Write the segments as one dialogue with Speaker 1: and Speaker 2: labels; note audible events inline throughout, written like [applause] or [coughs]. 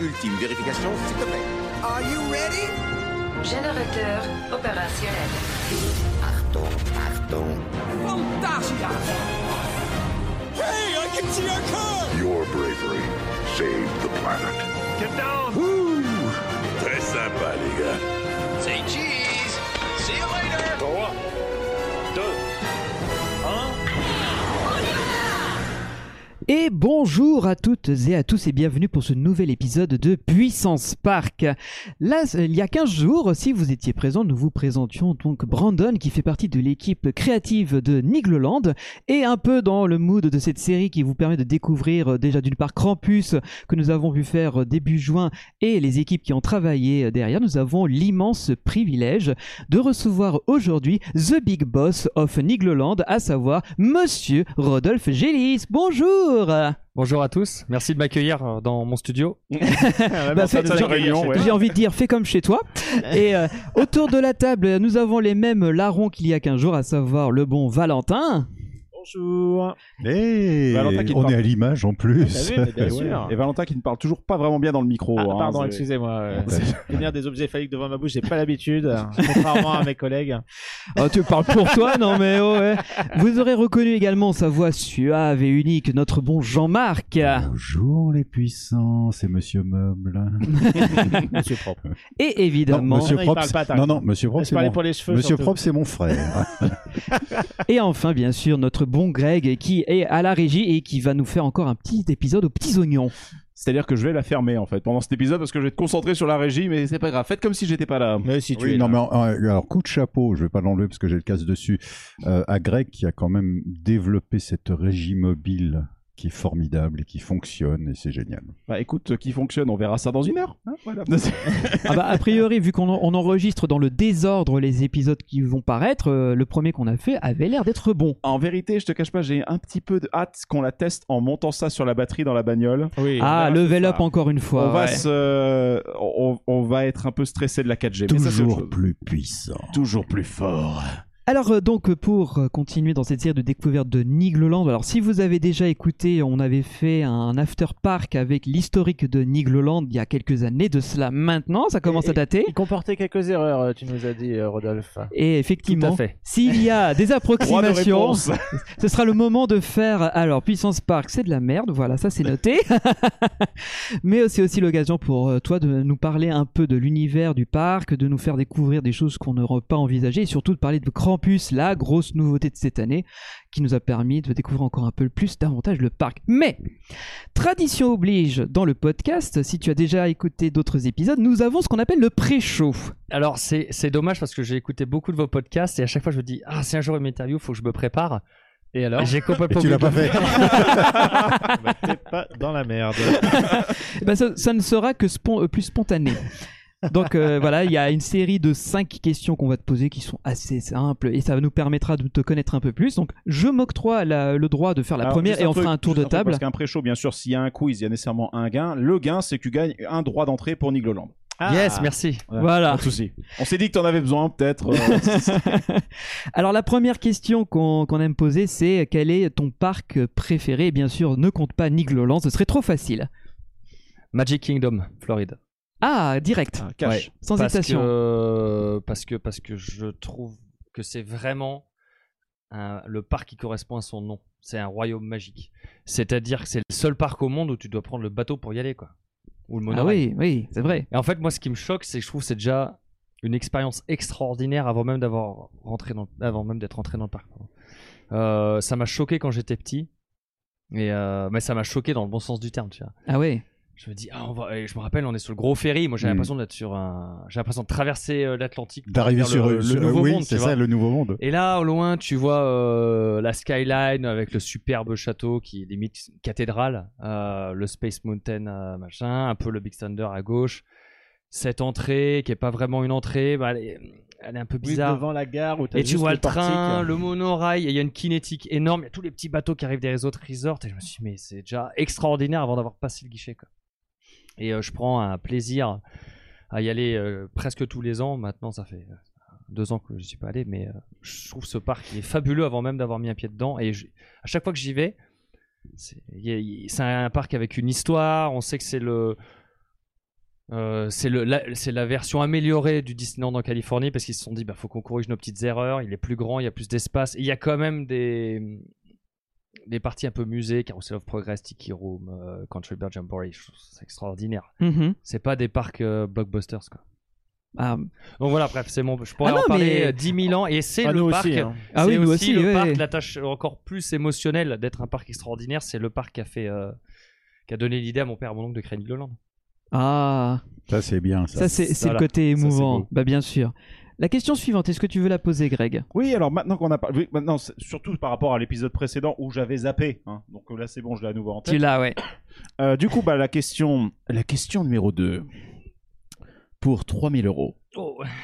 Speaker 1: ultime vérification, s'il te plaît.
Speaker 2: Are you ready?
Speaker 3: Générateur opérationnel.
Speaker 1: Partons, partons.
Speaker 2: Fantasia! Hey, I can see our car!
Speaker 4: Your bravery saved the planet. Très sympa, les gars.
Speaker 5: Say cheese. See you later.
Speaker 6: 3, 2, 1.
Speaker 7: Et bonjour à toutes et à tous et bienvenue pour ce nouvel épisode de Puissance Park. Là, euh, il y a 15 jours, si vous étiez présents, nous vous présentions donc Brandon qui fait partie de l'équipe créative de Nigloland et un peu dans le mood de cette série qui vous permet de découvrir euh, déjà d'une part Krampus que nous avons vu faire euh, début juin et les équipes qui ont travaillé euh, derrière, nous avons l'immense privilège de recevoir aujourd'hui The Big Boss of Nigloland, à savoir Monsieur Rodolphe Gélis. Bonjour
Speaker 8: Bonjour à tous, merci de m'accueillir euh, dans mon studio.
Speaker 7: Bah,
Speaker 8: ça
Speaker 7: fais-
Speaker 8: nous a accueillis,
Speaker 7: j'ai-
Speaker 8: ouais.
Speaker 7: J'ai envie de dire, fais comme chez toi. Et euh, autour de la table, nous avons les mêmes larrons qu'il y a 15 jours, à savoir le bon Valentin.
Speaker 9: Bonjour.
Speaker 10: Mais
Speaker 9: Valentin qui te
Speaker 10: on
Speaker 9: parle.
Speaker 10: est à l'image en plus.
Speaker 9: T'as vu, mais
Speaker 10: [laughs]
Speaker 9: bien sûr.
Speaker 10: Et
Speaker 9: Ah,
Speaker 10: Valentin qui ne parle toujours pas vraiment bien dans le micro. hein,
Speaker 9: pardon,
Speaker 10: c'est-
Speaker 9: excusez-moi. euh,
Speaker 10: Bah,
Speaker 9: Tenir des objets phalliques devant ma bouche, j'ai pas
Speaker 10: [laughs]
Speaker 9: l'habitude, euh, contrairement à mes collègues.
Speaker 7: Ah, tu parles pour toi, non mais oh, ouais. Vous aurez reconnu également sa voix suave et unique, notre bon Jean-Marc.
Speaker 10: Bonjour les puissants, c'est Monsieur Meuble.
Speaker 9: Monsieur Propre.
Speaker 7: Et
Speaker 10: Non,
Speaker 7: évidemment,
Speaker 10: Monsieur
Speaker 9: Non, il
Speaker 10: Prop,
Speaker 9: parle pas, t'as
Speaker 10: non,
Speaker 9: raison.
Speaker 10: non, Monsieur Prop,
Speaker 9: Je
Speaker 10: c'est
Speaker 9: parlais
Speaker 10: mon...
Speaker 9: pour les cheveux.
Speaker 10: Monsieur
Speaker 9: surtout. Ah,
Speaker 10: Prop, c'est
Speaker 9: [laughs]
Speaker 10: mon frère.
Speaker 7: et enfin bien sûr notre bon Greg qui est à la régie et qui va nous faire encore un petit épisode aux petits oignons.
Speaker 11: C'est-à-dire que je vais la fermer en fait pendant cet épisode parce que je vais te concentrer sur la régie, mais c'est pas grave. Faites comme si j'étais pas là.
Speaker 9: Mais si tu es
Speaker 10: Oui, non,
Speaker 9: là.
Speaker 10: mais en- en- alors coup de chapeau, je vais pas l'enlever parce que j'ai le casse dessus, euh, à Greg qui a quand même développé cette régie mobile qui est formidable et qui fonctionne et c'est génial.
Speaker 11: Bah écoute, euh, qui fonctionne, on verra ça dans une heure. hein, voilà.
Speaker 7: Ah bah, a priori, vu qu'on en- on enregistre dans le désordre les épisodes qui vont paraître, euh, le premier qu'on a fait avait l'air d'être bon.
Speaker 11: en vérité, je te cache pas, j'ai un petit peu de hâte qu'on la teste en montant ça sur la batterie dans la bagnole.
Speaker 9: Oui,
Speaker 7: ah,
Speaker 9: on verra
Speaker 7: level
Speaker 9: ce
Speaker 7: up
Speaker 9: soir.
Speaker 7: encore une fois.
Speaker 11: on, va
Speaker 7: ouais.
Speaker 11: se- euh, on, on va être un peu stressé de la 4G. mais ça, c'est autre
Speaker 10: Toujours
Speaker 11: chose.
Speaker 10: plus puissant.
Speaker 11: Toujours plus fort.
Speaker 7: Alors euh, donc euh, pour euh, continuer dans cette série de découvertes de Nigloland, alors si vous avez déjà écouté, on avait fait un after park avec l'historique de Nigloland il y a quelques années de cela maintenant, ça commence
Speaker 9: Et-
Speaker 7: à dater.
Speaker 9: Il comportait quelques erreurs, euh, tu nous as dit, euh, Rodolphe.
Speaker 7: Et
Speaker 8: Tout à
Speaker 7: effectivement,
Speaker 8: fait.
Speaker 7: s'il y a des
Speaker 11: Droit de
Speaker 7: approximations,
Speaker 11: réponse.
Speaker 7: ce sera le moment de faire. Alors, Puissance Park, c'est de la merde, voilà, ça c'est noté. [laughs] Mais c'est aussi l'occasion pour euh, toi de nous parler un peu de l'univers du parc, de nous faire découvrir des choses qu'on n'aurait pas envisagées et surtout de parler de Krampus, la grosse nouveauté de cette année qui nous a permis de découvrir encore un peu plus davantage le parc. Mais, tradition oblige dans le podcast, si tu as déjà écouté d'autres épisodes, nous avons ce qu'on appelle le pré-show.
Speaker 8: Alors c'est c'est dommage parce que j'ai écouté beaucoup de vos podcasts et à chaque fois je me dis ah si un jour il m'interview faut que je me prépare.
Speaker 9: Et alors
Speaker 8: J'ai
Speaker 10: [laughs] Et
Speaker 8: complètement
Speaker 10: tu l'as pas fait.
Speaker 9: Bah, T'es pas dans la merde.
Speaker 7: Eh ben, ça, ça ne sera que spon- euh, plus spontané. Donc euh, voilà, il y a une série de cinq questions qu'on va te poser qui sont assez simples et ça nous permettra de te connaître un peu plus. Donc je m'octroie la- le droit de faire la
Speaker 11: Alors,
Speaker 7: première
Speaker 11: juste
Speaker 7: et on
Speaker 11: truc,
Speaker 7: fera un tour
Speaker 11: juste
Speaker 7: de
Speaker 11: truc,
Speaker 7: table.
Speaker 11: Parce qu'un pré-show, bien sûr, s'il y a un quiz, il y a nécessairement un gain. Le gain, c'est que tu gagnes un droit d'entrée pour Nigloland.
Speaker 9: Ah.
Speaker 8: Yes merci.
Speaker 7: Voilà.
Speaker 11: Pas de souci. On s'est dit que t'en avais besoin, peut-être.
Speaker 7: [laughs]
Speaker 11: euh,
Speaker 7: Alors la première question qu'on qu'on aime poser c'est quel est ton parc préféré Et Bien sûr, ne compte pas Nigloland, ce serait trop facile.
Speaker 8: Magic Kingdom Floride.
Speaker 7: Ah, direct,
Speaker 11: Ah, cash.
Speaker 7: sans
Speaker 8: parce
Speaker 7: hésitation.
Speaker 8: Que, parce que parce que je trouve que c'est vraiment un- le parc qui correspond à son nom. C'est un royaume magique. C'est-à-dire que c'est le seul parc au monde où tu dois prendre le bateau pour y aller quoi. Ou le
Speaker 7: Ah
Speaker 8: monorail.
Speaker 7: oui, oui, c'est vrai.
Speaker 8: Et en fait, moi, ce qui me choque, c'est que je trouve que c'est déjà une expérience extraordinaire avant même d'avoir rentré dans, avant même d'être rentré dans le parc. pardon. Euh, ça m'a choqué quand j'étais petit, et euh, mais ça m'a choqué dans le bon sens du terme, tu vois.
Speaker 7: Ah oui.
Speaker 8: Je me dis, ah, on va, et je me rappelle, on est sur le gros ferry. Moi, j'ai
Speaker 10: Mm.
Speaker 8: l'impression d'être sur un, j'ai l'impression de traverser euh, l'Atlantique, pour
Speaker 10: D'arriver
Speaker 8: vers
Speaker 10: sur,
Speaker 8: le, le
Speaker 10: sur-
Speaker 8: nouveau
Speaker 10: oui,
Speaker 8: monde, tu
Speaker 10: c'est
Speaker 8: vois.
Speaker 10: ça, le nouveau monde.
Speaker 8: Et là, au loin, tu vois euh, la skyline avec le superbe château qui est limite une cathédrale, euh, le Space Mountain, euh, machin, un peu le Big Thunder à gauche. Cette entrée qui est pas vraiment une entrée, bah, elle, est, elle est un peu
Speaker 9: Oui,
Speaker 8: bizarre.
Speaker 9: devant la gare où t'as
Speaker 8: et tu
Speaker 9: juste
Speaker 8: vois le train,
Speaker 9: portique. euh.
Speaker 8: le monorail, et il y a une kinétique énorme, il y a tous les petits bateaux qui arrivent des réseaux de resorts, et je me suis dit, mais c'est déjà extraordinaire avant d'avoir passé le guichet. Quoi. Et euh, je prends un plaisir à y aller euh, presque tous les ans. Maintenant, ça fait euh, deux ans que je suis pas allé, mais euh, je trouve ce parc il est fabuleux avant même d'avoir mis un pied dedans. Et je- à chaque fois que j'y vais, c'est il y a- il- c'est un parc avec une histoire. On sait que c'est le Euh, c'est le- la, c'est la version améliorée du Disneyland en Californie parce qu'ils se sont dit bah faut qu'on corrige nos petites erreurs, il est plus grand, il y a plus d'espace, Et il y a quand même des des parties un peu musées, Carousel of Progress, Tiki Room, euh, Country Bear Jamboree, je trouve ça c'est extraordinaire.
Speaker 7: Mhm.
Speaker 8: C'est pas des parcs euh, blockbusters quoi.
Speaker 7: Ah.
Speaker 8: Donc voilà, bref, c'est mon, je pourrais
Speaker 7: Ah non,
Speaker 8: en parler
Speaker 7: mais-
Speaker 8: euh, 10 000 ans et c'est
Speaker 7: Ah,
Speaker 8: le
Speaker 7: nous
Speaker 8: parc,
Speaker 7: aussi, hein. Ah oui,
Speaker 8: c'est
Speaker 7: nous aussi,
Speaker 8: le
Speaker 7: ouais,
Speaker 8: parc,
Speaker 7: ouais.
Speaker 8: la tâche encore plus émotionnelle d'être un parc extraordinaire, c'est le parc qui a fait, euh, qui a donné l'idée à mon père, et mon oncle de créer
Speaker 10: [laughs]
Speaker 8: Leland.
Speaker 7: Ah.
Speaker 10: Ça, c'est bien. Ça,
Speaker 7: Ça, c'est c'est
Speaker 8: Voilà.
Speaker 7: le côté
Speaker 8: Ça, c'est
Speaker 7: émouvant.
Speaker 8: beau.
Speaker 7: Bah, bien sûr. La question suivante, est-ce que tu veux la poser, Greg
Speaker 11: Oui, alors maintenant qu'on a parlé, oui, maintenant c'est- surtout par rapport à l'épisode précédent où j'avais zappé, hein. donc euh, là c'est bon, je l'ai à nouveau en tête.
Speaker 7: Tu l'as, ouais.
Speaker 11: Euh, du coup, bah, la question, la question numéro 2. Pour 3000 euros,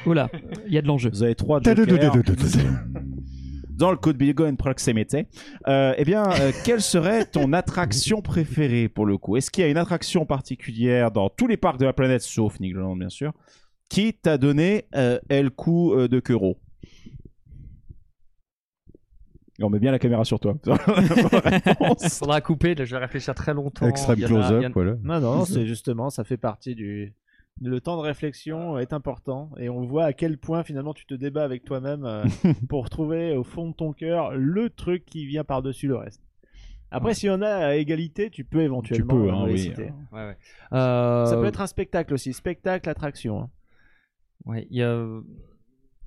Speaker 7: Oula, il y a de l'enjeu.
Speaker 11: vous avez trois
Speaker 10: Ah,
Speaker 11: jokers. Dans le code Billigo and Proximity, euh, eh bien,
Speaker 10: [laughs]
Speaker 11: euh, quelle serait ton attraction préférée pour le coup Est-ce qu'il y a une attraction particulière dans tous les parcs de la planète, sauf Nigloland bien sûr, qui t'a donné euh, le coup euh, de Queuro on met bien la caméra sur toi.
Speaker 8: Il faudra couper, là, je vais réfléchir très longtemps.
Speaker 10: Extrême
Speaker 8: Il y en a- il y
Speaker 10: close-up,
Speaker 8: en a-
Speaker 10: voilà.
Speaker 9: Non, non, c'est justement, ça fait partie du. Le temps de réflexion est important et on voit à quel point finalement tu te débats avec toi-même [laughs] euh, pour trouver au fond de ton cœur le truc qui vient par-dessus le reste. Après, s'il y en a à égalité, tu peux éventuellement
Speaker 11: peux,
Speaker 9: euh,
Speaker 11: hein,
Speaker 9: les
Speaker 11: oui.
Speaker 9: citer.
Speaker 8: Ouais, ouais. Euh,
Speaker 9: Ça peut être un spectacle aussi, spectacle, attraction. hein.
Speaker 8: ouais, il y a euh,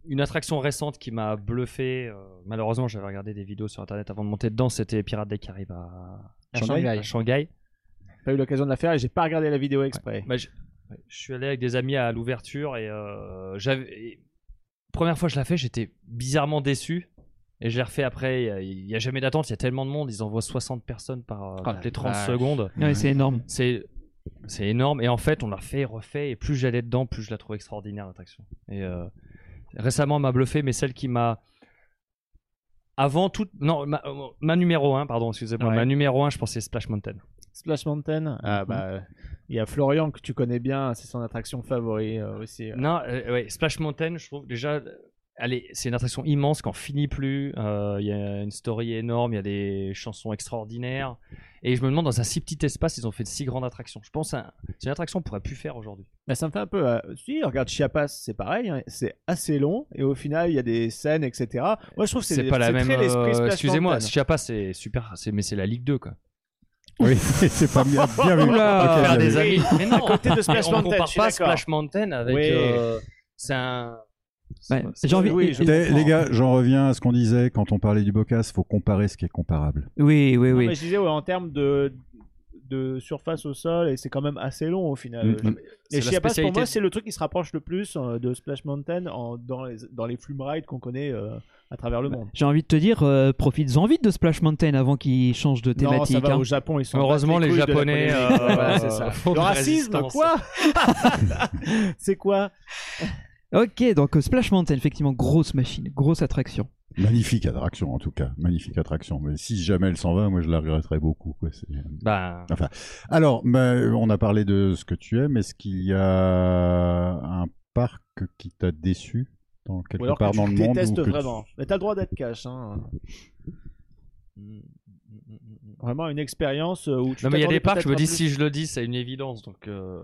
Speaker 8: une attraction récente qui m'a bluffé. euh, malheureusement, j'avais regardé des vidéos sur internet avant de monter dedans. C'était Pirates des Caraïbes à,
Speaker 9: À Shanghai.
Speaker 8: à Shanghai.
Speaker 9: Pas eu l'occasion de la faire et j'ai pas regardé la vidéo exprès.
Speaker 8: Bah, je, ouais, je suis allé avec des amis à l'ouverture et euh, j'avais. et- Première fois que je l'ai fait, j'étais bizarrement déçu. Et je l'ai refait après. Il n'y a jamais d'attente, il y a tellement de monde. Ils envoient 60 personnes par euh,
Speaker 9: Oh la
Speaker 8: toutes les 30
Speaker 9: vache.
Speaker 8: secondes.
Speaker 7: Ouais, c'est énorme.
Speaker 8: C'est c'est énorme et en fait on l'a fait refait et plus j'allais dedans plus je la trouvais extraordinaire l'attraction. Et euh, récemment elle m'a bluffé mais celle qui m'a avant toute non ma, euh, ma numéro 1 pardon excusez-moi
Speaker 9: Ouais.
Speaker 8: ma numéro 1 je pensais Splash Mountain.
Speaker 9: Splash Mountain, ah, bah, il y a Florian que tu connais bien, c'est son attraction favori euh, aussi. euh.
Speaker 8: Non euh, ouais, Splash Mountain je trouve déjà euh, elle est- c'est une attraction immense qu'on finit plus Euh, il y a une story énorme il y a des chansons extraordinaires et je me demande dans un si petit espace ils ont fait de si grandes attractions. Je pense à- c'est une attraction qu'on pourrait plus faire aujourd'hui.
Speaker 9: Bah, ça me fait un peu. euh, Si, regarde Chiapas, c'est pareil, hein, c'est assez long et au final il y a des scènes, etc. Moi je trouve que c'est
Speaker 8: c'est pas la
Speaker 9: c'est
Speaker 8: même
Speaker 9: très l'esprit
Speaker 8: euh,
Speaker 9: Splash
Speaker 8: excusez-moi
Speaker 9: Mountain.
Speaker 8: Chiapas c'est super c'est- mais c'est la Ligue 2 quoi
Speaker 10: Oui, [laughs] c'est pas bien, bien vu.
Speaker 7: Oula.
Speaker 10: Ok,
Speaker 8: faire
Speaker 10: bien
Speaker 8: des
Speaker 10: vu.
Speaker 8: amis mais non
Speaker 9: À côté de Splash
Speaker 8: on
Speaker 9: Mountain, je
Speaker 8: compare
Speaker 9: suis
Speaker 8: pas
Speaker 9: d'accord.
Speaker 8: Splash Mountain avec
Speaker 9: Oui.
Speaker 8: euh, c'est un
Speaker 7: Ouais,
Speaker 8: c'est-
Speaker 7: j'ai envie-
Speaker 8: oui, [laughs] je
Speaker 10: Les
Speaker 8: comprends.
Speaker 10: les gars, j'en reviens à ce qu'on disait quand on parlait du Bocas, faut comparer ce qui est comparable.
Speaker 7: Oui, oui,
Speaker 9: Non,
Speaker 7: oui.
Speaker 9: mais je disais ouais, en termes de de surface au sol et c'est quand même assez long au final.
Speaker 10: Mm, mm.
Speaker 9: Et
Speaker 8: C'est la
Speaker 9: Chiapas pour
Speaker 8: spécialité.
Speaker 9: moi c'est le truc qui se rapproche le plus euh, de Splash Mountain en- dans les dans les flume rides qu'on connaît euh, à travers le monde.
Speaker 7: J'ai envie de te dire, euh, profites-en vite de Splash Mountain avant qu'il change de
Speaker 9: Non,
Speaker 7: thématique.
Speaker 9: ça va
Speaker 7: hein.
Speaker 9: au Japon, ils sont
Speaker 8: heureusement
Speaker 9: battus
Speaker 8: les
Speaker 9: couilles de la
Speaker 8: japonais
Speaker 9: polémique.
Speaker 8: euh, voilà, c'est ça. Font de
Speaker 9: Le racisme,
Speaker 8: résistance.
Speaker 9: quoi [laughs] C'est quoi
Speaker 7: Ok, donc euh, Splash Mountain, effectivement, grosse machine, grosse attraction.
Speaker 10: Magnifique attraction, en tout cas. Magnifique attraction. Mais si jamais elle s'en va, moi, je la regretterais beaucoup. Quoi. C'est- euh.
Speaker 8: bah
Speaker 10: Alors, bah, on a parlé de ce que tu aimes. Est-ce qu'il y a un parc qui t'a déçu dans quelque
Speaker 9: Ou alors
Speaker 10: part
Speaker 9: que
Speaker 10: dans
Speaker 9: tu
Speaker 10: le monde
Speaker 9: détestes
Speaker 10: ou que tu-
Speaker 9: vraiment. Mais t'as le droit d'être cash. Hein. Vraiment une expérience euh, où tu
Speaker 8: non mais il y a
Speaker 9: t'attendais
Speaker 8: des parcs je me
Speaker 9: peut-être
Speaker 8: dis
Speaker 9: à
Speaker 8: si je le dis c'est une évidence donc euh,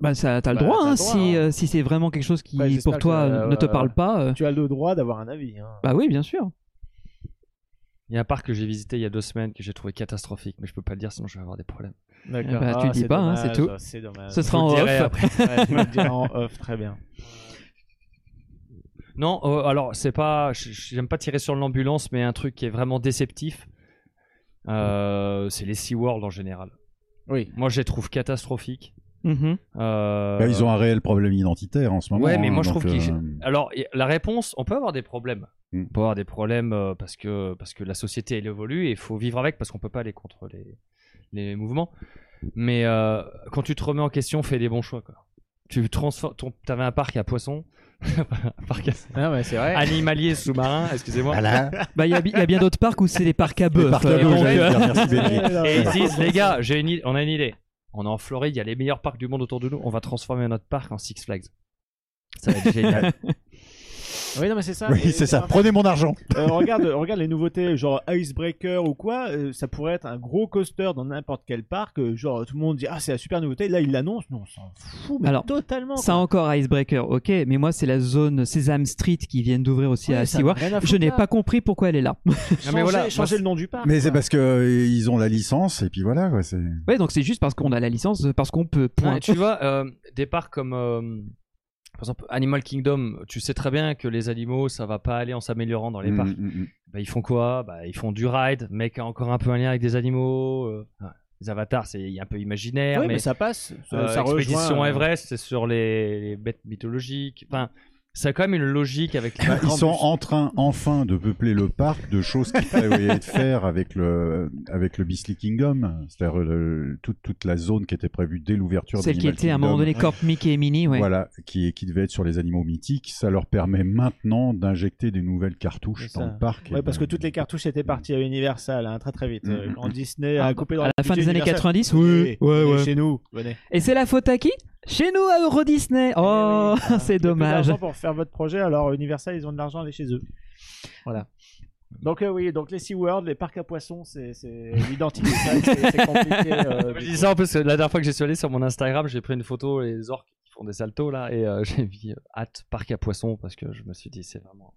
Speaker 7: Bah, ça, t'as le
Speaker 9: Bah,
Speaker 7: droit,
Speaker 9: t'as
Speaker 7: hein,
Speaker 9: le droit,
Speaker 7: si,
Speaker 9: hein.
Speaker 7: euh, si c'est vraiment quelque chose qui,
Speaker 9: Ouais, j'espère
Speaker 7: pour
Speaker 9: que,
Speaker 7: toi,
Speaker 9: euh,
Speaker 7: ne te
Speaker 9: euh,
Speaker 7: parle pas. euh,
Speaker 9: plus. Tu as le droit d'avoir un avis. Hein.
Speaker 7: Bah oui, bien sûr.
Speaker 8: il y a un parc que j'ai visité il y a deux semaines que j'ai trouvé catastrophique mais je peux pas le dire sinon je vais avoir des problèmes
Speaker 9: D'accord. Ah,
Speaker 7: bah, tu dis
Speaker 9: c'est
Speaker 7: pas, hein, c'est
Speaker 9: dommage,
Speaker 7: tout.
Speaker 9: C'est dommage.
Speaker 7: Ce sera
Speaker 8: Je
Speaker 7: en
Speaker 8: vous le dirai
Speaker 7: off.
Speaker 8: après.
Speaker 9: Ouais, tu me le diras en off, très bien.
Speaker 8: non euh, alors c'est pas je- je- j'aime pas tirer sur l'ambulance mais un truc qui est vraiment déceptif euh, c'est les SeaWorld en général
Speaker 9: Oui.
Speaker 8: Moi, je les trouve catastrophiques.
Speaker 7: Mhm.
Speaker 8: Euh,
Speaker 10: Bah, ils ont un réel problème identitaire en ce moment.
Speaker 8: Ouais, mais
Speaker 10: hein,
Speaker 8: moi, je
Speaker 10: donc,
Speaker 8: trouve qu'ils-
Speaker 10: euh,
Speaker 8: Alors, y- la réponse, on peut avoir des problèmes.
Speaker 10: Mm.
Speaker 8: On peut avoir des problèmes euh, parce que, parce que la société, elle évolue et il faut vivre avec parce qu'on peut pas aller contre les, les mouvements. Mais euh, quand tu te remets en question, fais des bons choix. Quoi. Tu transformes. ton- T'avais un parc à poissons, [laughs] un parc à-
Speaker 9: Ah ouais, c'est vrai.
Speaker 8: animalier sous-marin, excusez-moi.
Speaker 10: Voilà.
Speaker 7: Bah, il y, a bi- il y a bien d'autres parcs où c'est des parcs à
Speaker 10: Les
Speaker 7: bœufs.
Speaker 10: parcs à
Speaker 8: Bah,
Speaker 7: euh,
Speaker 10: bœufs,
Speaker 7: donc,
Speaker 10: j'allais
Speaker 7: euh,
Speaker 10: dire, merci, Benji.
Speaker 8: Et ils disent, les gars, j'ai une i- on a une idée. On est en Floride, il y a les meilleurs parcs du monde autour de nous. On va transformer notre parc en Six Flags. Ça va être génial.
Speaker 9: Oui, non, mais c'est ça.
Speaker 10: [laughs] Oui,
Speaker 9: Et-
Speaker 10: c'est ça.
Speaker 9: en fait,
Speaker 10: Prenez mon argent.
Speaker 9: euh, regarde, regarde les nouveautés, genre Icebreaker ou quoi. euh, ça pourrait être un gros coaster dans n'importe quel parc. euh, genre, tout le monde dit Ah, c'est la super nouveauté. Là, ils l'annoncent. Non, on s'en fout, mais
Speaker 7: Alors,
Speaker 9: totalement.
Speaker 7: Ça
Speaker 9: quoi.
Speaker 7: encore Icebreaker, ok, mais moi c'est la zone Sesame Street qui viennent d'ouvrir aussi
Speaker 9: Ouais,
Speaker 7: à
Speaker 9: ça
Speaker 7: SeaWorld.
Speaker 9: n'a rien à
Speaker 7: Je
Speaker 9: foutre
Speaker 7: n'ai
Speaker 9: là.
Speaker 7: pas compris pourquoi elle est là.
Speaker 9: Changer, changer le nom du parc.
Speaker 10: Mais
Speaker 9: quoi.
Speaker 10: c'est parce que euh, ils ont la licence et puis voilà quoi. C'est
Speaker 7: Ouais, donc c'est juste parce qu'on a la licence, parce qu'on peut.
Speaker 8: Non,
Speaker 7: Point.
Speaker 8: mais tu vois, euh, des parcs comme euh, par exemple Animal Kingdom, tu sais très bien que les animaux, ça va pas aller en s'améliorant dans les
Speaker 10: Mm,
Speaker 8: parcs.
Speaker 10: mm, mm.
Speaker 8: Bah, ils font quoi bah, Ils font du ride, mais qui a encore un peu un lien avec des animaux. euh, ouais. les avatars, c'est un peu imaginaire.
Speaker 9: Oui, mais,
Speaker 8: mais
Speaker 9: ça passe. Ça,
Speaker 8: euh,
Speaker 9: ça
Speaker 8: Expédition
Speaker 9: rejoint, euh,
Speaker 8: Everest, c'est sur les, les bêtes mythologiques. Enfin, ça a quand même une logique avec les
Speaker 10: Bah, ils
Speaker 8: parcs.
Speaker 10: sont en train enfin de peupler le parc de choses qu'ils prévoyaient de faire avec le avec le Beastly Kingdom, c'est-à-dire le- toute toute la zone qui était prévue dès l'ouverture.
Speaker 7: Celle qui
Speaker 10: d'Animal
Speaker 7: était à un moment
Speaker 10: Kingdom.
Speaker 7: donné Corp Mickey et Minnie, ouais.
Speaker 10: Voilà, qui, qui devait être sur les animaux mythiques, ça leur permet maintenant d'injecter des nouvelles cartouches
Speaker 9: C'est
Speaker 10: dans
Speaker 9: ça.
Speaker 10: le parc.
Speaker 9: Ouais,
Speaker 10: Et
Speaker 9: parce que
Speaker 10: ben,
Speaker 9: toutes les cartouches étaient parties à Universal, hein, très très vite.
Speaker 10: Mm.
Speaker 9: Euh, Quand Disney
Speaker 7: Ah,
Speaker 9: a coupé dans
Speaker 7: à la fin des
Speaker 9: budget
Speaker 7: années
Speaker 9: Universal,
Speaker 7: 90, oui. Ouais,
Speaker 9: venez
Speaker 7: ouais.
Speaker 9: Chez nous, venez.
Speaker 7: Et c'est la faute à qui Chez nous à Euro Disney. Oh,
Speaker 9: Eh oui, voilà.
Speaker 7: [laughs] c'est
Speaker 9: Il y a plus
Speaker 7: dommage.
Speaker 9: d'argent pour faire votre projet, alors Universal, ils ont de l'argent, allez chez eux. Voilà. Donc euh, oui, donc les SeaWorld, les parcs à poissons, c'est c'est l'identité, ça, c'est c'est
Speaker 8: [laughs]
Speaker 9: compliqué. euh,
Speaker 8: Je
Speaker 9: du
Speaker 8: dis
Speaker 9: coup.
Speaker 8: ça parce que la dernière fois que j'y suis allé sur mon Instagram, j'ai pris une photo les orques qui font des saltos là et euh, [laughs] j'ai mis euh, hâte parc à poissons parce que je me suis dit c'est
Speaker 10: [laughs]
Speaker 8: vraiment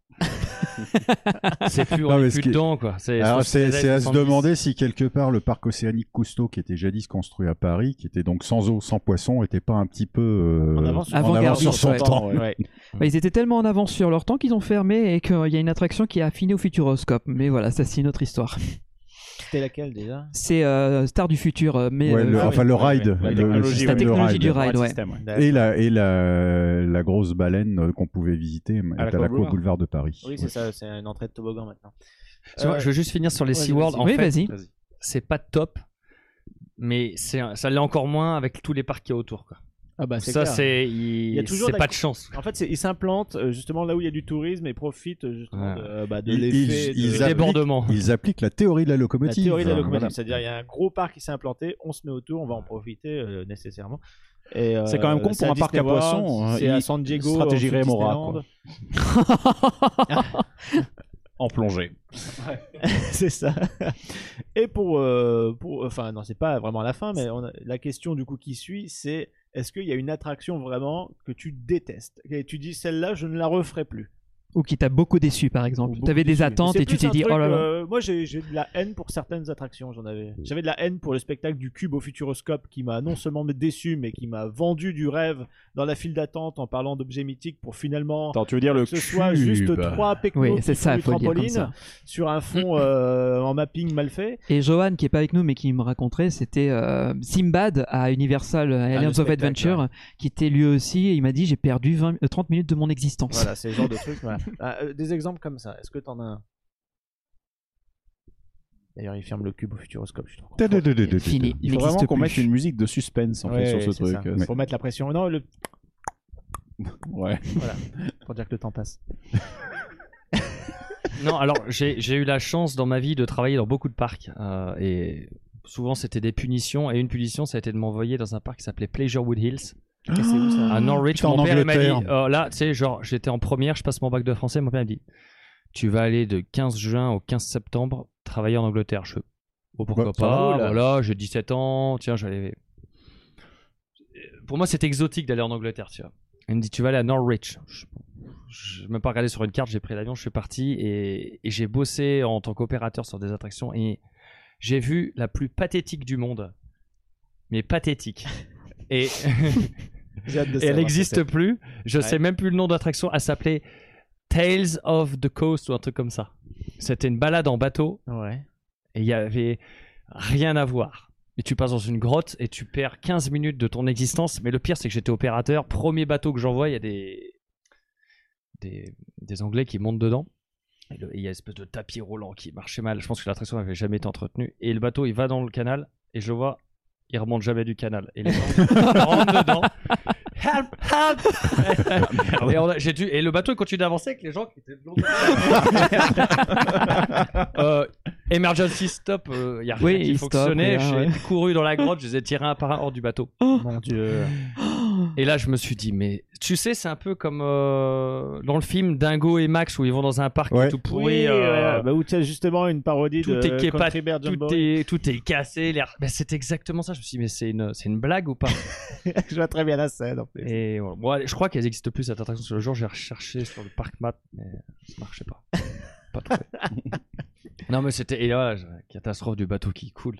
Speaker 8: c'est plus
Speaker 10: Non,
Speaker 8: on
Speaker 10: mais
Speaker 8: est
Speaker 10: ce
Speaker 8: plus
Speaker 10: qui-
Speaker 8: dedans quoi. C'est
Speaker 10: Alors
Speaker 8: je trouve que
Speaker 10: c'est
Speaker 8: les
Speaker 10: c'est à se
Speaker 8: 70,
Speaker 10: demander si quelque part le parc océanique Cousteau qui était jadis construit à Paris, qui était donc sans eau, sans poisson, était pas un petit peu euh,
Speaker 9: En avance sur
Speaker 7: son temps.
Speaker 10: sur son
Speaker 7: Ouais.
Speaker 10: temps.
Speaker 9: Ouais.
Speaker 7: Bah, ils étaient tellement en avance sur leur temps qu'ils ont fermé et qu'il y a une attraction qui est affinée au Futuroscope. Mais voilà, ça c'est une autre histoire.
Speaker 9: C'était laquelle déjà
Speaker 7: C'est euh, Star du futur, euh, mais
Speaker 10: Ouais,
Speaker 7: euh,
Speaker 10: le-
Speaker 9: ah oui.
Speaker 10: enfin le
Speaker 9: Ouais,
Speaker 10: ride,
Speaker 9: ouais. La
Speaker 10: le- le
Speaker 9: technologie,
Speaker 10: système
Speaker 7: la
Speaker 10: de
Speaker 7: technologie
Speaker 10: ride.
Speaker 7: du ride, ouais.
Speaker 10: Et la et la, la grosse baleine euh, qu'on pouvait visiter est
Speaker 9: À la
Speaker 10: à la,
Speaker 9: Cour
Speaker 10: Cour
Speaker 9: Boulevard.
Speaker 10: boulevard. de Paris.
Speaker 9: Oui, c'est ça, c'est une entrée de toboggan maintenant.
Speaker 8: tu vois,
Speaker 9: Euh,
Speaker 8: je veux juste finir sur les
Speaker 9: ouais,
Speaker 8: SeaWorld.
Speaker 9: vas-y.
Speaker 8: En
Speaker 7: Oui,
Speaker 8: fait,
Speaker 7: vas-y.
Speaker 8: c'est pas top, mais c'est un- ça l'est encore moins avec tous les parcs qu'il y a autour. Quoi.
Speaker 9: Ah bah,
Speaker 8: ça,
Speaker 9: clair.
Speaker 8: c'est
Speaker 9: Il y a
Speaker 8: il...
Speaker 9: toujours
Speaker 8: c'est
Speaker 9: de la-
Speaker 8: pas de chance.
Speaker 9: En fait, c'est- ils s'implantent euh, justement là où il y a du tourisme et profitent euh,
Speaker 8: Ouais.
Speaker 9: justement de, euh, bah, de
Speaker 10: Ils-
Speaker 9: l'effet.
Speaker 10: ils-
Speaker 9: de-
Speaker 10: ils
Speaker 8: Le
Speaker 10: appliquent-
Speaker 8: débordement.
Speaker 10: Ils appliquent la théorie de la
Speaker 9: La
Speaker 10: locomotive.
Speaker 9: théorie de la locomotive,
Speaker 10: Voilà.
Speaker 9: c'est-à-dire il y a un gros parc qui s'est implanté, on se met autour, on va en profiter euh, nécessairement. Et, euh,
Speaker 11: C'est quand même con
Speaker 9: c'est
Speaker 11: pour un parc à
Speaker 9: Disney World,
Speaker 11: poissons, hein.
Speaker 9: C'est à
Speaker 11: Il-
Speaker 9: San Diego,
Speaker 11: stratégie
Speaker 9: ensuite
Speaker 11: Remora,
Speaker 9: Disneyland.
Speaker 11: quoi. en plongée.
Speaker 9: [laughs] c'est ça. Et pour, euh, pour, enfin non, c'est pas vraiment la fin, mais on a- la question du coup qui suit, c'est est-ce qu'il y a une attraction vraiment que tu détestes et tu dis celle-là, je ne la referai plus.
Speaker 7: Ou qui t'a beaucoup déçu par
Speaker 9: Ou
Speaker 7: exemple.
Speaker 9: beaucoup
Speaker 7: T'avais des
Speaker 9: déçu.
Speaker 7: attentes
Speaker 9: C'est
Speaker 7: et tu
Speaker 9: plus
Speaker 7: t'es
Speaker 9: un
Speaker 7: dit
Speaker 9: truc,
Speaker 7: oh là là.
Speaker 9: euh, moi, j'ai j'ai de la haine pour certaines attractions. J'en avais. J'avais de la haine pour le spectacle du cube au Futuroscope qui m'a non seulement déçu, mais qui m'a vendu du rêve dans la file d'attente en parlant d'objets mythiques pour finalement
Speaker 11: Attends, tu veux dire le
Speaker 9: que ce soit
Speaker 11: cube.
Speaker 9: juste trois pecnos
Speaker 7: Oui,
Speaker 9: qui
Speaker 7: c'est
Speaker 9: font
Speaker 7: ça,
Speaker 9: du
Speaker 7: faut le dire comme
Speaker 9: trampoline
Speaker 7: ça.
Speaker 9: sur un
Speaker 7: [laughs]
Speaker 9: fond euh, en mapping mal fait.
Speaker 7: Et Johan qui est pas avec nous mais qui me raconterait, c'était euh, Simbad à Universal
Speaker 8: Ah,
Speaker 7: euh, Alliance of
Speaker 9: spectacle,
Speaker 7: Adventure qui était lui aussi. Et il m'a dit j'ai perdu 20 euh, 30 minutes de mon existence.
Speaker 9: Voilà, c'est le genre de truc.
Speaker 7: [laughs]
Speaker 9: voilà. Ah, euh, des exemples comme ça. Est-ce que t'en as un D'ailleurs, il ferme le cube au Futuroscope. Je suis trop content.
Speaker 7: Fini.
Speaker 11: Il faut
Speaker 7: n'existe
Speaker 11: vraiment qu'on
Speaker 7: plus.
Speaker 11: mette une musique de suspense en
Speaker 9: Ouais,
Speaker 11: fait, sur ce
Speaker 9: c'est ça.
Speaker 11: truc. euh,
Speaker 9: Pour mettre la pression. Non, le... [laughs]
Speaker 11: Ouais.
Speaker 9: pour dire que le temps passe.
Speaker 8: Non, alors j'ai j'ai eu la chance dans ma vie de travailler dans beaucoup de parcs euh, et souvent c'était des punitions et une punition ça a été de m'envoyer dans un parc qui s'appelait Pleasurewood Hills
Speaker 9: Et c'est où ça
Speaker 8: à Norwich.
Speaker 10: Ah, putain,
Speaker 8: Ah mon
Speaker 10: en
Speaker 8: père il m'a dit
Speaker 10: Angleterre.
Speaker 8: oh, là, tu sais, genre j'étais en première, je passe mon bac de français, mon père il me dit tu vas aller de 15 juin au 15 septembre travailler en Angleterre. Je fais, oh, pourquoi
Speaker 10: Bah, ça
Speaker 8: pas
Speaker 9: va, là.
Speaker 8: Voilà, j'ai 17 ans, tiens, j'allais pour moi c'était exotique d'aller en Angleterre, tu vois. Il me dit tu vas aller à Norwich. Je, je même pas regardé sur une carte, j'ai pris l'avion, je suis parti et, et j'ai bossé en tant qu'opérateur sur des attractions et j'ai vu la plus pathétique du monde. Mais pathétique. Et,
Speaker 9: [laughs] J'ai hâte
Speaker 8: [laughs]
Speaker 9: de
Speaker 8: et elle
Speaker 9: savoir ce
Speaker 8: n'existe
Speaker 9: que
Speaker 8: plus. Je
Speaker 9: Ouais.
Speaker 8: sais même plus le nom d'attraction. Elle s'appelait Tales of the Coast ou un truc comme ça. C'était une balade en bateau
Speaker 9: c'est. Ouais.
Speaker 8: et il y avait rien à voir. Et tu passes dans une grotte et tu perds 15 minutes de ton existence. Mais le pire, c'est que j'étais opérateur. Premier bateau que j'envoie, il y a des... des des Anglais qui montent dedans. Et le- et il y a une espèce de tapis roulant qui marchait mal. Je pense que l'attraction n'avait jamais été entretenue. Et le bateau, il va dans le canal et je le vois, il remonte jamais du canal. Et les gens rentrent dedans. Help, help [laughs] et, on a- j'ai dû- et le bateau il continue d'avancer avec les gens qui étaient de l'autre côté. euh, Emergency stop, il n'y a rien
Speaker 7: Oui,
Speaker 8: qui
Speaker 7: il stoppe,
Speaker 8: fonctionnait.
Speaker 7: rien,
Speaker 8: J'ai
Speaker 7: ouais.
Speaker 8: couru dans la grotte, je les ai tirés un par un hors du bateau.
Speaker 9: Mon dieu.
Speaker 8: Et là, je me suis dit, mais tu sais, c'est un peu comme euh, dans le film Dingo et Max où ils vont dans un parc
Speaker 9: Ouais.
Speaker 8: tout pourri.
Speaker 9: Oui,
Speaker 8: euh,
Speaker 9: ouais, bah, où tu as justement une parodie
Speaker 8: tout
Speaker 9: de
Speaker 8: est képat,
Speaker 9: Country Bear Jumbo.
Speaker 8: tout est, tout est cassé. l'air- Ben, c'est exactement ça. Je me suis dit, mais c'est une, c'est une blague ou pas
Speaker 9: [laughs] Je vois très bien la scène. en fait.
Speaker 8: Et voilà. Bon, allez, je crois qu'elles existent plus cette attraction sur le jour. J'ai recherché sur le parc map, mais ça marchait pas. Pas trouvé. non, mais c'était. Et là, je- catastrophe du bateau qui coule.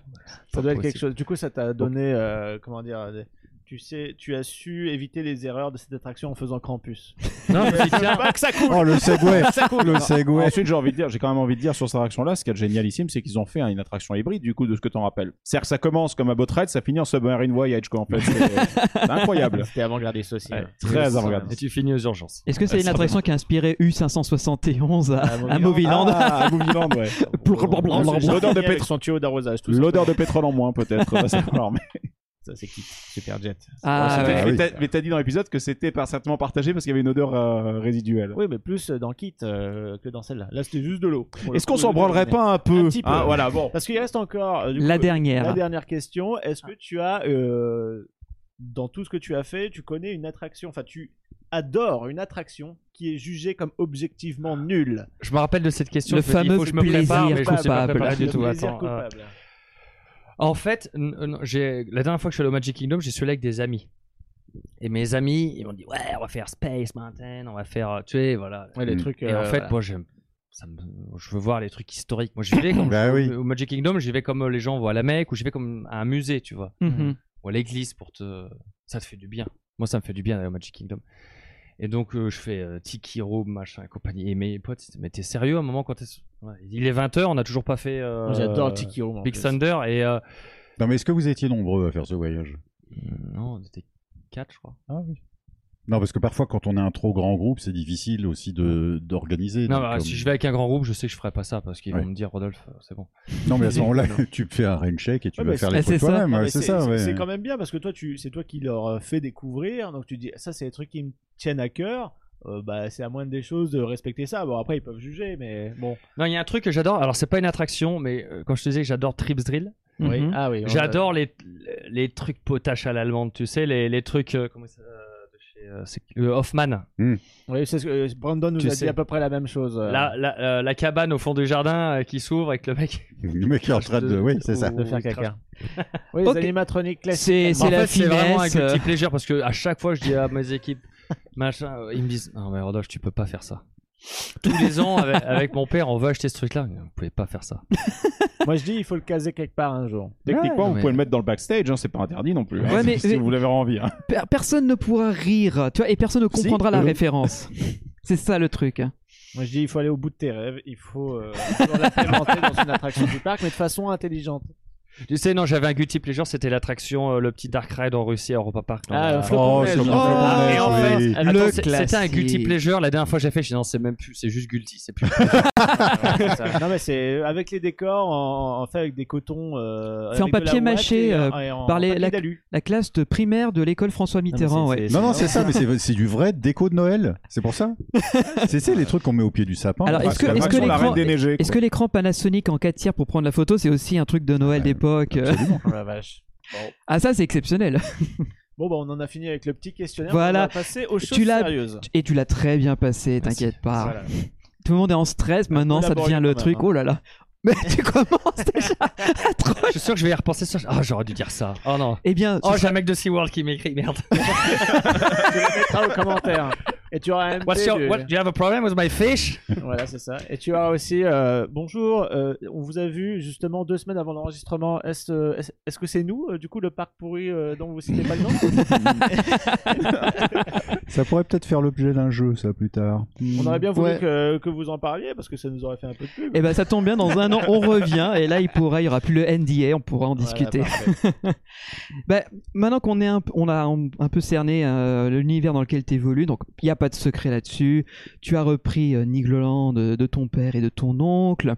Speaker 9: Ça doit être quelque
Speaker 8: Impossible.
Speaker 9: chose. Du coup, ça t'a donné, euh, comment dire, des- tu sais, tu as su éviter les erreurs de cette attraction en faisant Krampus. [laughs]
Speaker 8: Non, mais tiens.
Speaker 9: Pas que ça coule.
Speaker 10: Oh, le Segway
Speaker 9: Ça coule.
Speaker 10: Le
Speaker 9: Non,
Speaker 10: Segway
Speaker 11: Ensuite, j'ai envie de dire, j'ai quand même envie de dire sur cette attraction-là, ce qui est génialissime, c'est qu'ils ont fait hein, une attraction hybride, du coup, de ce que t'en rappelles. C'est-à-dire que ça commence comme un boat ride, ça finit en submarine voyage, quoi, en fait. C'est euh, c'est incroyable.
Speaker 9: C'était avant-gardiste aussi. hein.
Speaker 8: Ouais.
Speaker 9: ouais.
Speaker 11: Très avant-garde.
Speaker 8: Et tu finis aux urgences.
Speaker 7: Est-ce
Speaker 10: Ah,
Speaker 7: que c'est une attraction qui a inspiré U571 à, à Moviland
Speaker 11: Ah, à Moviland, ouais.
Speaker 9: Non, c'est Jean-Pierre
Speaker 11: L'odeur de
Speaker 9: avec
Speaker 11: pétrole.
Speaker 9: son tuyau d'arrosage. tout ça.
Speaker 11: L'odeur de pétrole en moins, [laughs] peut-être. va savoir, mais-
Speaker 9: Ça, c'est qui Super Jet.
Speaker 7: Ah,
Speaker 10: c'était-
Speaker 7: ouais.
Speaker 10: oui.
Speaker 11: mais t'as- mais t'as dit dans l'épisode que c'était par- certainement partagé parce qu'il y avait une odeur euh, résiduelle.
Speaker 9: Oui, mais plus dans Kit euh, que dans celle-là. Là, c'était juste de l'eau. Pour
Speaker 11: Est-ce
Speaker 9: le
Speaker 11: qu'on
Speaker 9: coup,
Speaker 11: s'en
Speaker 9: le-
Speaker 11: branlerait pas un peu,
Speaker 9: Un petit peu.
Speaker 11: Hein, Voilà, bon.
Speaker 9: Parce qu'il reste encore euh, du
Speaker 7: La
Speaker 9: coup,
Speaker 7: dernière.
Speaker 9: la dernière question. Est-ce que tu as, euh, dans tout ce que tu as fait, tu connais une attraction, enfin, tu adores une attraction qui est jugée comme objectivement nulle
Speaker 8: Je me rappelle de cette question.
Speaker 7: Le
Speaker 8: je me dis, il
Speaker 7: fameux
Speaker 8: faut que je me prépare,
Speaker 7: plaisir
Speaker 8: mais je me suis pas
Speaker 7: coupable.
Speaker 8: préparé du
Speaker 9: Le
Speaker 8: tout.
Speaker 9: plaisir
Speaker 8: Attends, euh,
Speaker 9: coupable.
Speaker 8: En fait, n- n- j'ai la dernière fois que je suis allé au Magic Kingdom, j'y suis allé avec des amis. Et mes amis, ils m'ont dit ouais, on va faire Space Mountain, on va faire, euh, tu sais, voilà.
Speaker 9: Ouais, les
Speaker 10: Mm.
Speaker 9: trucs.
Speaker 8: Et en
Speaker 9: euh,
Speaker 8: fait,
Speaker 9: voilà.
Speaker 8: moi, j'aime. ça me- Je veux voir les trucs historiques. Moi, j'y vais
Speaker 9: [coughs]
Speaker 8: comme
Speaker 10: Bah oui.
Speaker 8: au Magic Kingdom, j'y vais comme euh, les gens vont à la Mecque ou j'y vais comme à un musée, tu vois,
Speaker 7: Mhm.
Speaker 8: ou à l'église pour te. Ça te fait du bien. Moi, ça me fait du bien d'aller au Magic Kingdom. Et donc, euh, je fais euh, Tiki Room, machin et compagnie. Et mes potes, ils disent, mais t'es sérieux à un moment quand t'es. Ouais, Il est 20h, on n'a toujours pas fait. euh,
Speaker 9: J'adore Tiki Room. en
Speaker 8: Big
Speaker 9: plus.
Speaker 8: Thunder et. euh,
Speaker 10: Non, mais est-ce que vous étiez nombreux à faire ce voyage
Speaker 8: Non, on était 4, je crois.
Speaker 10: Non, parce que parfois, quand on est un trop grand groupe, c'est difficile aussi de- d'organiser.
Speaker 8: Non,
Speaker 10: donc,
Speaker 8: bah,
Speaker 10: euh,
Speaker 8: si je vais avec un grand groupe, je sais que je ferai pas ça parce qu'ils
Speaker 10: Ouais.
Speaker 8: vont me dire, Rodolphe, euh, c'est bon.
Speaker 10: non, mais à ce moment-là, [laughs] tu fais un rain check et tu
Speaker 9: Ouais,
Speaker 10: vas
Speaker 9: mais
Speaker 10: faire
Speaker 7: c'est-
Speaker 10: les trucs
Speaker 7: c'est ça.
Speaker 10: toi-même.
Speaker 9: Ah,
Speaker 10: ouais,
Speaker 9: mais
Speaker 10: c'est ça, ouais.
Speaker 9: c'est quand même bien parce que toi, tu, c'est toi qui leur euh, fais découvrir. Donc tu dis, ça, c'est des trucs qui me tiennent à cœur. euh, bah, c'est à moindre des choses de respecter ça. Bon, après, ils peuvent juger, mais bon.
Speaker 8: Non, il y a un truc que j'adore. Alors, c'est pas une attraction, mais euh, quand je te disais que j'adore Trips Drill,
Speaker 7: Mhm.
Speaker 9: Ah oui. on-
Speaker 8: j'adore les, les trucs potaches à l'allemande, tu sais, les, les trucs. euh, comment ça, euh, de chez, euh, c'est- le Hoffman.
Speaker 9: Oui, c'est ce que euh, Brandon nous
Speaker 8: Tu
Speaker 9: a
Speaker 8: sais.
Speaker 9: dit à peu près la même chose. euh,
Speaker 8: La, la, euh, la cabane au fond du jardin euh, qui s'ouvre avec le mec.
Speaker 10: Le mec qui est en train de. Oui, c'est ça.
Speaker 9: de faire
Speaker 8: Ou-
Speaker 9: caca. Oui, les
Speaker 7: Ok.
Speaker 9: animatroniques
Speaker 7: C'est-
Speaker 9: classiques.
Speaker 7: c'est
Speaker 8: En
Speaker 7: la
Speaker 8: fait, c'est vraiment avec
Speaker 7: finesse.
Speaker 8: le
Speaker 7: euh,
Speaker 8: petit plaisir parce que à chaque fois, je dis à mes équipes, [laughs] machin, euh, ils me disent Non, mais Rodolphe, tu peux pas faire ça. Tous les ans, avec,
Speaker 7: [laughs]
Speaker 8: avec mon père, on va acheter ce truc-là. Vous pouvez pas faire ça.
Speaker 9: Moi, je dis, il faut le caser quelque part un jour.
Speaker 11: Techniquement,
Speaker 8: Ouais,
Speaker 11: vous
Speaker 8: mais-
Speaker 11: pouvez le mettre dans le backstage, hein, c'est pas interdit non plus.
Speaker 7: Ouais,
Speaker 11: hein,
Speaker 7: mais-
Speaker 11: si
Speaker 7: mais-
Speaker 11: vous l'avez envie. hein.
Speaker 7: Per- Personne ne pourra rire, tu vois, et personne ne
Speaker 11: Si,
Speaker 7: comprendra la
Speaker 11: hello.
Speaker 7: référence. C'est ça le truc. hein.
Speaker 9: Moi, je dis, il faut aller au bout de tes rêves. Il faut euh,
Speaker 10: [laughs]
Speaker 9: toujours l'implémenter dans une attraction du parc, mais de façon intelligente.
Speaker 8: Tu sais, non, j'avais un guilty pleasure, c'était l'attraction, euh, le petit Dark Ride en Russie à Europa Park. dans
Speaker 9: Ah,
Speaker 8: la-
Speaker 9: le flop. Flocon
Speaker 10: Oh, c'est
Speaker 9: Neige.
Speaker 10: le
Speaker 9: Oh,
Speaker 10: Flocon
Speaker 8: et en
Speaker 10: Neige,
Speaker 8: fait,
Speaker 10: oui.
Speaker 8: Attends,
Speaker 7: Le
Speaker 8: c'est- c'était un
Speaker 7: classique.
Speaker 8: guilty pleasure. La dernière fois que j'ai fait, je dis non, c'est même plus, c'est juste guilty,
Speaker 7: [laughs]
Speaker 8: c'est plus.
Speaker 9: non mais c'est euh, avec les décors en, en fait avec des cotons euh,
Speaker 7: C'est en
Speaker 9: avec de la
Speaker 7: papier
Speaker 9: ouate
Speaker 7: mâché,
Speaker 9: et,
Speaker 7: euh,
Speaker 9: et en
Speaker 7: par les-
Speaker 9: papier
Speaker 7: la-
Speaker 9: d'alu.
Speaker 7: La classe de primaire de l'école François Mitterrand, ouais.
Speaker 10: Non, non, c'est ça, mais c'est c'est du vrai déco de Noël. C'est pour ça. C'est c'est les trucs qu'on met au pied du sapin.
Speaker 7: Alors,
Speaker 10: Enfin,
Speaker 7: est-ce que-
Speaker 10: c'est la
Speaker 7: est-ce que
Speaker 10: façon de la
Speaker 7: l'écran-
Speaker 10: reine des neiges,
Speaker 7: Est-ce que l'écran Panasonic en 4 tiers pour prendre la photo, c'est aussi un truc de Noël d'époque euh
Speaker 10: absolument.
Speaker 9: Oh la vache.
Speaker 7: Ah, ça, c'est exceptionnel.
Speaker 9: Bon bah on en a fini avec le petit questionnaire.
Speaker 7: Voilà.
Speaker 9: On va passer aux choses
Speaker 7: Tu l'as-
Speaker 9: sérieuses.
Speaker 7: Et tu l'as très bien passé, t'inquiète pas.
Speaker 9: Voilà.
Speaker 7: Ah, Tout le monde est en stress, maintenant ça
Speaker 9: laborieux
Speaker 7: devient le
Speaker 9: quand
Speaker 7: truc.
Speaker 9: même, hein.
Speaker 7: Oh là [laughs] là. Mais tu commences déjà à trop.
Speaker 8: je suis sûr que je vais y repenser ça. Ah, j'aurais dû dire ça. Oh non.
Speaker 7: Eh bien, ce
Speaker 8: Oh, j'ai
Speaker 7: sera-
Speaker 8: un mec de SeaWorld qui
Speaker 7: [laughs]
Speaker 8: m'écrit, merde.
Speaker 9: Tu le mettras aux commentaires. Et tu auras un MT
Speaker 8: What's your,
Speaker 9: du-
Speaker 8: what, do you have a problem with my fish?
Speaker 9: Voilà c'est ça. Et tu auras aussi euh, bonjour. euh, on vous a vu justement deux semaines avant l'enregistrement. Est-ce euh, est-ce est-ce que c'est nous euh, du coup le parc pourri euh, dont vous citez pas le nom
Speaker 10: Ça pourrait peut-être faire l'objet d'un jeu, ça, plus tard.
Speaker 9: On aurait bien voulu
Speaker 7: Ouais.
Speaker 9: que, que vous en parliez parce que ça nous aurait fait un peu de pub.
Speaker 7: eh ben, ça tombe bien, dans un an, on revient. Et là, il pourra, il y aura plus le NDA, on pourra en
Speaker 9: Voilà,
Speaker 7: discuter.
Speaker 9: parfait.
Speaker 7: Bah, maintenant qu'on est un, p- on a un, un peu cerné euh, l'univers dans lequel tu évolues, donc il n'y a pas de secret là-dessus. Tu as repris euh, Nigloland de, de ton père et de ton oncle.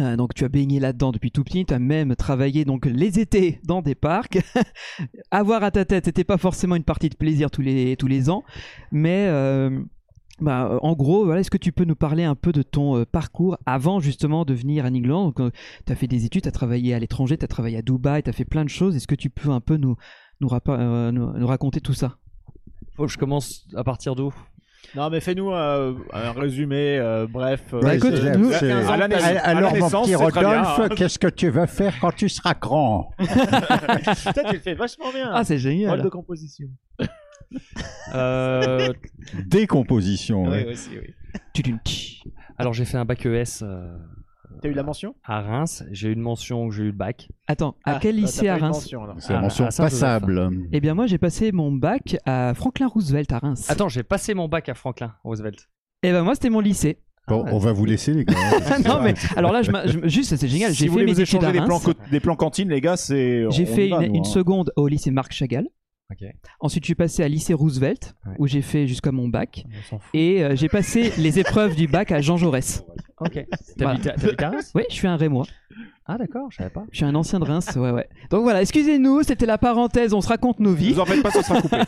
Speaker 7: Euh, donc tu as baigné là-dedans depuis tout petit, tu as même travaillé donc les étés dans des parcs. [laughs] Avoir à ta tête, c'était pas forcément une partie de plaisir tous les, tous les ans, mais euh, bah, euh, en gros, voilà, est-ce que tu peux nous parler un peu de ton euh, parcours avant justement de venir à Nigloland Donc, euh, tu as fait des études, tu as travaillé à l'étranger, tu as travaillé à Dubaï, tu as fait plein de choses. Est-ce que tu peux un peu nous, nous, rapa- euh, nous- nous raconter tout ça
Speaker 8: Faut que je commence à partir d'où
Speaker 9: Non, mais fais-nous euh, un résumé, euh, bref. euh,
Speaker 10: Ouais,
Speaker 9: de- [laughs]
Speaker 10: c'est-
Speaker 9: de
Speaker 10: c'est-
Speaker 9: 15 ans,
Speaker 10: Alors,
Speaker 9: t'as-
Speaker 10: alors, mon petit
Speaker 9: c'est très bien,
Speaker 10: Rodolphe,
Speaker 9: hein.
Speaker 10: qu'est-ce que tu vas faire quand tu seras grand
Speaker 9: Putain, tu le fais vachement bien.
Speaker 7: Ah, c'est génial.
Speaker 9: Rôle de composition.
Speaker 8: Euh,
Speaker 10: Décomposition. ouais.
Speaker 8: tudum, tch. Alors j'ai fait un bac ES euh,
Speaker 9: T'as eu la mention
Speaker 8: à Reims. J'ai eu une mention, j'ai eu le bac.
Speaker 7: Attends, à
Speaker 9: Ah,
Speaker 7: quel
Speaker 9: bah, t'as
Speaker 7: lycée
Speaker 9: pas
Speaker 7: à
Speaker 9: eu de
Speaker 7: Reims
Speaker 9: mention, alors.
Speaker 10: C'est
Speaker 8: Ah,
Speaker 10: une mention
Speaker 8: à Saint-Joseph.
Speaker 10: passable.
Speaker 7: Eh bien, moi, j'ai passé mon bac à Franklin Roosevelt à Reims.
Speaker 8: Attends, j'ai passé mon bac à Franklin Roosevelt.
Speaker 7: Eh ben, moi, c'était mon lycée.
Speaker 10: Bon, on va vous laisser, les gars.
Speaker 7: Ah, [laughs] non, mais alors là, je m'a- je- juste, c'est génial.
Speaker 11: si
Speaker 7: J'ai
Speaker 11: vous
Speaker 7: fait
Speaker 11: voulez
Speaker 7: mes
Speaker 11: vous
Speaker 7: études à
Speaker 11: échanger des plans,
Speaker 7: Reims.
Speaker 11: co- des plans cantines, les gars, c'est.
Speaker 7: J'ai
Speaker 11: on y
Speaker 7: fait
Speaker 11: va,
Speaker 7: une,
Speaker 11: nous,
Speaker 7: une
Speaker 11: hein.
Speaker 7: seconde au lycée Marc Chagall.
Speaker 8: Ok.
Speaker 7: Ensuite, je suis passé à lycée Roosevelt,
Speaker 8: Ouais.
Speaker 7: où j'ai fait jusqu'à mon bac.
Speaker 8: On s'en fout.
Speaker 7: Et euh, j'ai passé les épreuves du bac à Jean Jaurès.
Speaker 8: Ok. [laughs] T'habites à- t'habites à Reims
Speaker 7: Oui, je suis un Rémois.
Speaker 8: Ah d'accord, je savais pas.
Speaker 7: Je suis un ancien de Reims, ouais, ouais. Donc voilà, excusez-nous, c'était la parenthèse, on se raconte nos vies.
Speaker 11: Vous en faites pas, ça sera coupé.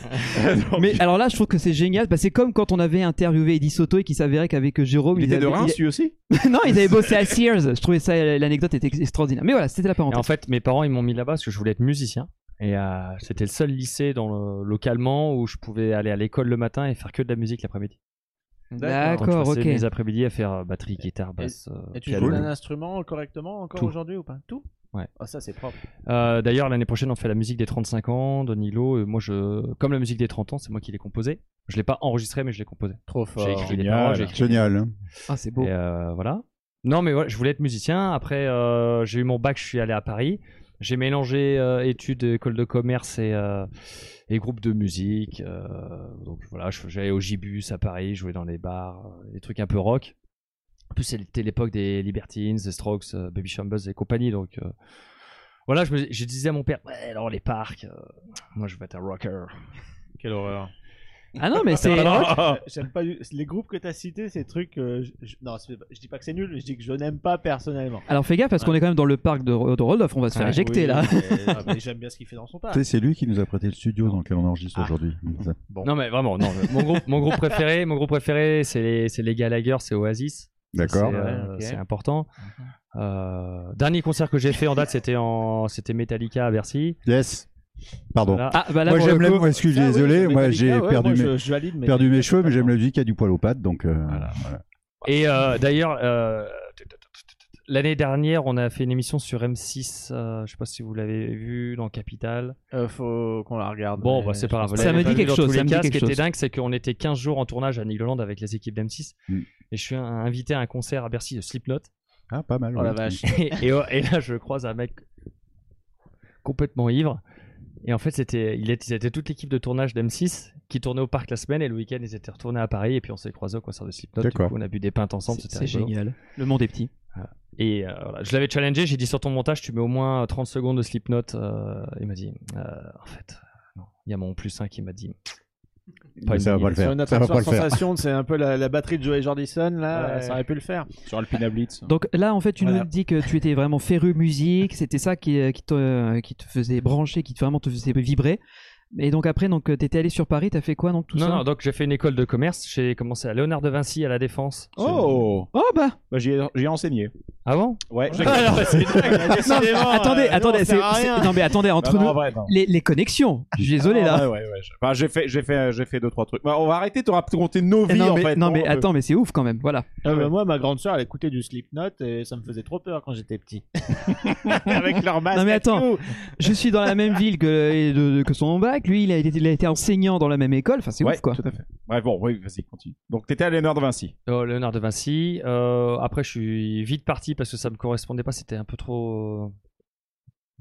Speaker 11: Donc,
Speaker 7: Mais [laughs] alors là, je trouve que c'est génial. Bah, c'est comme quand on avait interviewé Eddie Soto et qu'il s'avérait qu'avec Jérôme,
Speaker 11: Il
Speaker 7: ils
Speaker 11: était de
Speaker 7: avaient-
Speaker 11: Reims, lui aussi
Speaker 7: il- [laughs] non, ils avaient bossé à Sears. Je trouvais ça l'anecdote était extraordinaire. Mais voilà, c'était la
Speaker 8: Et en
Speaker 7: parenthèse.
Speaker 8: fait, mes parents, ils m'ont mis là-bas parce que je voulais être musicien. Et euh, c'était le seul lycée dans le, localement où je pouvais aller à l'école le matin et faire que de la musique l'après-midi. Donc, je
Speaker 7: D'accord,
Speaker 8: passais
Speaker 7: ok.
Speaker 8: mes après-midi à faire euh, batterie, guitare, basse, euh,
Speaker 9: Et tu
Speaker 8: piano.
Speaker 9: joues un instrument correctement encore
Speaker 8: Tout.
Speaker 9: aujourd'hui ou pas Tout
Speaker 8: Ouais.
Speaker 9: Ah, ça, c'est propre.
Speaker 8: Euh, D'ailleurs, l'année prochaine, on fait la musique des 35 ans, Donilo. Et moi, je, comme la musique des 30 ans, c'est moi qui l'ai composée. Je l'ai pas enregistrée, mais je l'ai composée.
Speaker 9: Trop
Speaker 8: J'ai écrit les paroles, j'ai
Speaker 10: Génial.
Speaker 8: écrit.
Speaker 10: Génial. hein.
Speaker 7: Ah, c'est beau.
Speaker 8: Et, euh, voilà. Non, mais voilà, je voulais être musicien. Après, euh, j'ai eu mon bac, je suis allé à Paris. J'ai mélangé euh, études, école de commerce et, euh, et groupe de musique. euh, donc voilà, je- j'allais au Gibus à Paris, je jouais dans les bars, euh, des trucs un peu rock. En plus, c'était l'époque des Libertines, des Strokes, euh, Baby Shambles et compagnie. Donc euh, voilà, je, me- je disais à mon père, ouais, alors les parcs, euh, moi je vais être un rocker.
Speaker 9: Quelle horreur.
Speaker 7: Ah non, mais c'est.
Speaker 9: [laughs] euh, J'aime pas du- les groupes que t'as cités, ces trucs. euh, je- je- Non, c'est- je dis pas que c'est nul, je dis que je n'aime pas personnellement.
Speaker 7: Alors fais gaffe parce qu'on est quand même dans le parc de, de Rodolphe, on va se faire
Speaker 8: Ouais,
Speaker 7: éjecter
Speaker 9: Oui,
Speaker 7: là. [laughs]
Speaker 9: mais- ah, mais J'aime bien ce qu'il fait dans son
Speaker 10: Tu
Speaker 9: parc.
Speaker 10: sais, C'est lui qui nous a prêté le studio dans lequel on enregistre
Speaker 9: Ah.
Speaker 10: aujourd'hui.
Speaker 8: Non mais vraiment, non, mon, groupe, mon groupe préféré, mon groupe préféré, c'est les, c'est les Gallagher, c'est Oasis.
Speaker 10: D'accord.
Speaker 8: C'est, euh,
Speaker 9: Ouais, ok.
Speaker 8: c'est important. Euh, dernier concert que j'ai fait en date, c'était en c'était Metallica à Bercy.
Speaker 10: Yes. Pardon.
Speaker 8: Voilà.
Speaker 7: Ah bah là,
Speaker 10: moi
Speaker 7: pour
Speaker 10: j'aime
Speaker 7: le
Speaker 10: la.
Speaker 7: coup-
Speaker 10: Moi, excuse,
Speaker 9: Ah oui,
Speaker 10: désolé.
Speaker 9: sur
Speaker 10: moi
Speaker 9: Metallica,
Speaker 10: j'ai
Speaker 9: ouais,
Speaker 10: perdu
Speaker 9: moi,
Speaker 10: mes
Speaker 9: je- je valide, mais-
Speaker 10: perdu mes cheveux, mais j'aime la musique qui a du poil aux pattes, donc. euh,
Speaker 8: Et euh, d'ailleurs, euh, l'année dernière, on a fait une émission sur M6. euh, je sais pas si vous l'avez vu dans Capital.
Speaker 9: Euh, faut qu'on la regarde.
Speaker 8: Bon,
Speaker 9: mais
Speaker 8: bah, c'est
Speaker 9: je
Speaker 8: pas
Speaker 9: pense
Speaker 8: grave.
Speaker 7: Ça
Speaker 8: Vous l'avez
Speaker 7: me
Speaker 8: pas
Speaker 7: dit
Speaker 8: vu
Speaker 7: quelque
Speaker 8: dans
Speaker 7: chose,
Speaker 8: tous
Speaker 7: ça
Speaker 8: les
Speaker 7: me
Speaker 8: cas,
Speaker 7: dit quelque
Speaker 8: Ce qui était
Speaker 7: chose.
Speaker 8: dingue, c'est qu'on était 15 jours en tournage à Nîle-Hollande avec les équipes d'M6.
Speaker 10: Mm.
Speaker 8: Et je suis un- invité à un concert à Bercy de Slipknot.
Speaker 10: Ah, pas mal.
Speaker 9: Oh la
Speaker 10: ouais.
Speaker 9: vache.
Speaker 8: et, et- et là, je croise un mec complètement ivre. Et en fait, c'était, il était, c'était toute l'équipe de tournage d'M6 qui tournait au parc la semaine et le week-end, ils étaient retournés à Paris et puis on s'est croisés au concert de Slipknot. Du coup,
Speaker 10: D'accord.
Speaker 8: on a bu des pintes ensemble, c'était
Speaker 7: C'est
Speaker 8: rigolo.
Speaker 7: génial. Le monde est petit.
Speaker 8: Et euh, voilà, je l'avais challengé, j'ai dit sur ton montage, tu mets au moins 30 secondes de Slipknot. Euh, il m'a dit, euh, en fait, non. Il y a mon plus un qui m'a dit,
Speaker 10: Mais ça va pas le
Speaker 9: Sur
Speaker 10: faire.
Speaker 9: une
Speaker 10: Ça va
Speaker 9: attraction
Speaker 10: pas le faire.
Speaker 9: sensation, c'est un peu la, la batterie de Joey Jordison, là,
Speaker 8: Ouais.
Speaker 9: ça aurait pu le [laughs] faire.
Speaker 11: Sur Alpina Blitz.
Speaker 7: Donc là, en fait, tu
Speaker 9: Voilà.
Speaker 7: nous dis que tu étais vraiment féru musique, c'était ça qui, euh, qui, te, euh, qui te faisait brancher, qui te, vraiment te faisait vibrer. Et donc après, donc, euh, t'étais allé sur Paris, t'as fait quoi donc tout
Speaker 8: non,
Speaker 7: ça
Speaker 8: non, donc j'ai fait une école de commerce, j'ai commencé à Léonard de Vinci à la Défense. Ah
Speaker 11: Oh
Speaker 7: Oh bah
Speaker 11: bah, J'y ai, j'y ai enseigné.
Speaker 8: Avant
Speaker 11: Ouais.
Speaker 7: Non,
Speaker 9: euh,
Speaker 7: Attendez,
Speaker 11: Ah,
Speaker 7: attendez, c'est- c'est- non mais attendez, entre nous,
Speaker 11: en vrai, non.
Speaker 7: les, les connexions. Je suis désolé là.
Speaker 11: Ah, ouais, ouais, ouais. Enfin, j'ai fait, j'ai fait, euh, j'ai fait deux trois trucs. Bah, on va arrêter de raconter nos
Speaker 7: Eh
Speaker 11: vies
Speaker 7: non
Speaker 11: en
Speaker 7: mais,
Speaker 11: fait. hein, euh,
Speaker 7: non, mais
Speaker 11: on peut-
Speaker 7: attends, mais c'est ouf quand même. Voilà.
Speaker 9: Ah, bah, moi, ma grande soeur, elle écoutait du Slipknot et ça me faisait trop peur quand j'étais petit. Avec leur
Speaker 11: Ah,
Speaker 9: masque.
Speaker 7: Non, mais
Speaker 9: à
Speaker 7: attends.
Speaker 9: clous.
Speaker 7: Je suis dans la même ville que, et de- de- que son bac. Lui, il a, été, il a été enseignant dans la même école. Enfin, c'est
Speaker 11: Ouais,
Speaker 7: ouf quoi.
Speaker 11: Tout à fait. Bref, bon, oui, vas-y, continue. Donc, t'étais à Léonard de Vinci.
Speaker 8: Euh, Léonard de Vinci. Euh, après, je suis vite parti parce que ça me correspondait pas. C'était un peu trop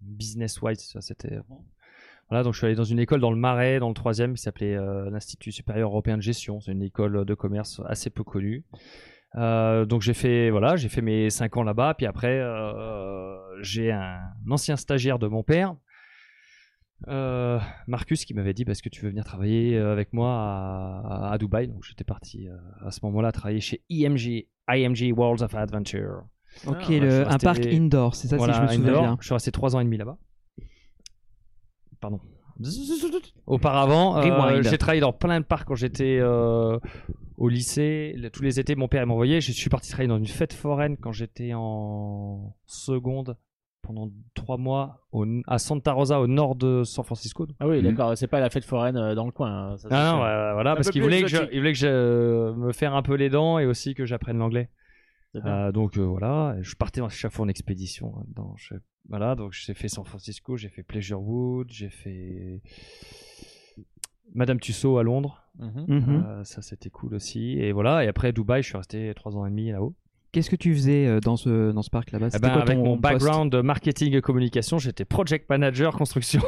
Speaker 8: business-wise. ça, C'était euh, voilà. Donc, je suis allé dans une école dans le Marais, dans le troisième, qui s'appelait euh, l'Institut supérieur européen de gestion. C'est une école de commerce assez peu connue. Euh, donc j'ai fait voilà, j'ai fait mes 5 ans là-bas. Puis après, euh, j'ai un ancien stagiaire de mon père. euh, Marcus qui m'avait dit bah, est-ce que tu veux venir travailler euh, avec moi à, à Dubaï donc j'étais parti euh, à ce moment-là travailler chez IMG, IMG Worlds of Adventure.
Speaker 7: Ok,
Speaker 11: Ah,
Speaker 8: ouais, je suis
Speaker 7: le, un
Speaker 8: resté-
Speaker 7: parc indoor, c'est ça
Speaker 8: Voilà,
Speaker 7: si je me souviens
Speaker 8: indoor.
Speaker 7: bien.
Speaker 8: Je suis resté 3 ans et demi là-bas. Pardon. Auparavant, euh,
Speaker 7: Rewind.
Speaker 8: j'ai travaillé dans plein de parcs quand j'étais euh, au lycée. Le- tous les étés, mon père m'envoyait. Je suis parti travailler dans une fête foraine quand j'étais en seconde pendant trois mois au- à Santa Rosa, au nord de San Francisco.
Speaker 9: Ah oui,
Speaker 10: Mhm.
Speaker 9: d'accord, c'est pas la fête foraine euh, dans le coin. hein, ça, c'est
Speaker 8: Ah non,
Speaker 9: sûr.
Speaker 8: ouais, ouais, voilà,
Speaker 9: Un
Speaker 8: parce
Speaker 9: peu
Speaker 8: qu'il
Speaker 9: plus
Speaker 8: voulait, que je-
Speaker 9: exotique.
Speaker 8: il voulait que je euh, me faire un peu les dents et aussi que j'apprenne l'anglais.
Speaker 9: C'est bien.
Speaker 8: Euh, donc euh, voilà, je partais à chaque fois en expédition. hein, dans- je- voilà, donc j'ai fait San Francisco, j'ai fait Pleasurewood, j'ai fait Madame Tussaud à Londres.
Speaker 9: Mhm.
Speaker 7: Mm-hmm. Ah.
Speaker 8: Euh, ça c'était cool aussi. Et voilà, et après Dubaï, je suis resté trois ans et demi là-haut.
Speaker 7: Qu'est-ce que tu faisais euh, dans ce, dans ce parc là-bas
Speaker 8: Eh
Speaker 7: C'était
Speaker 8: ben,
Speaker 7: quoi
Speaker 8: avec
Speaker 7: ton
Speaker 8: mon
Speaker 7: poste
Speaker 8: background de marketing et communication, j'étais project manager construction.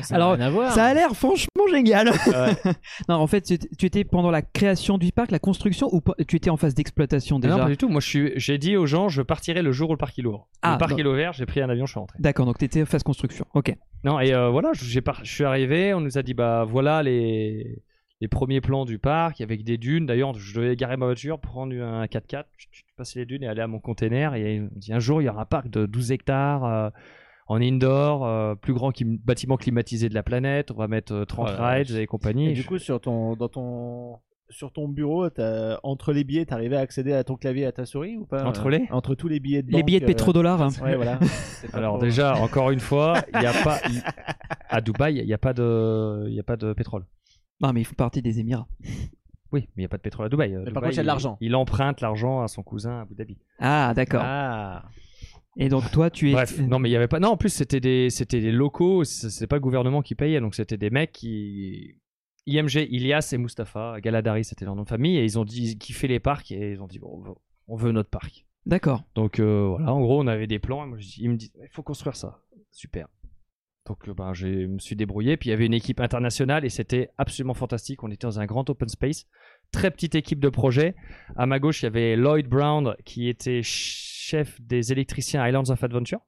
Speaker 9: Ça n'a
Speaker 7: Alors,
Speaker 9: rien à voir.
Speaker 7: Ça a l'air franchement génial. [laughs] non, en fait, tu tu étais pendant la création du parc, la construction, ou pe- tu étais en phase d'exploitation
Speaker 8: Ah
Speaker 7: déjà
Speaker 8: Non, pas du tout. Moi, je suis- j'ai dit aux gens, je partirai le jour où le parc il ouvre.
Speaker 7: Ah,
Speaker 8: le parc
Speaker 7: non.
Speaker 8: il est ouvert, j'ai pris un avion, je suis rentré.
Speaker 7: D'accord, donc tu étais en phase construction. Ok.
Speaker 8: Non, et euh, voilà, j'ai par- je suis arrivé, on nous a dit, bah voilà les, les premiers plans du parc, avec des dunes. D'ailleurs, je devais garer ma voiture, prendre un 4x4, tch, tch, passer les dunes et aller à mon container. Et on me dit, un jour, il y aura un parc de 12 hectares. euh, en indoor, euh, plus grand qui- bâtiment climatisé de la planète, on va mettre euh, 30
Speaker 9: Oh la
Speaker 8: rides
Speaker 9: vache.
Speaker 8: et compagnie.
Speaker 9: Et du coup, sur ton, dans ton, sur ton bureau, t'as- entre les billets, t'arrivais à accéder à ton clavier et à ta souris ou pas euh,
Speaker 8: Entre les
Speaker 9: Entre tous les billets de
Speaker 7: Les
Speaker 9: banque,
Speaker 7: billets de
Speaker 9: euh,
Speaker 7: pétrodollars. hein.
Speaker 9: Ouais,
Speaker 7: [laughs]
Speaker 9: voilà. C'est pas
Speaker 8: Alors
Speaker 9: trop-
Speaker 8: déjà, encore une fois, il y a
Speaker 9: [laughs]
Speaker 8: pas il- à Dubaï, il n'y a pas de, il y a pas de pétrole.
Speaker 7: Non, mais ils font partie des Émirats.
Speaker 8: Oui, mais il n'y a pas de pétrole à Dubaï. Euh,
Speaker 9: par
Speaker 8: Dubaï,
Speaker 9: contre, il y a de l'argent.
Speaker 8: Il, il emprunte l'argent à son cousin à Abu Dhabi.
Speaker 7: Ah, d'accord.
Speaker 9: Ah.
Speaker 7: Et donc toi, tu es.
Speaker 8: Bref, non, mais il y avait pas. Non, en plus c'était des, c'était des locaux. c- C'était pas le gouvernement qui payait, donc c'était des mecs qui. IMG, Ilias et Mustapha, Galadari, c'était leur nom de famille, et ils ont dit ils kiffaient les parcs et ils ont dit bon, on veut- on veut notre parc.
Speaker 7: D'accord.
Speaker 8: Donc euh, voilà, en gros, on avait des plans. Et moi, je dis- ils me disent, il faut construire ça. Super. Donc euh, ben, j'ai- je me suis débrouillé. Puis il y avait une équipe internationale et c'était absolument fantastique. On était dans un grand open space. Très petite équipe de projet. À ma gauche, il y avait Lloyd Brown qui était chef des électriciens à Islands of Adventure.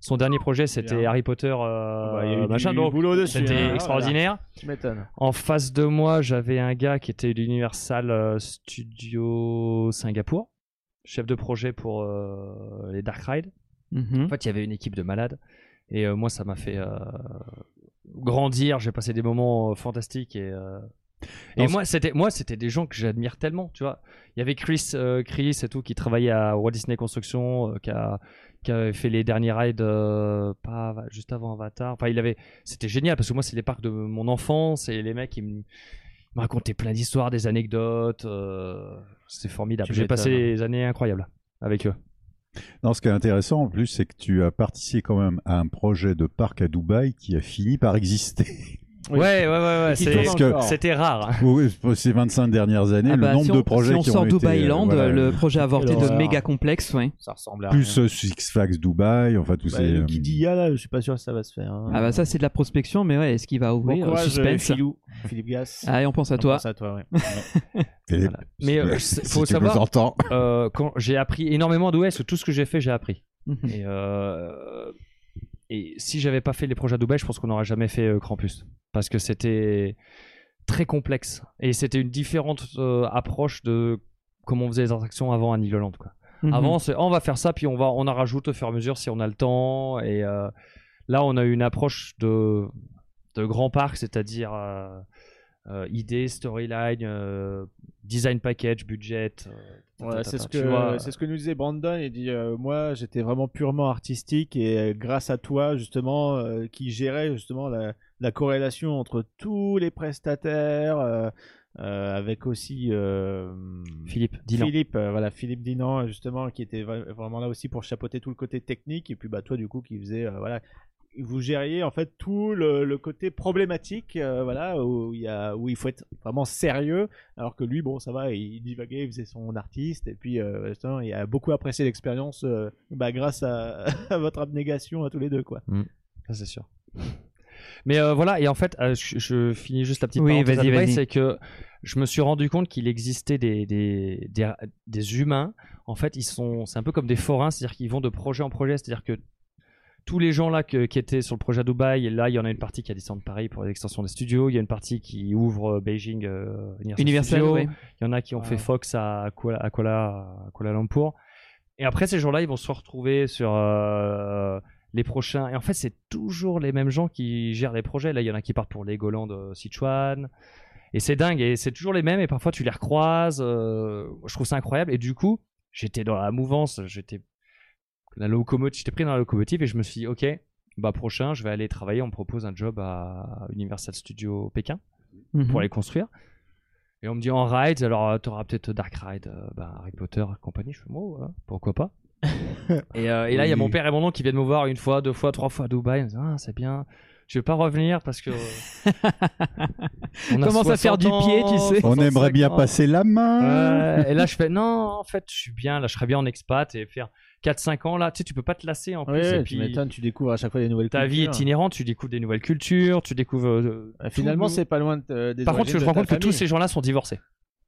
Speaker 8: Son dernier projet, c'était
Speaker 9: Bien.
Speaker 8: Harry Potter,
Speaker 9: Bah,
Speaker 8: euh,
Speaker 9: Il y a eu
Speaker 8: machin.
Speaker 9: du
Speaker 8: Donc,
Speaker 9: boulot dessus.
Speaker 8: c'était
Speaker 9: hein, voilà.
Speaker 8: extraordinaire.
Speaker 9: Tu m'étonnes.
Speaker 8: En face de moi, j'avais un gars qui était d'Universal euh, Studio Singapour, chef de projet pour euh, les Dark Ride.
Speaker 7: Mhm.
Speaker 8: En fait, il y avait une équipe de malades. Et euh, moi, ça m'a fait euh, grandir. J'ai passé des moments euh, fantastiques. Et, euh, et
Speaker 10: Dans ce-
Speaker 8: moi, c'était moi, c'était des gens que j'admire tellement. Tu vois, il y avait Chris, euh, Chris et tout qui travaillait à Walt Disney Construction, euh, qui, a, qui avait fait les derniers rides euh, pas av- juste avant Avatar. Enfin, il avait. C'était génial parce que moi, c'est les parcs de mon enfance et les mecs ils me ils me racontaient plein d'histoires, des anecdotes. euh, c'est formidable.
Speaker 9: Tu
Speaker 8: J'ai passé
Speaker 9: m'étonnes. hein.
Speaker 8: des années incroyables avec eux.
Speaker 10: Non, ce qui est intéressant en plus, c'est que tu as participé quand même à un projet de parc à Dubaï qui a fini par exister.
Speaker 9: Oui.
Speaker 8: Ouais, ouais, ouais, ouais.
Speaker 9: Qui
Speaker 8: c'est-
Speaker 9: tourne
Speaker 10: Parce que-
Speaker 9: encore.
Speaker 8: C'était rare. hein.
Speaker 10: Oui, pour ces 25 dernières années,
Speaker 7: Ah
Speaker 10: le
Speaker 7: bah,
Speaker 10: nombre
Speaker 7: si
Speaker 10: de
Speaker 7: on-
Speaker 10: projets
Speaker 7: si on
Speaker 10: qui
Speaker 7: sort
Speaker 10: ont été,
Speaker 7: Dubaï
Speaker 10: euh,
Speaker 7: Land,
Speaker 10: voilà,
Speaker 7: le projet avorté
Speaker 9: Quelle
Speaker 7: de
Speaker 9: horreur.
Speaker 7: méga complexe, ouais.
Speaker 9: Ça ressemble à.
Speaker 10: plus
Speaker 9: rien.
Speaker 10: euh, Six Flags Dubaï, enfin tous
Speaker 9: Bah,
Speaker 10: ces euh,
Speaker 9: Qui dit ya là, je suis pas sûr que ça va se faire. hein.
Speaker 7: Ah bah ça c'est de la prospection, mais ouais, est-ce qu'il va
Speaker 9: Bon
Speaker 7: ouvrir euh,
Speaker 9: courage, euh,
Speaker 7: suspense
Speaker 9: Philou. Philippe Gas.
Speaker 7: Allez, on pense à toi.
Speaker 9: pense
Speaker 7: [laughs]
Speaker 9: à toi, ouais.
Speaker 10: télé-
Speaker 8: Voilà. Mais euh,
Speaker 10: si
Speaker 8: c'est- faut
Speaker 10: tu nous
Speaker 8: savoir,
Speaker 10: entends.
Speaker 8: euh, quand j'ai appris énormément d'où est, tout ce que j'ai fait, j'ai appris.
Speaker 7: Mhm.
Speaker 8: Et, euh, et si j'avais pas fait les projets à Dubaï, je pense qu'on n'aurait jamais fait euh, Krampus. Parce que c'était très complexe. Et c'était une différente euh, approche de comment on faisait les attractions avant à Nigoland. Quoi.
Speaker 7: Mhm.
Speaker 8: Avant, c'est Ah, on va faire ça, puis on, va, on en rajoute au fur et à mesure si on a le temps. Et euh, là, on a eu une approche de, de grand parc, c'est-à-dire euh, euh, idée, storyline, euh, design package, budget. euh,
Speaker 9: Ouais,
Speaker 8: tatata,
Speaker 9: c'est ce
Speaker 8: tu
Speaker 9: que euh,
Speaker 8: vois.
Speaker 9: c'est ce que nous disait Brandon. Il dit euh, moi j'étais vraiment purement artistique et euh, grâce à toi justement euh, qui gérait justement la, la corrélation entre tous les prestataires euh, euh, avec aussi euh,
Speaker 8: Philippe, dis-le.
Speaker 9: Philippe, euh, voilà Philippe Dinan justement qui était vra- vraiment là aussi pour chapeauter tout le côté technique et puis bah toi du coup qui faisait euh, voilà vous gériez en fait tout le, le côté problématique euh, voilà où il y a où il faut être vraiment sérieux alors que lui bon ça va il divaguait il faisait son artiste et puis euh, justement, il a beaucoup apprécié l'expérience euh, bah, grâce à, [laughs] à votre abnégation à tous les deux quoi
Speaker 8: Ça, c'est sûr. Mais euh, voilà, et en fait, euh, je, je finis juste la petite
Speaker 7: Oui,
Speaker 8: parenthèse à
Speaker 7: vas-y,
Speaker 8: Dubaï,
Speaker 7: vas-y.
Speaker 8: c'est que je me suis rendu compte qu'il existait des, des, des, des humains. En fait, ils sont, c'est un peu comme des forains, c'est-à-dire qu'ils vont de projet en projet, c'est-à-dire que tous les gens là que- qui étaient sur le projet à Dubaï, et là, il y en a une partie qui a descendu de Paris pour l'extension des studios, il y a une partie qui ouvre euh, Beijing euh, Universal
Speaker 7: Universal,
Speaker 8: Studios.
Speaker 7: ouais.
Speaker 8: Il y en a qui ont
Speaker 9: Ah.
Speaker 8: fait Fox à Kuala, à Kuala, à Kuala Lumpur. Et après, ces gens-là, ils vont se retrouver sur euh, les prochains. Et en fait, c'est toujours les mêmes gens qui gèrent les projets. Là, il y en a qui partent pour Legoland, euh, Sichuan. Et c'est dingue. Et c'est toujours les mêmes. Et parfois, tu les recroises. euh, je trouve ça incroyable. Et du coup, j'étais dans la mouvance. J'étais la locomotive, j'étais pris dans la locomotive et je me suis dit, ok, bah prochain, je vais aller travailler. On me propose un job à Universal Studios Pékin
Speaker 7: Mhm.
Speaker 8: pour les construire. Et on me dit en ride, alors euh, t'auras peut-être Dark Ride, euh, bah, Harry Potter et compagnie. Je fais, moi, pourquoi pas et, euh, et là, il y a
Speaker 6: Oui.
Speaker 8: mon père et mon oncle qui viennent me voir une fois, deux fois, trois fois à Dubaï. Ils me disent, ah, c'est bien. Je vais pas revenir parce que. euh, on a
Speaker 7: Commence à faire
Speaker 8: 60
Speaker 7: du pied, tu
Speaker 8: ans,
Speaker 7: sais.
Speaker 10: On aimerait bien
Speaker 8: 65 ans.
Speaker 10: passer la main.
Speaker 8: Ouais, et là, je fais non, en fait, je suis bien. Là, je serais bien en expat et faire 4-5 ans. Là, tu sais, tu peux pas te lasser en plus.
Speaker 9: Ouais,
Speaker 8: et
Speaker 9: tu
Speaker 8: puis,
Speaker 9: m'étonnes, tu découvres à chaque fois des nouvelles
Speaker 8: ta vie
Speaker 9: cultures.
Speaker 8: est itinérante, tu découvres des nouvelles cultures, tu découvres. euh,
Speaker 9: Ah, Finalement,
Speaker 8: tout.
Speaker 9: c'est pas loin de, euh, des
Speaker 8: Par contre,
Speaker 9: origines
Speaker 8: je me
Speaker 9: de
Speaker 8: rends
Speaker 9: ta
Speaker 8: compte que tous
Speaker 9: famille.
Speaker 8: ces gens-là sont divorcés.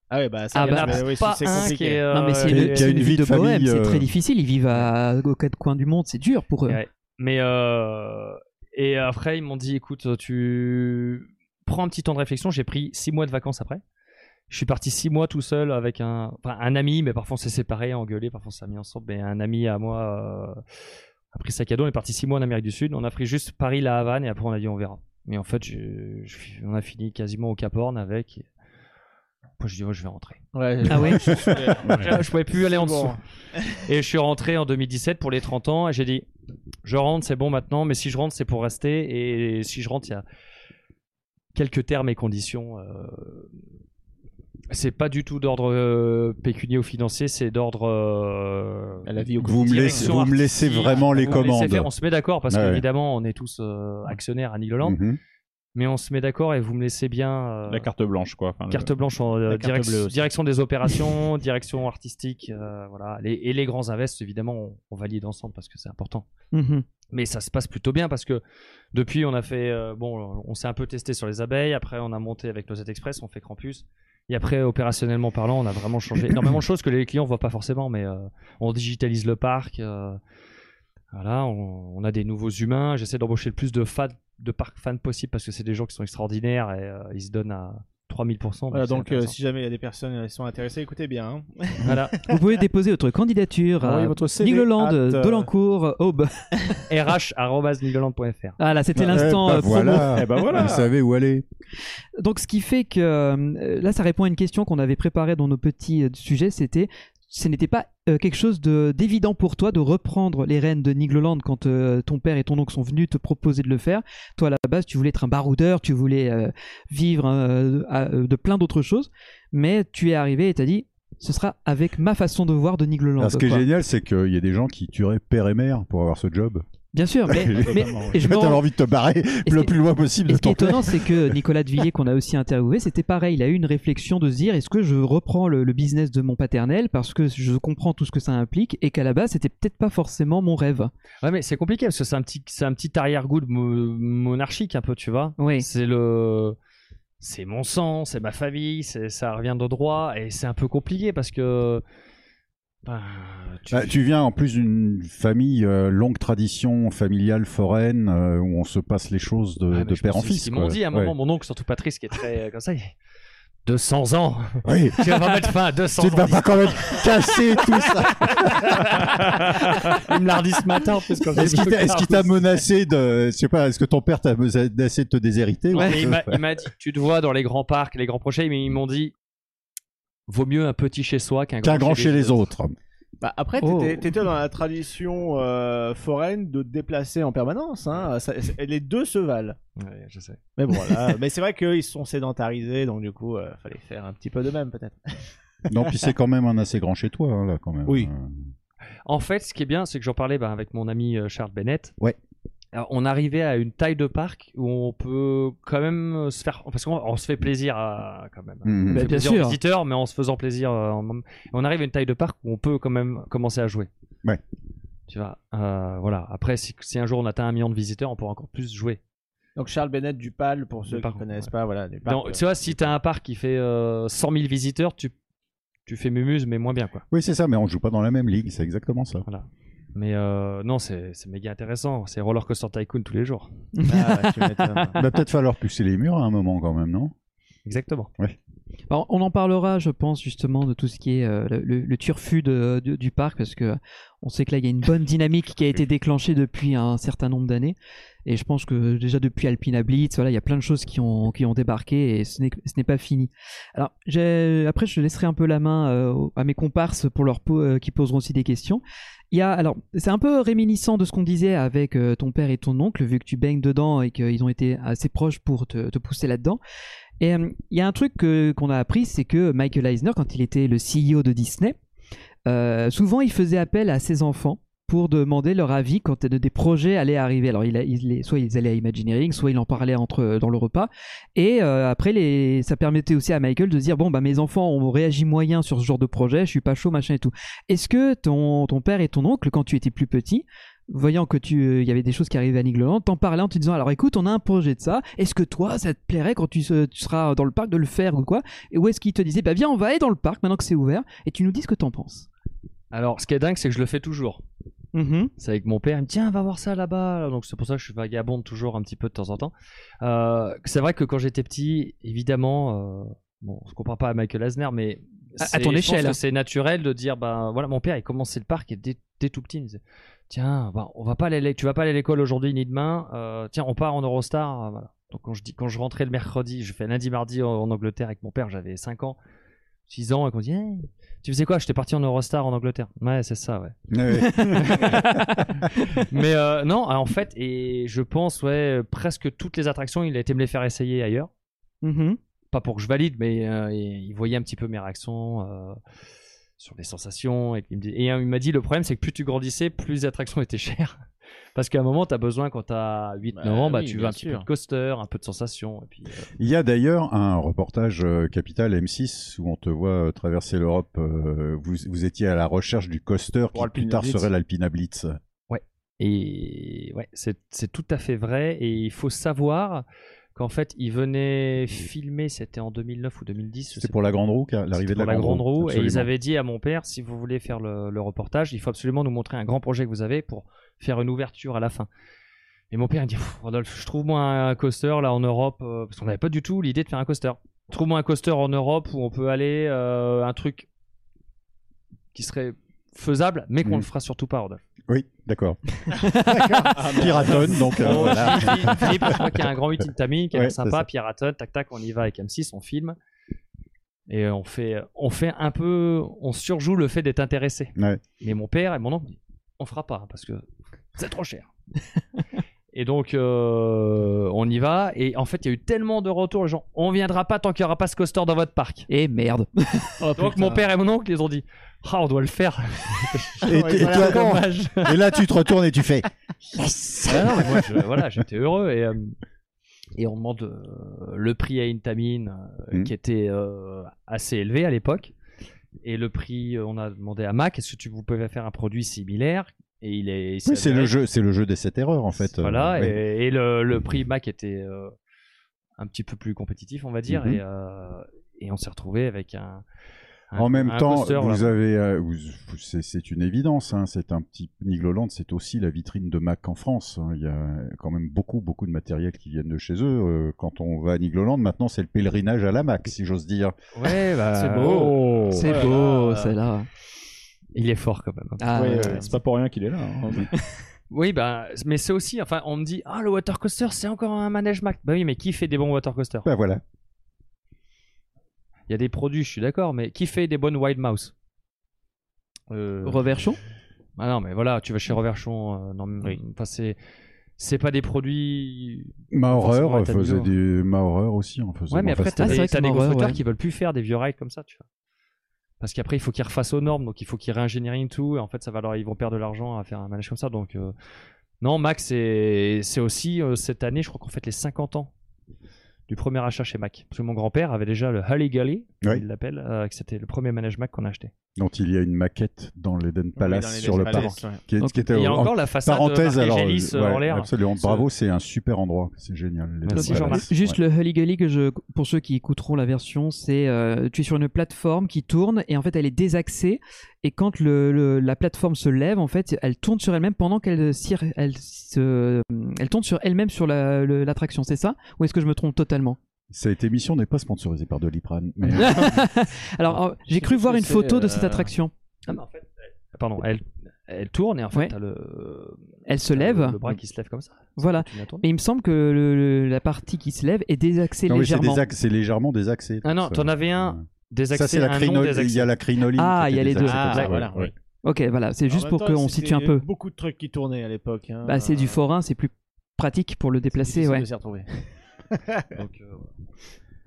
Speaker 9: Ah ouais, bah ça,
Speaker 8: Ah
Speaker 9: il y en
Speaker 8: bah,
Speaker 9: a- oui,
Speaker 8: pas
Speaker 9: c'est
Speaker 8: un
Speaker 9: compliqué.
Speaker 8: qui est, euh,
Speaker 7: Non, mais c'est
Speaker 8: Et
Speaker 7: une,
Speaker 8: qui a
Speaker 7: c'est
Speaker 10: une
Speaker 7: une
Speaker 10: vie
Speaker 7: vie
Speaker 10: de
Speaker 7: de bohème,
Speaker 10: famille,
Speaker 7: c'est
Speaker 10: euh.
Speaker 7: très difficile. Ils vivent à, aux quatre coins du monde, c'est dur pour eux.
Speaker 8: Ouais. Mais euh, et après, ils m'ont dit, écoute, tu prends un petit temps de réflexion. J'ai pris six mois de vacances après. Je suis parti six mois tout seul avec un, enfin, un ami, mais parfois on s'est séparés, engueulés, parfois on s'est mis ensemble. Mais un ami à moi euh, a pris sac à dos. On est parti six mois en Amérique du Sud. On a pris juste Paris, La Havane, et après on a dit on verra. Mais en fait, je- je- on a fini quasiment au Cap Horn avec. Moi, je dis, oh, je vais rentrer.
Speaker 9: Ouais,
Speaker 7: Ah ouais
Speaker 8: Je pouvais plus aller en
Speaker 9: C'est
Speaker 8: dessous.
Speaker 9: bon.
Speaker 8: Et je suis rentré en 2017 pour les 30 ans et j'ai dit je rentre, c'est bon maintenant, mais si je rentre, c'est pour rester. Et si je rentre, il y a quelques termes et conditions. euh, C'est pas du tout d'ordre euh, pécunier ou financier, c'est d'ordre. euh,
Speaker 9: À la vie au
Speaker 10: Vous me laissez,
Speaker 8: direction
Speaker 10: vous me laissez
Speaker 8: artistique.
Speaker 10: vraiment les
Speaker 8: Vous me laissez
Speaker 10: commandes.
Speaker 8: faire, on se met d'accord parce
Speaker 10: Ouais, ouais.
Speaker 8: qu'évidemment, on est tous euh, actionnaires à Nîmes Hollande,
Speaker 10: Mhm.
Speaker 8: mais on se met d'accord et vous me laissez bien. euh,
Speaker 11: La carte blanche, quoi. Enfin, le-
Speaker 8: Carte blanche en euh,
Speaker 9: la carte
Speaker 8: direct-
Speaker 9: bleue aussi.
Speaker 8: direction
Speaker 9: [laughs]
Speaker 8: des opérations, direction artistique, euh, voilà. Les- et les grands invests, évidemment, on, on valide ensemble parce que c'est important.
Speaker 7: Mhm.
Speaker 8: Mais ça se passe plutôt bien parce que depuis, on a fait, euh, bon, on s'est un peu testé sur les abeilles. Après, on a monté avec Noisette Express, on fait Krampus. Et après, opérationnellement parlant, on a vraiment
Speaker 9: [coughs]
Speaker 8: changé énormément de choses que les clients voient pas forcément, mais euh, on digitalise le parc. euh, voilà, on, on a des nouveaux humains. J'essaie d'embaucher le plus de fans, de parc fans possible parce que c'est des gens qui sont extraordinaires et euh, ils se donnent à 3000%.
Speaker 9: Voilà,
Speaker 8: c'est
Speaker 9: donc euh,
Speaker 8: intéressant.
Speaker 9: si jamais il y a des personnes euh, qui sont intéressées, écoutez bien. hein.
Speaker 8: Voilà.
Speaker 7: Vous pouvez déposer votre candidature à
Speaker 9: Envoyez Ah votre CV
Speaker 7: Nigloland,
Speaker 9: at, euh,
Speaker 7: Dolancourt, Aube.
Speaker 8: rh.nigoland.fr.
Speaker 7: Ah là, c'était
Speaker 10: Eh,
Speaker 7: l'instant
Speaker 10: bah
Speaker 7: euh, promo.
Speaker 10: voilà.
Speaker 11: Eh ben
Speaker 7: [laughs]
Speaker 11: voilà.
Speaker 10: Vous savez où aller.
Speaker 7: Donc, ce qui fait que euh, là, ça répond à une question qu'on avait préparée dans nos petits euh, sujets. C'était, ce n'était pas euh, quelque chose de- d'évident pour toi de reprendre les rênes de Nigloland quand euh, ton père et ton oncle sont venus te proposer de le faire. Toi, à la base, tu voulais être un baroudeur, tu voulais euh, vivre euh, à- euh, de plein d'autres choses, mais tu es arrivé et t'as dit, ce sera avec ma façon de voir de Nigloland.
Speaker 10: Alors, ce qui est
Speaker 7: quoi.
Speaker 10: génial, c'est qu'il y a des gens qui tueraient père et mère pour avoir ce job.
Speaker 7: Bien
Speaker 10: [laughs]
Speaker 7: sûr, mais, mais- et je
Speaker 10: T'as
Speaker 7: me rends-
Speaker 10: envie de te barrer
Speaker 7: Et
Speaker 10: le
Speaker 7: c'est-
Speaker 10: plus loin possible
Speaker 7: Et
Speaker 10: de
Speaker 7: ce qui est
Speaker 10: ton
Speaker 7: étonnant, c'est que Nicolas Devilliers, qu'on a aussi interviewé, c'était pareil. Il a eu une réflexion de se dire est-ce que je reprends le, le business de mon paternel parce que je comprends tout ce que ça implique et qu'à la base, c'était peut-être pas forcément mon rêve.
Speaker 8: Ouais, mais c'est compliqué parce que c'est un petit, c'est un petit arrière-goût de mo- monarchique un peu, tu vois.
Speaker 7: Oui.
Speaker 8: C'est le, c'est mon sang, c'est ma famille, c'est, ça revient de droit et c'est un peu compliqué parce que. ben, tu-
Speaker 10: Bah, tu viens en plus d'une famille euh, longue tradition familiale foraine euh, où on se passe les choses de,
Speaker 8: Ouais, mais
Speaker 10: de
Speaker 8: je
Speaker 10: père en
Speaker 8: pense que c'est Ce
Speaker 10: fils.
Speaker 8: qu'ils
Speaker 10: quoi.
Speaker 8: m'ont dit à un
Speaker 10: Ouais.
Speaker 8: moment, mon oncle, surtout Patrice, qui est très euh, comme ça, il... 200
Speaker 10: [laughs]
Speaker 8: ans.
Speaker 10: Oui.
Speaker 8: tu vas pas mettre fin à 200
Speaker 10: Tu ne
Speaker 8: ans.
Speaker 10: vas pas quand même casser tout
Speaker 8: [laughs]
Speaker 10: ça.
Speaker 8: Il me l'a redit ce matin en plus quand j'ai
Speaker 10: Est-ce qu'il
Speaker 8: vu
Speaker 10: t'a-
Speaker 8: le
Speaker 10: est-ce qu'il t'a menacé de, je sais pas, est-ce que ton père t'a menacé de te déshériter ou
Speaker 8: Ouais,
Speaker 10: quelque
Speaker 8: il
Speaker 10: chose
Speaker 8: m'a- il m'a dit, tu te vois dans les grands parcs, les grands projets, mais ils m'ont dit, vaut mieux un petit chez soi qu'un grand,
Speaker 10: Qu'un grand chez les autres.
Speaker 9: [laughs] Bah, après,
Speaker 7: Oh.
Speaker 9: t'étais t'étais dans la tradition euh, foraine de te déplacer en permanence. hein. Ça- c'est- les deux se valent.
Speaker 8: Ouais, je sais.
Speaker 9: Mais bon, là, mais c'est vrai qu'ils se sont sédentarisés, donc du coup, euh, fallait faire un petit peu de même peut-être.
Speaker 10: Non, puis c'est quand même un assez grand chez toi, hein, là, quand même.
Speaker 9: Oui.
Speaker 10: Euh,
Speaker 8: En fait, ce qui est bien, c'est que j'en parlais bah, avec mon ami euh, Charles Bennett.
Speaker 10: Ouais.
Speaker 8: Alors, on arrivait à une taille de parc où on peut quand même euh, se faire. Parce qu'on on se fait plaisir à, quand même.
Speaker 10: Mhm.
Speaker 8: On
Speaker 7: Bah, bien
Speaker 8: fait plaisir
Speaker 7: sûr.
Speaker 8: aux visiteurs, mais en se faisant plaisir. euh, en- On arrive à une taille de parc où on peut quand même commencer à jouer.
Speaker 10: Ouais.
Speaker 8: Tu vois, euh, voilà. Après, si, si un jour on atteint un million de visiteurs, on pourra encore plus jouer.
Speaker 9: Donc Charles Bennett du PAL, pour ceux
Speaker 8: Du
Speaker 9: qui
Speaker 8: parc,
Speaker 9: ne connaissent
Speaker 8: ouais.
Speaker 9: pas, voilà. du
Speaker 10: Ah,
Speaker 9: parc,
Speaker 8: Donc,
Speaker 9: euh,
Speaker 8: tu vois, si t'as un parc qui fait euh, 100 000 visiteurs, tu, tu fais mumuse, mais moins bien, quoi.
Speaker 10: Oui, c'est ça, mais on joue pas dans la même ligue, c'est exactement ça.
Speaker 8: Mais euh, non, c'est c'est méga intéressant. C'est Roller Coaster Tycoon tous les jours.
Speaker 9: ah, tu m'étonnes.
Speaker 10: [laughs] Il va peut-être falloir pousser les murs à un moment, quand même, non
Speaker 8: Exactement.
Speaker 7: Alors, on en parlera, je pense, justement, de tout ce qui est euh, le, le- le turfu de- de- du parc, parce que euh, on sait que là, il y a une bonne dynamique qui a été déclenchée depuis un certain nombre d'années. Et je pense que déjà depuis Alpina Blitz, voilà, il y a plein de choses qui ont, qui ont débarqué et ce n'est ce n'est pas fini. Alors, j'ai- après, je laisserai un peu la main euh, aux- à mes comparses pour leur po- euh, qui poseront aussi des questions. Il y a, alors, c'est un peu réminiscent de ce qu'on disait avec euh, ton père et ton oncle, vu que tu baignes dedans et qu'ils ont été assez proches pour te, te pousser là-dedans. Et euh, il y a un truc que- qu'on a appris, c'est que Michael Eisner, quand il était le CEO de Disney, euh, souvent il faisait appel à ses enfants pour demander leur avis quand des des projets allaient arriver. Alors, il a- il les- soit ils allaient à Imagineering, soit il en parlait entre eux dans le repas. Et euh, après, les, ça permettait aussi à Michael de se dire bon, bah mes enfants ont réagi moyen sur ce genre de projet, je suis pas chaud, machin et tout. Est-ce que ton, ton père et ton oncle, quand tu étais plus petit, voyant que tu, euh, il y avait des choses qui arrivaient à Nigloland, t'en parlais en te disant alors écoute, on a un projet de ça. Est-ce que toi, ça te plairait quand tu, se- tu seras dans le parc de le faire ou quoi Et où est-ce qu'ils te disaient bah viens, on va aller dans le parc maintenant que c'est ouvert et tu nous dis ce que t'en penses.
Speaker 8: Alors, ce qui est dingue, c'est que je le fais toujours. C'est avec mon père, il me dit tiens, va voir ça là-bas. Donc, c'est pour ça que je suis vagabonde toujours un petit peu de temps en temps. Euh, c'est vrai que quand j'étais petit, évidemment, euh, bon, on se compare pas à Michael Asner, mais.
Speaker 7: À- à
Speaker 8: c'est-
Speaker 7: ton
Speaker 8: je pense
Speaker 7: échelle. hein.
Speaker 8: que C'est naturel de dire ben voilà, mon père, il commençait le parc et dès, dès tout petit, il me disait tiens, bah, on va pas aller, tu vas pas aller à l'école aujourd'hui ni demain. Euh, tiens, on part en Eurostar. euh, voilà. Donc, quand je, dis, quand je rentrais le mercredi, je fais lundi, mardi en, en Angleterre avec mon père, j'avais 5 ans. 6 ans et qu'on dit Hey, tu faisais quoi j'étais parti en Eurostar en Angleterre ouais c'est ça ouais mais euh, non en fait et je pense ouais presque toutes les attractions il a été me les faire essayer ailleurs pas pour que je valide mais euh, il il voyait un petit peu mes réactions euh, sur les sensations et il me dit- et, euh, il m'a dit le problème c'est que plus tu grandissais plus les attractions étaient chères [laughs] parce qu'à un moment t'as besoin quand t'as 8
Speaker 11: Bah
Speaker 8: 9 ans bah,
Speaker 11: oui,
Speaker 8: tu veux
Speaker 11: bien
Speaker 8: un petit peu
Speaker 11: sûr.
Speaker 8: de coaster un peu de sensations et puis euh,
Speaker 10: [laughs] Il y a d'ailleurs un reportage euh, Capital M6 où on te voit euh, traverser l'Europe. euh, vous, vous étiez à la recherche du coaster qui
Speaker 8: Pour Alpina
Speaker 10: plus tard
Speaker 8: Blitz.
Speaker 10: serait l'Alpina Blitz.
Speaker 8: Ouais. Et ouais, c'est c'est tout à fait vrai. Et il faut savoir qu'en fait, ils venaient filmer, c'était en 2009 ou 2010. je
Speaker 10: C'était
Speaker 8: sais
Speaker 10: pour
Speaker 8: pas.
Speaker 10: la Grande Roue, car- l'arrivée
Speaker 8: C'était
Speaker 10: de la
Speaker 8: pour
Speaker 10: Grande Roue,
Speaker 8: et ils
Speaker 10: absolument.
Speaker 8: avaient dit à mon père, si vous voulez faire le, le reportage, il faut absolument nous montrer un grand projet que vous avez pour faire une ouverture à la fin. Et mon père il dit, Pff, Rodolphe, je trouve moi un coaster là en Europe, euh, parce qu'on n'avait pas du tout l'idée de faire un coaster. Trouve-moi un coaster en Europe où on peut aller, euh, un truc qui serait faisable, mais qu'on
Speaker 10: Mhm.
Speaker 8: le fera surtout pas, Rodolphe.
Speaker 10: Oui, d'accord. Piraton, donc. euh,
Speaker 8: Oh,
Speaker 10: voilà.
Speaker 8: Philippe, Philippe, je crois qu'il y a un grand meeting Tammy qui est
Speaker 10: Ouais, c'est
Speaker 8: sympa,
Speaker 10: ça.
Speaker 8: Piraton, tac tac, on y va avec M6, on filme. Et euh, on fait, on fait un peu, on surjoue le fait d'être intéressé.
Speaker 10: Ouais.
Speaker 8: Mais mon père et mon oncle, on fera pas parce que c'est trop
Speaker 10: [laughs]
Speaker 8: cher. et donc euh, on y va. Et en fait, il y a eu tellement de retours, les gens, on viendra pas tant qu'il y aura pas ce coaster dans votre parc.
Speaker 7: Et merde.
Speaker 8: donc mon père et mon oncle, ils ont dit, ah on doit le faire. [laughs]
Speaker 10: Et,
Speaker 8: Ouais,
Speaker 10: et
Speaker 8: voilà,
Speaker 10: toi-
Speaker 8: dommage.
Speaker 10: et là, tu te retournes et
Speaker 8: [laughs]
Speaker 10: tu fais.
Speaker 8: Ah non, mais moi, je- voilà, j'étais heureux et, euh, et on demande euh, le prix à Intamin euh,
Speaker 10: Mhm.
Speaker 8: qui était euh, assez élevé à l'époque et le prix euh, on a demandé à Mac est-ce que tu vous pouvez faire un produit similaire et il est il
Speaker 10: Oui, c'est
Speaker 8: s'avère-
Speaker 10: le jeu, c'est le jeu des 7 erreurs en fait.
Speaker 8: voilà
Speaker 10: Euh, ouais.
Speaker 8: et, et le, le prix Mac était euh, un petit peu plus compétitif on va dire
Speaker 10: Mhm.
Speaker 8: et, euh, et on s'est retrouvé avec un, un-
Speaker 10: En même
Speaker 8: un
Speaker 10: temps,
Speaker 8: coaster,
Speaker 10: vous
Speaker 8: voilà.
Speaker 10: avez, euh, vous- vous- c'est, c'est une évidence. Hein, c'est un petit Nigloland, c'est aussi la vitrine de Mac en France. hein. Il y a quand même beaucoup, beaucoup de matériel qui viennent de chez eux. Euh, quand on va à Nigloland, maintenant, c'est le pèlerinage à la Mac, si j'ose dire.
Speaker 8: ouais bah,
Speaker 9: C'est beau.
Speaker 8: oh.
Speaker 7: C'est
Speaker 8: Voilà.
Speaker 7: beau, celle-là.
Speaker 8: il est fort quand même
Speaker 7: Ah,
Speaker 9: Ouais,
Speaker 7: ouais.
Speaker 9: euh, c'est pas pour rien qu'il est là. hein.
Speaker 8: Oui, bah, mais c'est aussi, enfin, on me dit, ah, le water coaster, c'est encore un manège Mac. Bah oui, mais qui fait des bons water coasters
Speaker 10: Ben voilà.
Speaker 8: Il y a des produits, je suis d'accord, mais qui fait des bonnes Wild Mouse euh...
Speaker 7: Reverchon
Speaker 8: Ah non, mais voilà, tu vas chez Reverchon, euh, non, mais- enfin, c'est. C'est pas des produits. Forcément,
Speaker 10: Maurer
Speaker 8: Etat
Speaker 10: euh, faisait
Speaker 8: Milo.
Speaker 10: des Maurer aussi hein, en faisant.
Speaker 8: Ouais, mais
Speaker 10: enfin,
Speaker 8: après,
Speaker 10: c'était-
Speaker 8: t'as
Speaker 7: c'est
Speaker 8: des,
Speaker 7: vrai que
Speaker 8: t'as
Speaker 7: c'est
Speaker 8: des
Speaker 7: marrant,
Speaker 8: constructeurs
Speaker 7: ouais.
Speaker 8: qui veulent plus faire des vieux rides comme ça, tu vois. Parce qu'après, il faut qu'ils refassent aux normes, donc il faut qu'ils réingénierient tout, et en fait, ça va leur, ils vont perdre de l'argent à faire un manège comme ça. Donc, euh, non, Mac, c'est c'est aussi euh, cette année, je crois qu'on fête les 50 ans du premier achat chez Mac. Parce que mon grand-père avait déjà le Hully Gully, comme
Speaker 10: Oui.
Speaker 8: il l'appelle, euh, que c'était le premier manège Mac qu'on a acheté.
Speaker 10: dont il y a une maquette dans l'Eden Palace
Speaker 9: Oui, dans
Speaker 10: sur le
Speaker 9: Palace,
Speaker 10: parc.
Speaker 9: ouais.
Speaker 10: Qui est,
Speaker 7: Donc,
Speaker 10: qui était
Speaker 8: Et il y a
Speaker 10: en-
Speaker 8: encore la façade
Speaker 10: parenthèse
Speaker 8: marquée
Speaker 10: alors.
Speaker 8: Gélis, euh,
Speaker 10: ouais,
Speaker 8: en l'air.
Speaker 10: absolument. Bravo, c'est un super endroit. C'est génial. l'Eden
Speaker 8: Merci,
Speaker 10: Palace.
Speaker 8: Jean-Marc.
Speaker 7: Juste le Hully Gully, que je, pour ceux qui écouteront la version, c'est euh, tu es sur une plateforme qui tourne et en fait elle est désaxée. Et quand le, le- la plateforme se lève, en fait elle tourne sur elle-même pendant qu'elle cire- elle, se- elle tourne sur elle-même sur la- le- l'attraction, c'est ça Ou est-ce que je me trompe totalement
Speaker 10: Cette émission n'est pas sponsorisée par Doliprane.
Speaker 8: [laughs]
Speaker 10: Mais...
Speaker 7: Alors, euh, j'ai cru
Speaker 8: ce
Speaker 7: voir
Speaker 8: que
Speaker 7: une
Speaker 8: c'est,
Speaker 7: photo de
Speaker 8: euh,
Speaker 7: cette attraction.
Speaker 8: Ah, mais en fait, elle- pardon, elle, elle tourne et en fait,
Speaker 7: Ouais.
Speaker 8: t'as le,
Speaker 7: Elle se
Speaker 8: t'as le-
Speaker 7: lève.
Speaker 8: euh, Le bras qui se lève comme ça.
Speaker 7: Voilà.
Speaker 8: Tu la tournes.
Speaker 7: Mais il me semble que le- le- la partie qui se lève est désaxée
Speaker 10: Non, mais c'est
Speaker 7: légèrement.
Speaker 10: des axes- c'est légèrement désaxé.
Speaker 8: Ah non,
Speaker 10: Ça-
Speaker 8: t'en avais un
Speaker 10: Ça,
Speaker 8: désaxé,
Speaker 10: c'est la
Speaker 8: un non
Speaker 10: crinol- Il
Speaker 8: désaxé.
Speaker 10: y a la crinoline.
Speaker 7: Ah,
Speaker 10: qui
Speaker 7: il y a
Speaker 10: était
Speaker 7: les deux,
Speaker 10: désaxée,
Speaker 9: c'est pour
Speaker 10: ouais,
Speaker 9: ça, voilà,
Speaker 10: ouais.
Speaker 9: oui.
Speaker 7: ok, voilà, c'est juste
Speaker 9: En même
Speaker 7: pour
Speaker 9: temps,
Speaker 7: qu'on
Speaker 9: c'était
Speaker 7: situe un peu.
Speaker 9: Beaucoup de trucs qui tournaient à l'époque. hein.
Speaker 7: Bah, c'est du
Speaker 9: Euh,
Speaker 7: forain, c'est plus pratique pour le déplacer,
Speaker 9: difficile
Speaker 7: ouais.
Speaker 9: de s'y retrouver.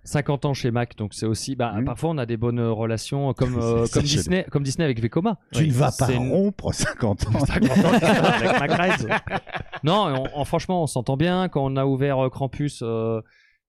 Speaker 8: 50 ans chez Mac, donc c'est aussi. Bah,
Speaker 9: Mhm.
Speaker 10: Mm.
Speaker 8: Parfois, on a des bonnes euh, relations
Speaker 9: [laughs]
Speaker 8: comme, euh,
Speaker 10: C'est-
Speaker 8: comme,
Speaker 10: c'est-
Speaker 8: Disney, comme Disney avec Vekoma.
Speaker 10: Tu ne vas pas
Speaker 8: C'est-
Speaker 10: rompre 50 ans.
Speaker 8: avec Mac Rides. [laughs] non, et on- on- franchement, on s'entend bien. Quand on a ouvert euh, Krampus, euh,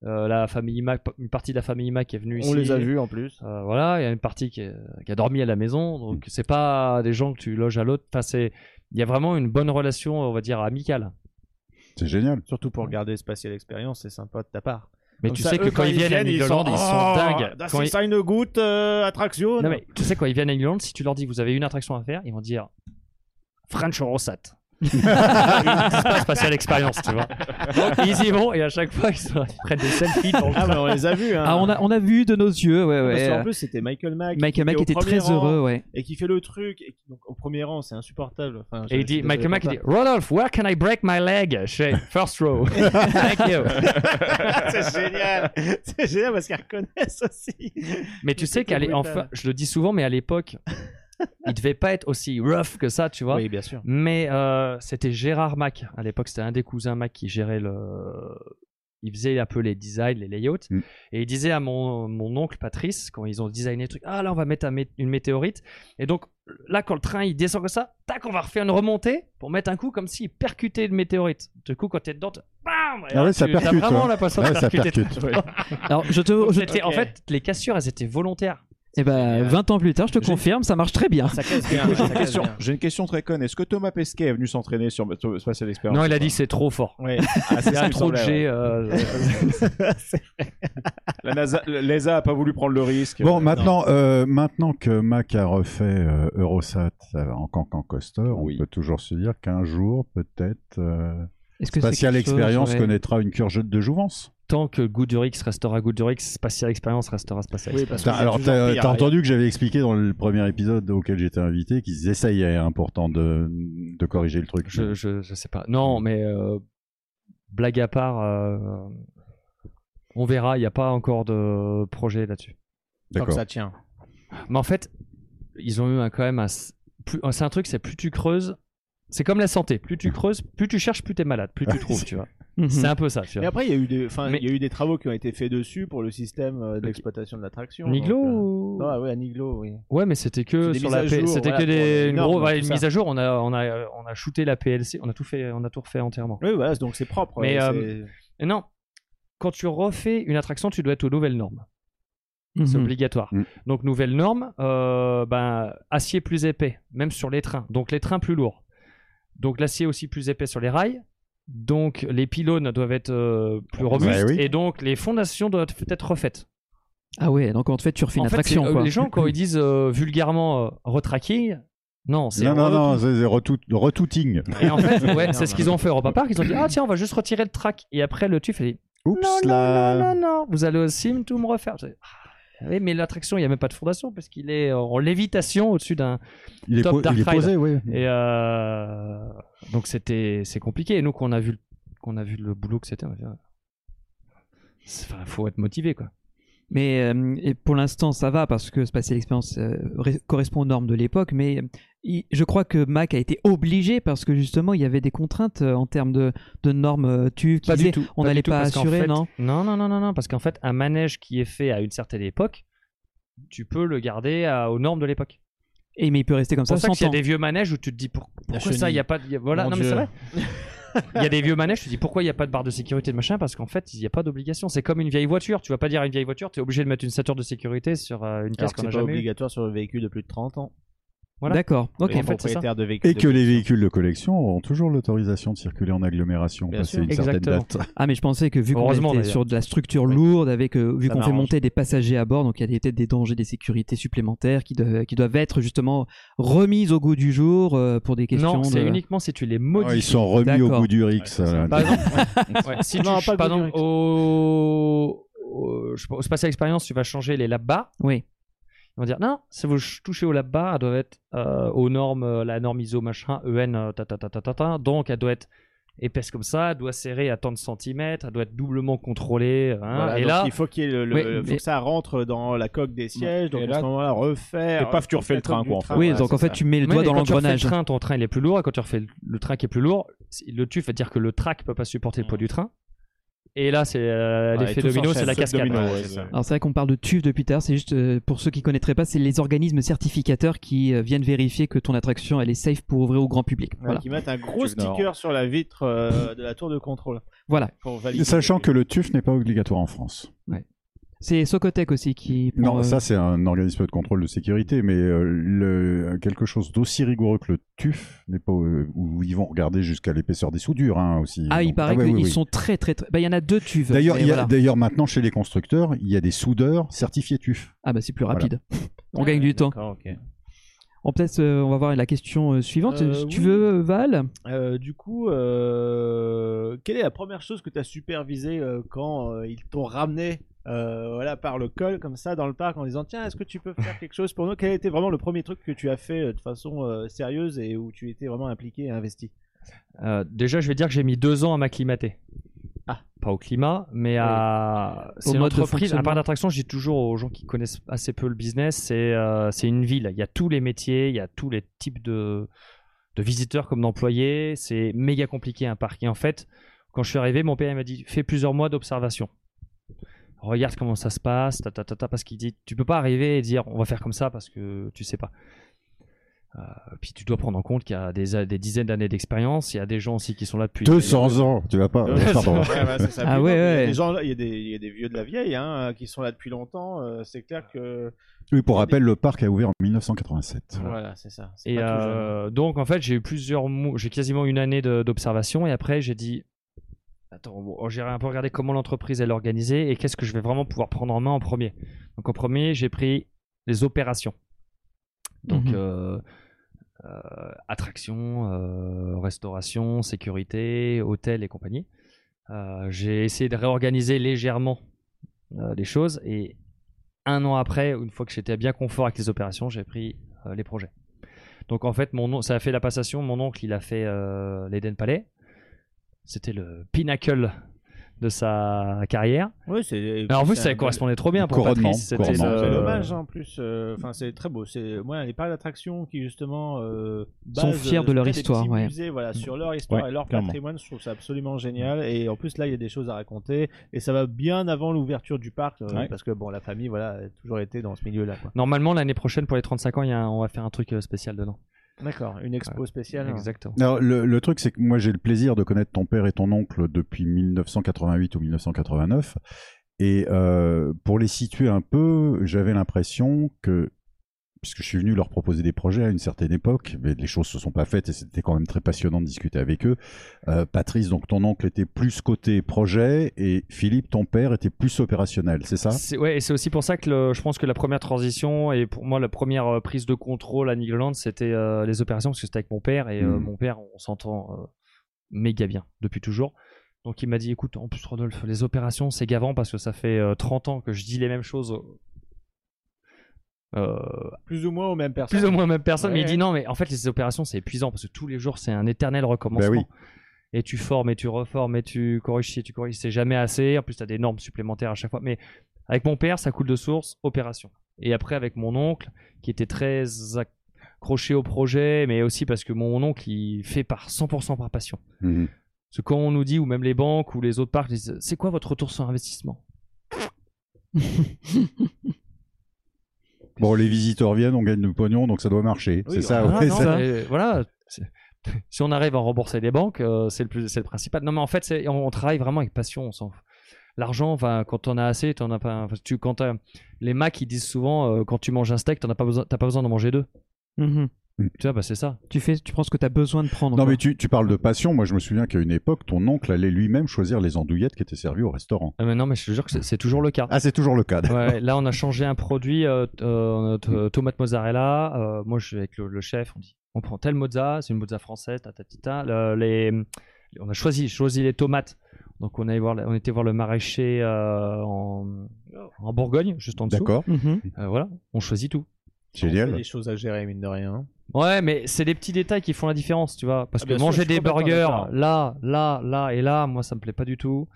Speaker 8: euh, la famille Mac, une partie de la famille Mac est venue ici.
Speaker 9: On les a vus en plus.
Speaker 8: Euh, voilà, il y a une partie qui, est- qui a dormi à la maison.
Speaker 9: Mm.
Speaker 8: Donc, c'est pas des gens que tu loges à l'autre. Enfin, c'est. Il y a vraiment une bonne relation, on va dire, amicale.
Speaker 10: [laughs] C'est génial.
Speaker 9: Surtout pour garder Spatial Experience, c'est sympa de ta part.
Speaker 8: Mais
Speaker 9: Comme
Speaker 8: tu
Speaker 9: ça,
Speaker 8: sais que
Speaker 9: eux,
Speaker 8: quand ils viennent à
Speaker 9: ils
Speaker 8: Nigloland,
Speaker 9: sont,
Speaker 8: ils sont
Speaker 9: Oh,
Speaker 8: dingues.
Speaker 9: Das
Speaker 8: Quand ils-
Speaker 9: ist eine gute euh, attraction.
Speaker 8: Non, mais tu sais, quand ils viennent à Nigloland, si tu leur dis vous avez une attraction à faire, ils vont dire French Rosat. c'est pas spatial expérience, tu vois. Donc, ils y vont et à chaque fois ils, sont- [laughs] ils prennent des selfies dans le
Speaker 9: Ah,
Speaker 8: train.
Speaker 9: bah, on les a vus. Hein.
Speaker 7: Ah, on a, on a vu de nos yeux,
Speaker 8: Ah bah,
Speaker 7: ouais,
Speaker 9: Parce
Speaker 7: ouais.
Speaker 9: qu'en
Speaker 7: euh,
Speaker 9: plus, c'était Michael Mack.
Speaker 7: Michael Mack
Speaker 9: au
Speaker 7: était
Speaker 9: premier
Speaker 7: très
Speaker 9: rang
Speaker 7: heureux, ouais.
Speaker 9: Et qui fait le truc. Et qui- donc, au premier rang, c'est insupportable. Enfin, je-
Speaker 8: Et
Speaker 9: je
Speaker 8: il dit,
Speaker 9: suis
Speaker 8: Michael Mack il
Speaker 9: désolé
Speaker 8: dit Rodolphe, where can I break my leg? Chez First Row. Thank you.
Speaker 9: pour toi. [laughs] c'est génial. C'est génial parce qu'ils reconnaissent aussi.
Speaker 8: Mais tu
Speaker 9: Mais
Speaker 8: sais
Speaker 9: c'est
Speaker 8: qu'à l'é-
Speaker 9: brutal.
Speaker 8: enfin, je le dis souvent, mais à l'époque, il devait pas être aussi rough que ça, tu vois.
Speaker 9: Oui, bien sûr.
Speaker 8: Mais euh, c'était Gérard Mack. À l'époque, c'était un des cousins Mack qui gérait le. Il faisait un peu les designs, les layouts.
Speaker 10: Mm.
Speaker 8: Et il disait à mon, mon oncle Patrice, quand ils ont designé le truc, ah là, on va mettre un mé- une météorite. Et donc, là, quand le train il descend comme ça, tac, on va refaire une remontée pour mettre un coup comme s'il percutait une météorite. Du coup, quand t'es dedans, tu- bam Et
Speaker 10: Ah
Speaker 8: là,
Speaker 10: ouais, ça
Speaker 8: tu- t'as
Speaker 10: percute,
Speaker 8: vraiment
Speaker 10: ouais.
Speaker 8: l'impression de
Speaker 10: Ouais, ça
Speaker 8: percuter.
Speaker 10: percute.
Speaker 7: Alors, je te.
Speaker 8: Donc,
Speaker 7: je-
Speaker 8: c'était- En
Speaker 9: ok.
Speaker 8: fait, euh, les cassures, elles étaient volontaires.
Speaker 7: eh ben, 20 ans plus tard, je te
Speaker 11: J'ai-
Speaker 7: confirme, ça marche très bien.
Speaker 9: Ça casse bien.
Speaker 11: J'ai
Speaker 9: ça
Speaker 11: une
Speaker 9: casse
Speaker 11: question-
Speaker 9: bien.
Speaker 11: J'ai une question très conne. Est-ce que Thomas Pesquet est venu s'entraîner sur sur Spatial Experience
Speaker 8: Non, il a dit c'est trop fort.
Speaker 9: Ouais.
Speaker 8: [laughs]
Speaker 11: Ah, c'est
Speaker 8: Il y
Speaker 11: ça, il
Speaker 8: a
Speaker 11: me
Speaker 8: trop de G.
Speaker 11: semblait, ouais.
Speaker 8: euh,
Speaker 11: La NASA, l'ESA a pas voulu prendre le risque.
Speaker 10: Bon,
Speaker 11: Euh,
Speaker 10: maintenant, euh, maintenant que Mac a refait euh, Eurosat euh, en Cancan Coaster,
Speaker 11: Oui.
Speaker 10: on peut toujours se dire qu'un jour, peut-être, euh,
Speaker 7: Est-ce
Speaker 8: Bah,
Speaker 7: que c'est
Speaker 10: Spatial
Speaker 7: quelque chose,
Speaker 10: Experience
Speaker 7: ouais.
Speaker 10: connaîtra une cure de jouvence.
Speaker 8: tant que Goodurix restera Goodurix, Spatial Experience restera Spatial
Speaker 9: Oui,
Speaker 8: Experience.
Speaker 9: parce que
Speaker 10: T'as-
Speaker 9: c'est
Speaker 10: alors,
Speaker 9: toujours
Speaker 10: t'as
Speaker 9: pire. hein,
Speaker 10: t'as entendu que j'avais expliqué dans le premier épisode auquel j'étais invité qu'ils essayaient, hein, pourtant, de, de corriger le truc.
Speaker 8: Je, je, je sais pas. Non, mais euh, blague à part, euh, on verra. Il n'y a pas encore de projet là-dessus.
Speaker 9: Tant que
Speaker 10: D'accord.
Speaker 9: ça tient.
Speaker 8: Mais en fait, ils ont eu un, quand même un. s- plus- C'est un truc, c'est plus tu creuses. C'est comme la santé. Plus tu creuses, plus tu cherches, plus t'es malade, plus tu trouves,
Speaker 9: [laughs]
Speaker 8: tu vois.
Speaker 7: Mhm.
Speaker 8: C'est un peu ça, tu
Speaker 9: Mais
Speaker 8: vois.
Speaker 9: après, il y a eu des, enfin,
Speaker 8: Mais-
Speaker 9: il y a eu des travaux qui ont été faits dessus pour le système euh, d'exploitation de l'attraction.
Speaker 8: Niglo
Speaker 9: donc, euh,
Speaker 8: ou-
Speaker 9: Ah ouais, à Niglo, oui.
Speaker 8: Ouais, mais c'était
Speaker 9: C'est
Speaker 8: que
Speaker 9: des
Speaker 8: sur
Speaker 9: mises
Speaker 8: la
Speaker 9: à
Speaker 8: P-
Speaker 9: jour,
Speaker 8: c'était
Speaker 9: voilà,
Speaker 8: que des
Speaker 9: pour les
Speaker 8: une,
Speaker 9: normes,
Speaker 8: grosse- ouais,
Speaker 9: tout
Speaker 8: une
Speaker 9: ça.
Speaker 8: mise à jour. On a on a euh, on a shooté la PLC, on a tout fait, on a tout refait entièrement.
Speaker 9: Oui, voilà, donc c'est propre.
Speaker 8: Mais,
Speaker 9: et
Speaker 8: euh, Et non, quand tu refais une attraction, tu dois être aux nouvelles normes.
Speaker 7: Mhm.
Speaker 8: C'est obligatoire.
Speaker 10: Mm.
Speaker 8: Donc, nouvelle norme, euh, ben, acier plus épais, même sur les trains. Donc, les trains plus lourds. Donc, l'acier aussi plus épais sur les rails. Donc, les pylônes doivent être euh, plus robustes.
Speaker 10: oui.
Speaker 8: Et donc, les fondations doivent être refaites.
Speaker 7: Ah ouais, donc en fait, tu refais une
Speaker 8: En fait,
Speaker 7: attraction,
Speaker 8: c'est, euh,
Speaker 7: quoi.
Speaker 8: les gens, quand ils disent euh, vulgairement euh, retracking, non, c'est.
Speaker 10: Non, non, non, c'est c'est retout- retooting.
Speaker 8: Et en fait, ouais,
Speaker 9: [laughs] Non,
Speaker 8: c'est ce qu'ils ont fait au Europa Park. Ils ont dit, ah tiens, on va juste retirer le track. Et après, le TUF, il dit,
Speaker 10: Oups
Speaker 8: non, non,
Speaker 10: là.
Speaker 8: non, non, non, vous allez au sim, tout me refaire. Je dis, Ah, oui, mais l'attraction, il n'y a même pas de fondation parce qu'il est en lévitation au-dessus d'un.
Speaker 10: Il est,
Speaker 8: Top
Speaker 10: po-
Speaker 8: Dark
Speaker 10: il est
Speaker 8: Ride.
Speaker 10: posé, oui.
Speaker 8: Et euh, donc c'était c'est compliqué. Et nous qu'on a vu le- qu'on a vu le boulot que c'était, on a fait, euh, C'est- enfin, faut être motivé quoi.
Speaker 7: Mais euh, et pour l'instant, ça va parce que Spatial Experience euh, ré- correspond aux normes de l'époque. Mais euh, il- je crois que Mac a été obligé parce que justement, il y avait des contraintes euh, en termes de, de normes euh, tu qui disaient,
Speaker 8: tout.
Speaker 7: on
Speaker 8: du
Speaker 7: n'allait
Speaker 8: tout,
Speaker 7: pas
Speaker 8: parce qu'en
Speaker 7: assurer,
Speaker 8: fait-
Speaker 7: non
Speaker 8: Non non non non non parce qu'en fait un manège qui est fait à une certaine époque, tu peux le garder à- aux normes de l'époque.
Speaker 7: Et mais il peut rester comme
Speaker 8: C'est pour
Speaker 7: ça
Speaker 8: ça
Speaker 7: 100
Speaker 8: qu'il y a
Speaker 7: ans.
Speaker 8: des vieux manèges où tu te dis pour- pourquoi ça il y a pas de- il y a- voilà
Speaker 9: Mon
Speaker 8: non mais c'est
Speaker 9: Dieu.
Speaker 8: vrai. Il y a des vieux manèges, tu te dis pourquoi il n'y a pas de barre de sécurité de machin parce qu'en fait il n'y a pas d'obligation. C'est comme une vieille voiture, tu vas pas dire à une vieille voiture, tu es obligé de mettre une 7 heures de sécurité sur euh, une
Speaker 9: Alors
Speaker 8: case
Speaker 9: que
Speaker 8: qu'on
Speaker 9: c'est
Speaker 8: a
Speaker 9: pas
Speaker 8: jamais eue.
Speaker 9: obligatoire sur le véhicule de plus de 30 ans.
Speaker 8: voilà.
Speaker 7: D'accord. Ok.
Speaker 9: les
Speaker 8: en fait, c'est ça.
Speaker 9: propriétaires de véhicules.
Speaker 10: Et que les véhicules de collection auront toujours l'autorisation de circuler en agglomération,
Speaker 9: Bien
Speaker 10: passé
Speaker 9: sûr.
Speaker 10: une certaine
Speaker 8: Exactement.
Speaker 10: date.
Speaker 7: Ah mais je pensais que vu qu'on
Speaker 8: Heureusement,
Speaker 7: était
Speaker 8: d'ailleurs.
Speaker 7: sur de la structure
Speaker 9: Oui.
Speaker 7: lourde, avec euh, vu
Speaker 9: Ça
Speaker 7: qu'on fait
Speaker 9: m'arrange.
Speaker 7: monter des passagers à bord, donc il y a des- peut-être des dangers, des sécurités supplémentaires qui doivent, qui doivent être justement remises au goût du jour euh, pour des questions.
Speaker 8: Non, c'est
Speaker 7: de-
Speaker 8: uniquement si tu les
Speaker 10: Ah,
Speaker 8: modifies.
Speaker 10: ils sont remis au
Speaker 7: D'accord.
Speaker 10: [laughs] goût du Rix. euh,
Speaker 8: Par exemple, [laughs] ouais, si
Speaker 9: Non,
Speaker 8: tu,
Speaker 9: pas le
Speaker 8: par
Speaker 9: goût du
Speaker 8: exemple,
Speaker 9: Rex.
Speaker 8: au, au- euh, je sais pas, au Spatial Experience, tu vas changer les labas.
Speaker 7: Oui.
Speaker 8: Ils vont dire non, si vous ch- touchez au labas, elle doit être euh, aux normes, euh, la norme ISO machin, EN, euh, ta, ta, ta, ta, ta, ta. donc elle doit être épaisse comme ça, elle doit serrer à tant de centimètres, elle doit être doublement contrôlée. hein.
Speaker 9: Voilà,
Speaker 8: et
Speaker 9: donc
Speaker 8: là,
Speaker 9: il faut, qu'il y ait le- le-
Speaker 8: Oui,
Speaker 9: faut
Speaker 8: mais-
Speaker 9: que ça rentre dans la coque des sièges, donc
Speaker 11: Et
Speaker 9: à
Speaker 11: là,
Speaker 9: ce moment-là, refaire.
Speaker 11: et paf, tu refais le train, quoi, en fait.
Speaker 7: oui, donc en fait, tu mets le
Speaker 8: Ouais,
Speaker 7: doigt
Speaker 8: mais
Speaker 7: dans
Speaker 8: quand tu refais
Speaker 7: l'engrenage.
Speaker 8: le train, ton train il est plus lourd. Et quand tu refais le- le train qui est plus lourd, c'est- le tuf va dire que le track peut pas supporter
Speaker 9: Mm.
Speaker 8: le poids du train. Et là, c'est euh,
Speaker 11: Ouais,
Speaker 8: l'effet
Speaker 11: et tout
Speaker 8: domino,
Speaker 11: s'enchaîne,
Speaker 8: c'est la
Speaker 11: effet
Speaker 8: cascade.
Speaker 11: domino, ouais,
Speaker 8: c'est
Speaker 11: c'est
Speaker 8: ça.
Speaker 11: ça.
Speaker 7: Alors c'est vrai qu'on parle de TUF depuis tard, c'est juste euh, pour ceux qui connaîtraient pas, c'est les organismes certificateurs qui euh, viennent vérifier que ton attraction elle est safe pour ouvrir au grand public. Voilà.
Speaker 9: Qui mettent un gros
Speaker 11: Tu venors.
Speaker 9: sticker sur la vitre euh, de la tour de contrôle
Speaker 7: Voilà.
Speaker 9: pour valider.
Speaker 10: Sachant que le TUF n'est pas obligatoire en France.
Speaker 7: C'est Socotec aussi qui. prend,
Speaker 10: Non,
Speaker 7: euh,
Speaker 10: ça c'est un organisme de contrôle de sécurité, mais euh, le, quelque chose d'aussi rigoureux que le TUF n'est pas euh, où ils vont regarder jusqu'à l'épaisseur des soudures hein, aussi.
Speaker 7: Ah, il
Speaker 10: Donc,
Speaker 7: paraît
Speaker 10: ouais,
Speaker 7: qu'ils
Speaker 10: oui, oui.
Speaker 7: sont très très très. Bah, il y en a deux TUF.
Speaker 10: D'ailleurs,
Speaker 7: mais
Speaker 10: il y a-
Speaker 7: voilà.
Speaker 10: d'ailleurs maintenant chez les constructeurs, il y a des soudeurs certifiés TUF.
Speaker 7: Ah bah c'est plus
Speaker 10: Voilà.
Speaker 7: rapide. [laughs] on gagne
Speaker 9: Euh,
Speaker 7: du temps. On peut-être, euh, on va voir la question euh, suivante.
Speaker 9: Euh,
Speaker 7: si tu
Speaker 9: oui.
Speaker 7: veux, euh, Val.
Speaker 9: Euh, du coup, euh, quelle est la première chose que tu as supervisée euh, quand euh, ils t'ont ramené euh, voilà, par le col comme ça dans le parc en disant tiens est-ce que tu peux faire quelque chose pour nous quel était vraiment le premier truc que tu as fait euh, de façon euh, sérieuse et où tu étais vraiment impliqué et investi
Speaker 8: Euh, déjà, je vais dire que j'ai mis deux ans à m'acclimater.
Speaker 9: Ah.
Speaker 8: Pas au climat, mais à. C'est une
Speaker 7: mode de
Speaker 8: entreprise. À
Speaker 7: fonctionnement.
Speaker 8: part d'attraction, je dis toujours aux gens qui connaissent assez peu le business, c'est euh, c'est une ville. Il y a tous les métiers, il y a tous les types de, de visiteurs comme d'employés. C'est méga compliqué un parc. Et en fait, quand je suis arrivé, mon père il m'a dit fais plusieurs mois d'observation. Regarde comment ça se passe, ta, ta, ta, ta, parce qu'il dit tu peux pas arriver et dire on va faire comme ça parce que tu sais pas. Euh, puis tu dois prendre en compte qu'il y a des, des dizaines d'années d'expérience, il y a des gens aussi qui sont là depuis
Speaker 10: 200 ans, tu vas pas. [laughs]
Speaker 9: [laughs]
Speaker 10: Pardon.
Speaker 7: Ah ouais,
Speaker 9: Il y a
Speaker 7: ouais.
Speaker 9: des gens- il y, a des- il y a des vieux de la vieille hein, qui sont là depuis longtemps. euh, c'est clair que.
Speaker 10: Oui, pour rappel, le parc a ouvert en 1987.
Speaker 9: Voilà, c'est ça. c'est
Speaker 8: Et
Speaker 9: pas tout jeune.
Speaker 8: euh, donc, en fait, j'ai eu plusieurs mois, j'ai quasiment une année de- d'observation. Et après, j'ai dit, attends, bon, j'ai un peu regardé comment l'entreprise elle est organisée et qu'est-ce que je vais vraiment pouvoir prendre en main en premier. Donc, en premier, j'ai pris les opérations. Donc,
Speaker 7: Mhm.
Speaker 8: euh, euh, attraction, euh, restauration, sécurité, hôtel et compagnie. Euh, j'ai essayé de réorganiser légèrement euh, les choses et un an après, une fois que j'étais bien confort avec les opérations, j'ai pris euh, les projets. Donc en fait, mon on- ça a fait la passation. Mon oncle, il a fait euh, l'Eden Palais. C'était le pinnacle de sa carrière.
Speaker 9: Oui, c'est.
Speaker 8: Alors en plus,
Speaker 9: c'est
Speaker 8: ça
Speaker 9: un-
Speaker 8: correspondait trop bien pour
Speaker 10: couronnement,
Speaker 8: Patrice. C'était euh,
Speaker 10: couronnement.
Speaker 8: le-
Speaker 9: C'est dommage en plus. euh, Enfin, c'est très beau. C'est moi les parcs d'attraction qui justement euh,
Speaker 7: Sont
Speaker 9: basent,
Speaker 7: fiers de
Speaker 9: euh,
Speaker 7: leur
Speaker 9: des petits
Speaker 7: histoire, ouais.
Speaker 9: musées, voilà, sur leur histoire
Speaker 11: Ouais,
Speaker 9: et leur
Speaker 11: clairement.
Speaker 9: patrimoine. Je trouve ça absolument génial. Et en plus là, il y a des choses à raconter. Et ça va bien avant l'ouverture du parc, euh,
Speaker 11: Ouais.
Speaker 9: parce que bon, la famille, voilà, a toujours été dans ce milieu-là. quoi.
Speaker 8: Normalement, l'année prochaine, pour les 35 ans, il y a un- on va faire un truc euh, spécial dedans.
Speaker 9: D'accord. Une expo spéciale. hein.
Speaker 8: Exactement.
Speaker 10: Alors, le, le truc, c'est que moi, j'ai le plaisir de connaître ton père et ton oncle depuis 1988 ou 1989. Et euh, pour les situer un peu, j'avais l'impression que, puisque je suis venu leur proposer des projets à une certaine époque, mais les choses se sont pas faites et c'était quand même très passionnant de discuter avec eux. Euh, Patrice, donc ton oncle était plus côté projet et Philippe, ton père, était plus opérationnel, c'est ça
Speaker 8: C'est- ouais, et c'est aussi pour ça que le- je pense que la première transition et pour moi la première euh, prise de contrôle à Nigloland, c'était euh, les opérations parce que c'était avec mon père et euh,
Speaker 10: Mm.
Speaker 8: mon père, on s'entend euh, méga bien depuis toujours. Donc il m'a dit écoute, en plus Rodolphe, les opérations c'est gavant parce que ça fait euh, 30 ans que je dis les mêmes choses. euh,
Speaker 9: Plus ou moins aux mêmes personnes.
Speaker 8: plus ou moins aux mêmes personnes,
Speaker 9: Ouais,
Speaker 8: mais il
Speaker 9: ouais.
Speaker 8: dit non, mais en fait les opérations c'est épuisant parce que tous les jours c'est un éternel recommencement.
Speaker 10: Ben oui.
Speaker 8: Et tu formes et tu reformes et tu corriges si tu corriges, c'est jamais assez. En plus, tu as des normes supplémentaires à chaque fois. Mais avec mon père, ça coule de source, opération. Et après, avec mon oncle, qui était très accroché au projet, mais aussi parce que mon oncle, il fait par 100% par passion.
Speaker 10: Mhm.
Speaker 8: Parce que quand on nous dit, ou même les banques ou les autres parcs, ils disent C'est quoi votre retour sur investissement
Speaker 10: Bon, les visiteurs viennent, on gagne du pognon, donc ça doit marcher.
Speaker 9: Oui,
Speaker 10: c'est ça,
Speaker 8: Voilà,
Speaker 10: Ah ouais,
Speaker 8: non,
Speaker 10: ça-
Speaker 8: mais voilà. C'est- Si on arrive à rembourser les banques, euh, c'est le, plus- c'est le principal. Non, mais en fait, c'est- on, on travaille vraiment avec passion. on s'en fout. L'argent, enfin, quand t'en as assez, t'en as pas. enfin, tu, quand t'as- les Macs, ils disent souvent euh, quand tu manges un steak, t'en as pas besoin, t'as pas besoin d'en manger deux.
Speaker 7: Mhm.
Speaker 8: Tu vois, bah, c'est ça.
Speaker 7: Tu fais, tu prends ce que tu as besoin de prendre.
Speaker 10: Non
Speaker 7: quoi.
Speaker 10: mais tu, tu parles de passion, moi je me souviens qu'à une époque, ton oncle allait lui-même choisir les andouillettes qui étaient servies au restaurant.
Speaker 8: Ah, mais non, mais je te jure que c'est- c'est toujours le cas.
Speaker 10: Ah c'est toujours le cas. [laughs]
Speaker 8: Ouais, là, on a changé un produit, euh, t- euh, on a t- euh, tomate mozzarella. euh, moi, je suis avec le, le chef, on dit on prend telle mozza, c'est une mozza française, ta, ta, ta, ta. Le- les, on a choisi, choisi les tomates. Donc on, allait voir, la- on était voir le maraîcher euh, en, en Bourgogne, juste en dessous.
Speaker 10: D'accord.
Speaker 7: Mhm.
Speaker 8: Euh, voilà, on choisit tout.
Speaker 9: Il y a
Speaker 10: Génial.
Speaker 9: des choses à gérer, mine de rien.
Speaker 8: Ouais, mais c'est des petits détails qui font la différence, tu vois. Parce
Speaker 9: Ah,
Speaker 8: que
Speaker 9: bien sûr,
Speaker 8: manger
Speaker 9: je suis
Speaker 8: des
Speaker 9: complètement
Speaker 8: burgers
Speaker 9: d'accord.
Speaker 8: là, là, là et là, moi ça me plaît pas du tout.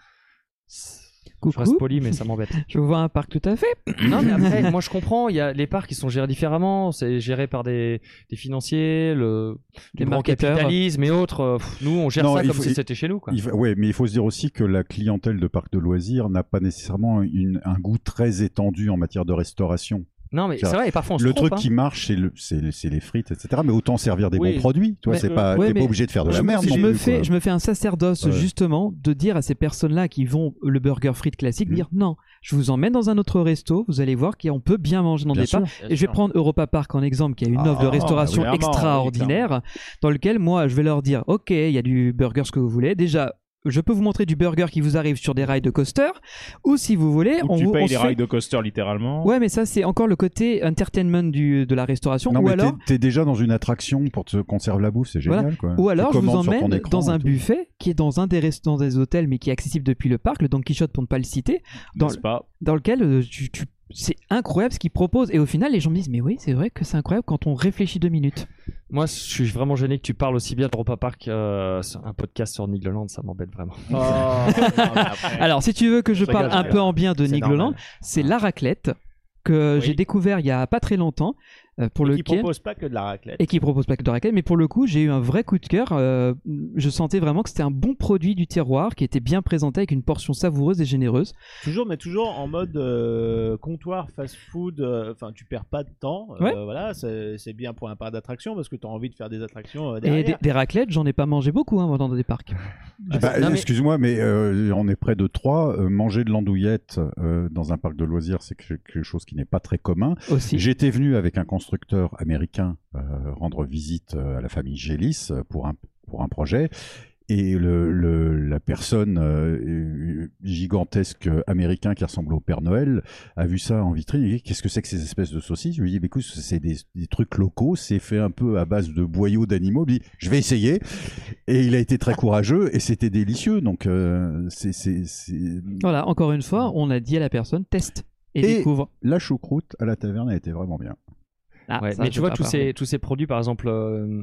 Speaker 8: C'est- Je
Speaker 7: Coucou.
Speaker 8: reste poli, mais ça m'embête.
Speaker 7: Je vois un parc tout à fait.
Speaker 8: non, mais [clears throat] après, moi je comprends, il y a les parcs qui sont gérés différemment, c'est géré par des, des financiers, le,
Speaker 7: Des
Speaker 8: le grand
Speaker 7: marketeurs.
Speaker 8: capitalisme et autres. Euh, pff, Nous on gère
Speaker 10: Non,
Speaker 8: ça
Speaker 10: il
Speaker 8: comme
Speaker 10: faut-
Speaker 8: si
Speaker 10: il-
Speaker 8: c'était chez nous, quoi.
Speaker 10: Il fa- ouais, mais il faut se dire aussi que la clientèle de parcs de loisirs n'a pas nécessairement une- un goût très étendu en matière de restauration.
Speaker 8: Non, mais c'est vrai, et parfois on se
Speaker 10: le
Speaker 8: trompe,
Speaker 10: truc
Speaker 8: hein.
Speaker 10: qui marche, c'est le- c'est le- c'est les frites, etc. Mais autant servir des
Speaker 9: Oui.
Speaker 10: bons produits. Tu vois,
Speaker 9: Mais-
Speaker 10: c'est pas,
Speaker 7: Ouais,
Speaker 10: t'es
Speaker 7: mais-
Speaker 10: pas obligé de faire de la
Speaker 7: je,
Speaker 10: merde.
Speaker 7: je
Speaker 10: non
Speaker 7: me
Speaker 10: plus,
Speaker 7: fais,
Speaker 10: quoi.
Speaker 7: je me fais un sacerdoce
Speaker 10: Ouais.
Speaker 7: justement de dire à ces personnes-là qui vont le burger frites classique,
Speaker 10: Mm.
Speaker 7: dire non, je vous emmène dans un autre resto, vous allez voir qu'on peut bien manger dans
Speaker 10: Bien
Speaker 7: des
Speaker 10: sûr.
Speaker 7: parcs. Et je vais prendre Europa Park en exemple, qui a une
Speaker 10: Ah,
Speaker 7: offre de restauration
Speaker 9: bah oui, clairement,
Speaker 7: extraordinaire, dans lequel moi je vais leur dire ok, il y a du burger ce que vous voulez. Déjà, je peux vous montrer du burger qui vous arrive sur des rails de coaster, ou si vous voulez,
Speaker 11: Ou
Speaker 7: on
Speaker 11: tu
Speaker 7: vous on
Speaker 11: payes
Speaker 7: se
Speaker 11: les
Speaker 7: fait-
Speaker 11: rails de coaster littéralement.
Speaker 7: Ouais, mais ça c'est encore le côté entertainment du, de la restauration,
Speaker 10: Non,
Speaker 7: ou
Speaker 10: mais
Speaker 7: alors
Speaker 10: t'es- t'es déjà dans une attraction pour te conserver la bouffe, c'est génial. quoi.
Speaker 7: Ou
Speaker 10: Tu
Speaker 7: alors, je vous
Speaker 10: commandes sur ton
Speaker 7: emmène
Speaker 10: écran
Speaker 7: dans
Speaker 10: et
Speaker 7: un
Speaker 10: tout.
Speaker 7: buffet qui est dans un des restaurants des hôtels, mais qui est accessible depuis le parc, le Don Quichotte pour ne pas le citer, dans,
Speaker 11: N'est-ce pas
Speaker 7: dans lequel euh, tu, tu- c'est incroyable ce qu'ils proposent. Et au final, les gens me disent Mais oui, c'est vrai que c'est incroyable quand on réfléchit deux minutes.
Speaker 8: Moi je suis vraiment gêné que tu parles aussi bien d'Europa Park, euh, sur un podcast sur Nigloland, ça m'embête vraiment.
Speaker 9: Oh,
Speaker 7: [laughs] Alors, si tu veux que je
Speaker 9: Je
Speaker 7: parle
Speaker 9: rigole,
Speaker 7: un
Speaker 9: je
Speaker 7: peu en bien de
Speaker 9: C'est
Speaker 7: Nigloland,
Speaker 9: normal.
Speaker 7: c'est la raclette que
Speaker 9: Oui.
Speaker 7: j'ai découvert il y a pas très longtemps. euh, pour
Speaker 9: Pour Qui
Speaker 7: lequel
Speaker 9: propose pas que de la raclette.
Speaker 7: et qui propose pas que de raclette. Mais pour le coup, j'ai eu un vrai coup de cœur. Euh, je sentais vraiment que c'était un bon produit du terroir qui était bien présenté avec une portion savoureuse et généreuse.
Speaker 9: Toujours, mais toujours en mode euh, comptoir fast-food. euh, Enfin, tu perds pas de temps. euh,
Speaker 7: Ouais.
Speaker 9: voilà, c'est c'est bien pour un parc d'attraction parce que tu as envie de faire des attractions euh,
Speaker 7: Et
Speaker 9: derrière.
Speaker 7: des, des raclettes, j'en ai pas mangé beaucoup hein, moi, dans des parcs.
Speaker 10: Bah,
Speaker 8: Ah, Non, mais-
Speaker 10: Excuse-moi, mais euh, on est près de 3. manger de l'andouillette euh, dans un parc de loisirs, c'est que- quelque chose qui n'est pas très commun.
Speaker 7: Aussi.
Speaker 10: J'étais venu avec un constructeur américain euh, rendre visite euh, à la famille Gélis euh, pour un, pour un projet. Et le, le- la personne euh, euh, gigantesque euh, américain qui ressemble au Père Noël a vu ça en vitrine. Il dit Qu'est-ce que c'est que ces espèces de saucisses Je lui dis Mais Écoute, c'est des, des trucs locaux, c'est fait un peu à base de boyaux d'animaux. Il me dit Je vais essayer. Et il a été très courageux et c'était délicieux. Donc, euh, c'est. c'est- c'est-
Speaker 7: Voilà, encore une fois, on a dit à la personne teste et,
Speaker 10: Et-
Speaker 7: découvre.
Speaker 10: La choucroute à la taverne a été vraiment bien.
Speaker 7: Ah,
Speaker 8: Ouais,
Speaker 7: ça,
Speaker 8: mais
Speaker 7: je
Speaker 8: tu
Speaker 7: peux
Speaker 8: vois,
Speaker 7: pas
Speaker 8: tous
Speaker 7: parler.
Speaker 8: ces, tous ces produits, par exemple, euh,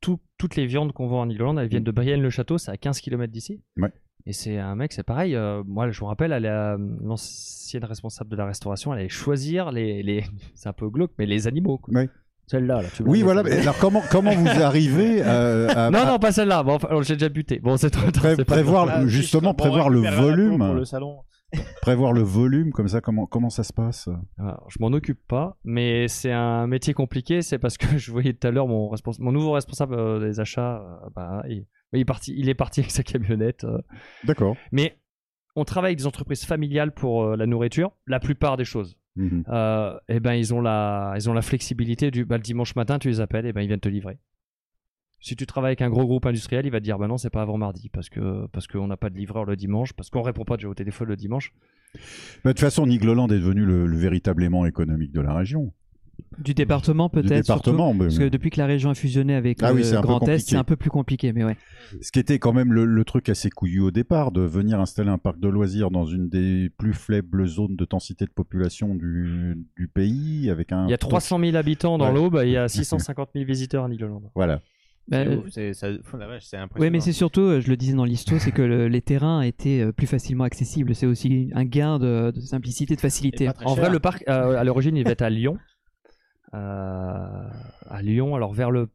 Speaker 8: tout- toutes les viandes qu'on vend en Irlande,
Speaker 7: Mm.
Speaker 8: elles viennent de Brienne-le-Château, c'est à 15 km d'ici.
Speaker 10: Ouais.
Speaker 8: Et c'est un mec, c'est pareil. euh, moi, je me rappelle, elle a- l'ancienne responsable de la restauration, elle allait choisir les. les [laughs] c'est un peu glauque, mais les animaux. quoi.
Speaker 10: Ouais.
Speaker 8: Celle-là, là, tu me
Speaker 10: Oui,
Speaker 8: la
Speaker 10: voilà.
Speaker 8: mets,
Speaker 10: mais alors, comment, comment
Speaker 8: [laughs]
Speaker 10: vous arrivez euh, à, [laughs]
Speaker 8: celle-là.
Speaker 10: à
Speaker 8: Non, non, pas celle-là. Bon, enfin, j'ai déjà buté. Bon, c'est trop tard,
Speaker 10: pré-
Speaker 8: c'est pas grave.
Speaker 10: prévoir,
Speaker 9: Ah,
Speaker 10: justement,
Speaker 9: juste, bon,
Speaker 10: prévoir le
Speaker 9: récupérer la peau pour
Speaker 10: volume
Speaker 9: le salon.
Speaker 10: Prévoir le volume, comme ça, comment, comment ça se passe
Speaker 8: Alors, Ah, je m'en occupe pas, mais c'est un métier compliqué. C'est parce que [laughs] je voyais tout à l'heure mon, respons- mon nouveau responsable euh, des achats. euh, bah, il, il est parti, il est parti avec sa camionnette. euh,
Speaker 10: D'accord.
Speaker 8: Mais on travaille avec des entreprises familiales pour euh, la nourriture, la plupart des choses.
Speaker 10: Mhm.
Speaker 8: Euh, eh ben, ils ont la, ils ont la flexibilité du bah, le dimanche matin, tu les appelles, et ben, ils viennent te livrer. Si tu travailles avec un gros groupe industriel, il va te dire bah non, c'est pas avant mardi parce que parce qu'on n'a pas de livreur le dimanche, parce qu'on répond pas déjà au téléphone le dimanche.
Speaker 10: Bah, de toute façon, Nigloland est devenu le, le véritable aimant économique de la région.
Speaker 7: Du département
Speaker 10: Du
Speaker 7: peut-être. surtout,
Speaker 10: département. mais-
Speaker 7: Parce que depuis que la région a fusionné avec
Speaker 10: Ah
Speaker 7: le
Speaker 10: oui, c'est un peu
Speaker 7: Grand Est,
Speaker 10: compliqué.
Speaker 7: c'est un peu plus compliqué. Mais ouais.
Speaker 10: Ce qui était quand même le, le truc assez couillu au départ, de venir installer un parc de loisirs dans une des plus faibles zones de densité de population du, du pays, avec un.
Speaker 8: Il y a 300 000 habitants dans
Speaker 10: Ouais.
Speaker 8: l'Aube, il y
Speaker 10: [laughs]
Speaker 8: a 650 000 visiteurs à Nigloland.
Speaker 10: Voilà.
Speaker 7: Bah,
Speaker 9: C'est
Speaker 7: euh,
Speaker 9: ouf, c'est- ça- pff, la vache, c'est
Speaker 7: ouais,
Speaker 9: impressionnant.
Speaker 7: mais c'est surtout, euh, je le disais dans l'histo, c'est que le- les terrains étaient euh, plus facilement accessibles. C'est aussi un gain de, de simplicité, de
Speaker 9: Et
Speaker 7: facilité.
Speaker 9: pas très
Speaker 8: En
Speaker 9: cher.
Speaker 8: vrai, le parc, euh, à l'origine, il devait être à Lyon. Euh, à Lyon, alors vers le.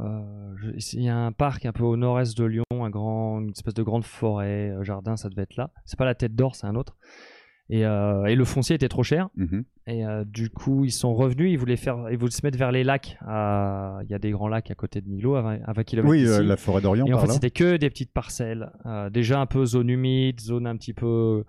Speaker 8: euh, je- il y a un parc un peu au nord-est de Lyon, un grand, une espèce de grande forêt, euh, jardin, ça devait être là. C'est pas la tête d'or, c'est un autre. Et, euh, et le foncier était trop cher.
Speaker 10: Mhm.
Speaker 8: Et euh, du coup, ils sont revenus. Ils voulaient, faire, ils voulaient se mettre vers les lacs. à- Il y a des grands lacs à côté de Nilo, à 20, à 20 km.
Speaker 10: Oui,
Speaker 8: d'ici.
Speaker 10: euh, la forêt d'Orient,
Speaker 8: Et en
Speaker 10: par
Speaker 8: fait,
Speaker 10: là.
Speaker 8: c'était que des petites parcelles. euh, déjà un peu zone humide, zone un petit peu.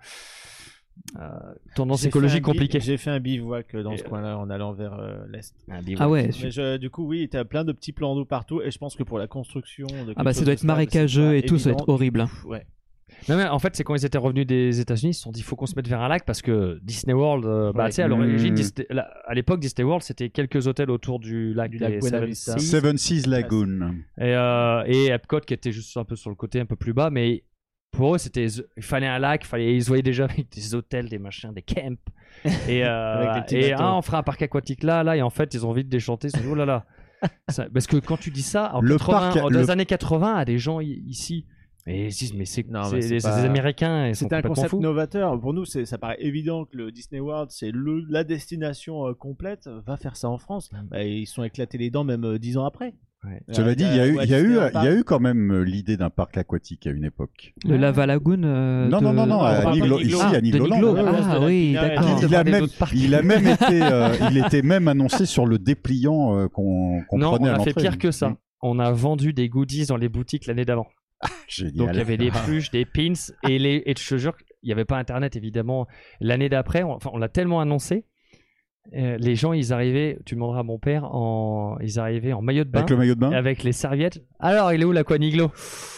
Speaker 8: euh, tendance
Speaker 9: J'ai fait un
Speaker 8: écologique
Speaker 9: bi-
Speaker 8: compliquée.
Speaker 9: J'ai fait un bivouac euh, dans
Speaker 8: Et,
Speaker 9: ce
Speaker 8: euh,
Speaker 9: coin-là en allant vers euh, l'est.
Speaker 7: Ah ouais, su-
Speaker 9: Mais je- du coup, oui, t'as plein de petits plans d'eau partout, et je pense que pour la construction. de quelque
Speaker 7: Ah bah, ça
Speaker 9: chose
Speaker 7: doit
Speaker 9: de
Speaker 7: être
Speaker 9: stable,
Speaker 7: marécageux
Speaker 9: c'est
Speaker 7: et
Speaker 9: pas
Speaker 7: tout, ça doit
Speaker 9: évident.
Speaker 7: être horrible. hein.
Speaker 9: Pff, Ouais.
Speaker 8: Non, mais en fait, c'est quand ils étaient revenus des États-Unis, ils se sont dit, faut qu'on se mette vers un lac parce que Disney World, euh, bah,
Speaker 9: Ouais.
Speaker 8: tu sais, à l'origine,
Speaker 6: Mmh.
Speaker 10: Mm.
Speaker 8: Disney- la- à l'époque, Disney World, c'était quelques hôtels autour du lac
Speaker 9: Du
Speaker 8: des
Speaker 9: lac Buena
Speaker 8: Seven
Speaker 9: Vista.
Speaker 8: Seas.
Speaker 10: Seven Seas Lagoon.
Speaker 8: et, euh, et Epcot qui était juste un peu sur le côté, un peu plus bas, mais Pour eux, c'était, il fallait un lac, fallait, ils se voyaient déjà avec des hôtels, des machins, des camps.
Speaker 9: [laughs]
Speaker 8: Et, euh,
Speaker 6: Avec des petits
Speaker 8: et
Speaker 6: bateaux.
Speaker 8: ah, on fera un parc aquatique là, là, et en fait, ils ont envie de déchanter. Ils se disent, oh là
Speaker 9: [laughs]
Speaker 8: là. Ça- parce que quand tu dis ça, en,
Speaker 6: Le
Speaker 8: 80,
Speaker 6: parc-
Speaker 8: en- dans
Speaker 6: le-
Speaker 8: les années 80, à des gens i- ici, et ils se disent, mais c'est,
Speaker 9: mais
Speaker 8: c'est,
Speaker 9: c'est
Speaker 8: c'est
Speaker 9: pas-
Speaker 8: des Américains, ils sont
Speaker 9: C'était un
Speaker 8: complètement
Speaker 9: concept
Speaker 8: fous.
Speaker 9: novateur. Pour nous, c'est- ça paraît évident que le Disney World, c'est le- la destination euh, complète. Va faire ça en France.
Speaker 7: Mm.
Speaker 9: Bah, ils se sont éclatés les dents même euh, dix ans après. Euh,
Speaker 10: Cela dit, il y a eu,
Speaker 9: ou à
Speaker 10: il y a eu,
Speaker 9: Disneyland
Speaker 10: il y a
Speaker 9: Park.
Speaker 10: eu quand même euh, l'idée d'un parc aquatique à une époque.
Speaker 7: Le Lava Lagoon. euh,
Speaker 10: Non,
Speaker 7: de-
Speaker 10: non, non, non, à
Speaker 7: Ah,
Speaker 10: Niglo-
Speaker 7: de
Speaker 10: ici,
Speaker 7: Ah,
Speaker 10: à
Speaker 7: de
Speaker 10: Nigloland.
Speaker 7: Niglo.
Speaker 10: Ouais, ouais,
Speaker 7: Ah
Speaker 10: ouais,
Speaker 7: oui,
Speaker 10: c'était la
Speaker 7: d'accord.
Speaker 10: Pinard. Il a même, il a même été, euh, il était même annoncé sur le dépliant euh, qu'on qu'on
Speaker 8: Non, on
Speaker 10: prenait à
Speaker 8: a fait
Speaker 10: l'entrée.
Speaker 8: pire que ça. On a vendu des goodies dans les boutiques l'année d'avant.
Speaker 10: Génial.
Speaker 8: Donc il y avait des pluches, des pins et les et je te jure il n'y avait pas internet évidemment. L'année d'après, on, enfin, on l'a tellement annoncé, euh, les gens ils arrivaient, tu demanderas à mon père, en, ils arrivaient en maillot de bain.
Speaker 10: Avec le maillot de bain
Speaker 8: Avec les serviettes. Alors il est où l'Aquaniglo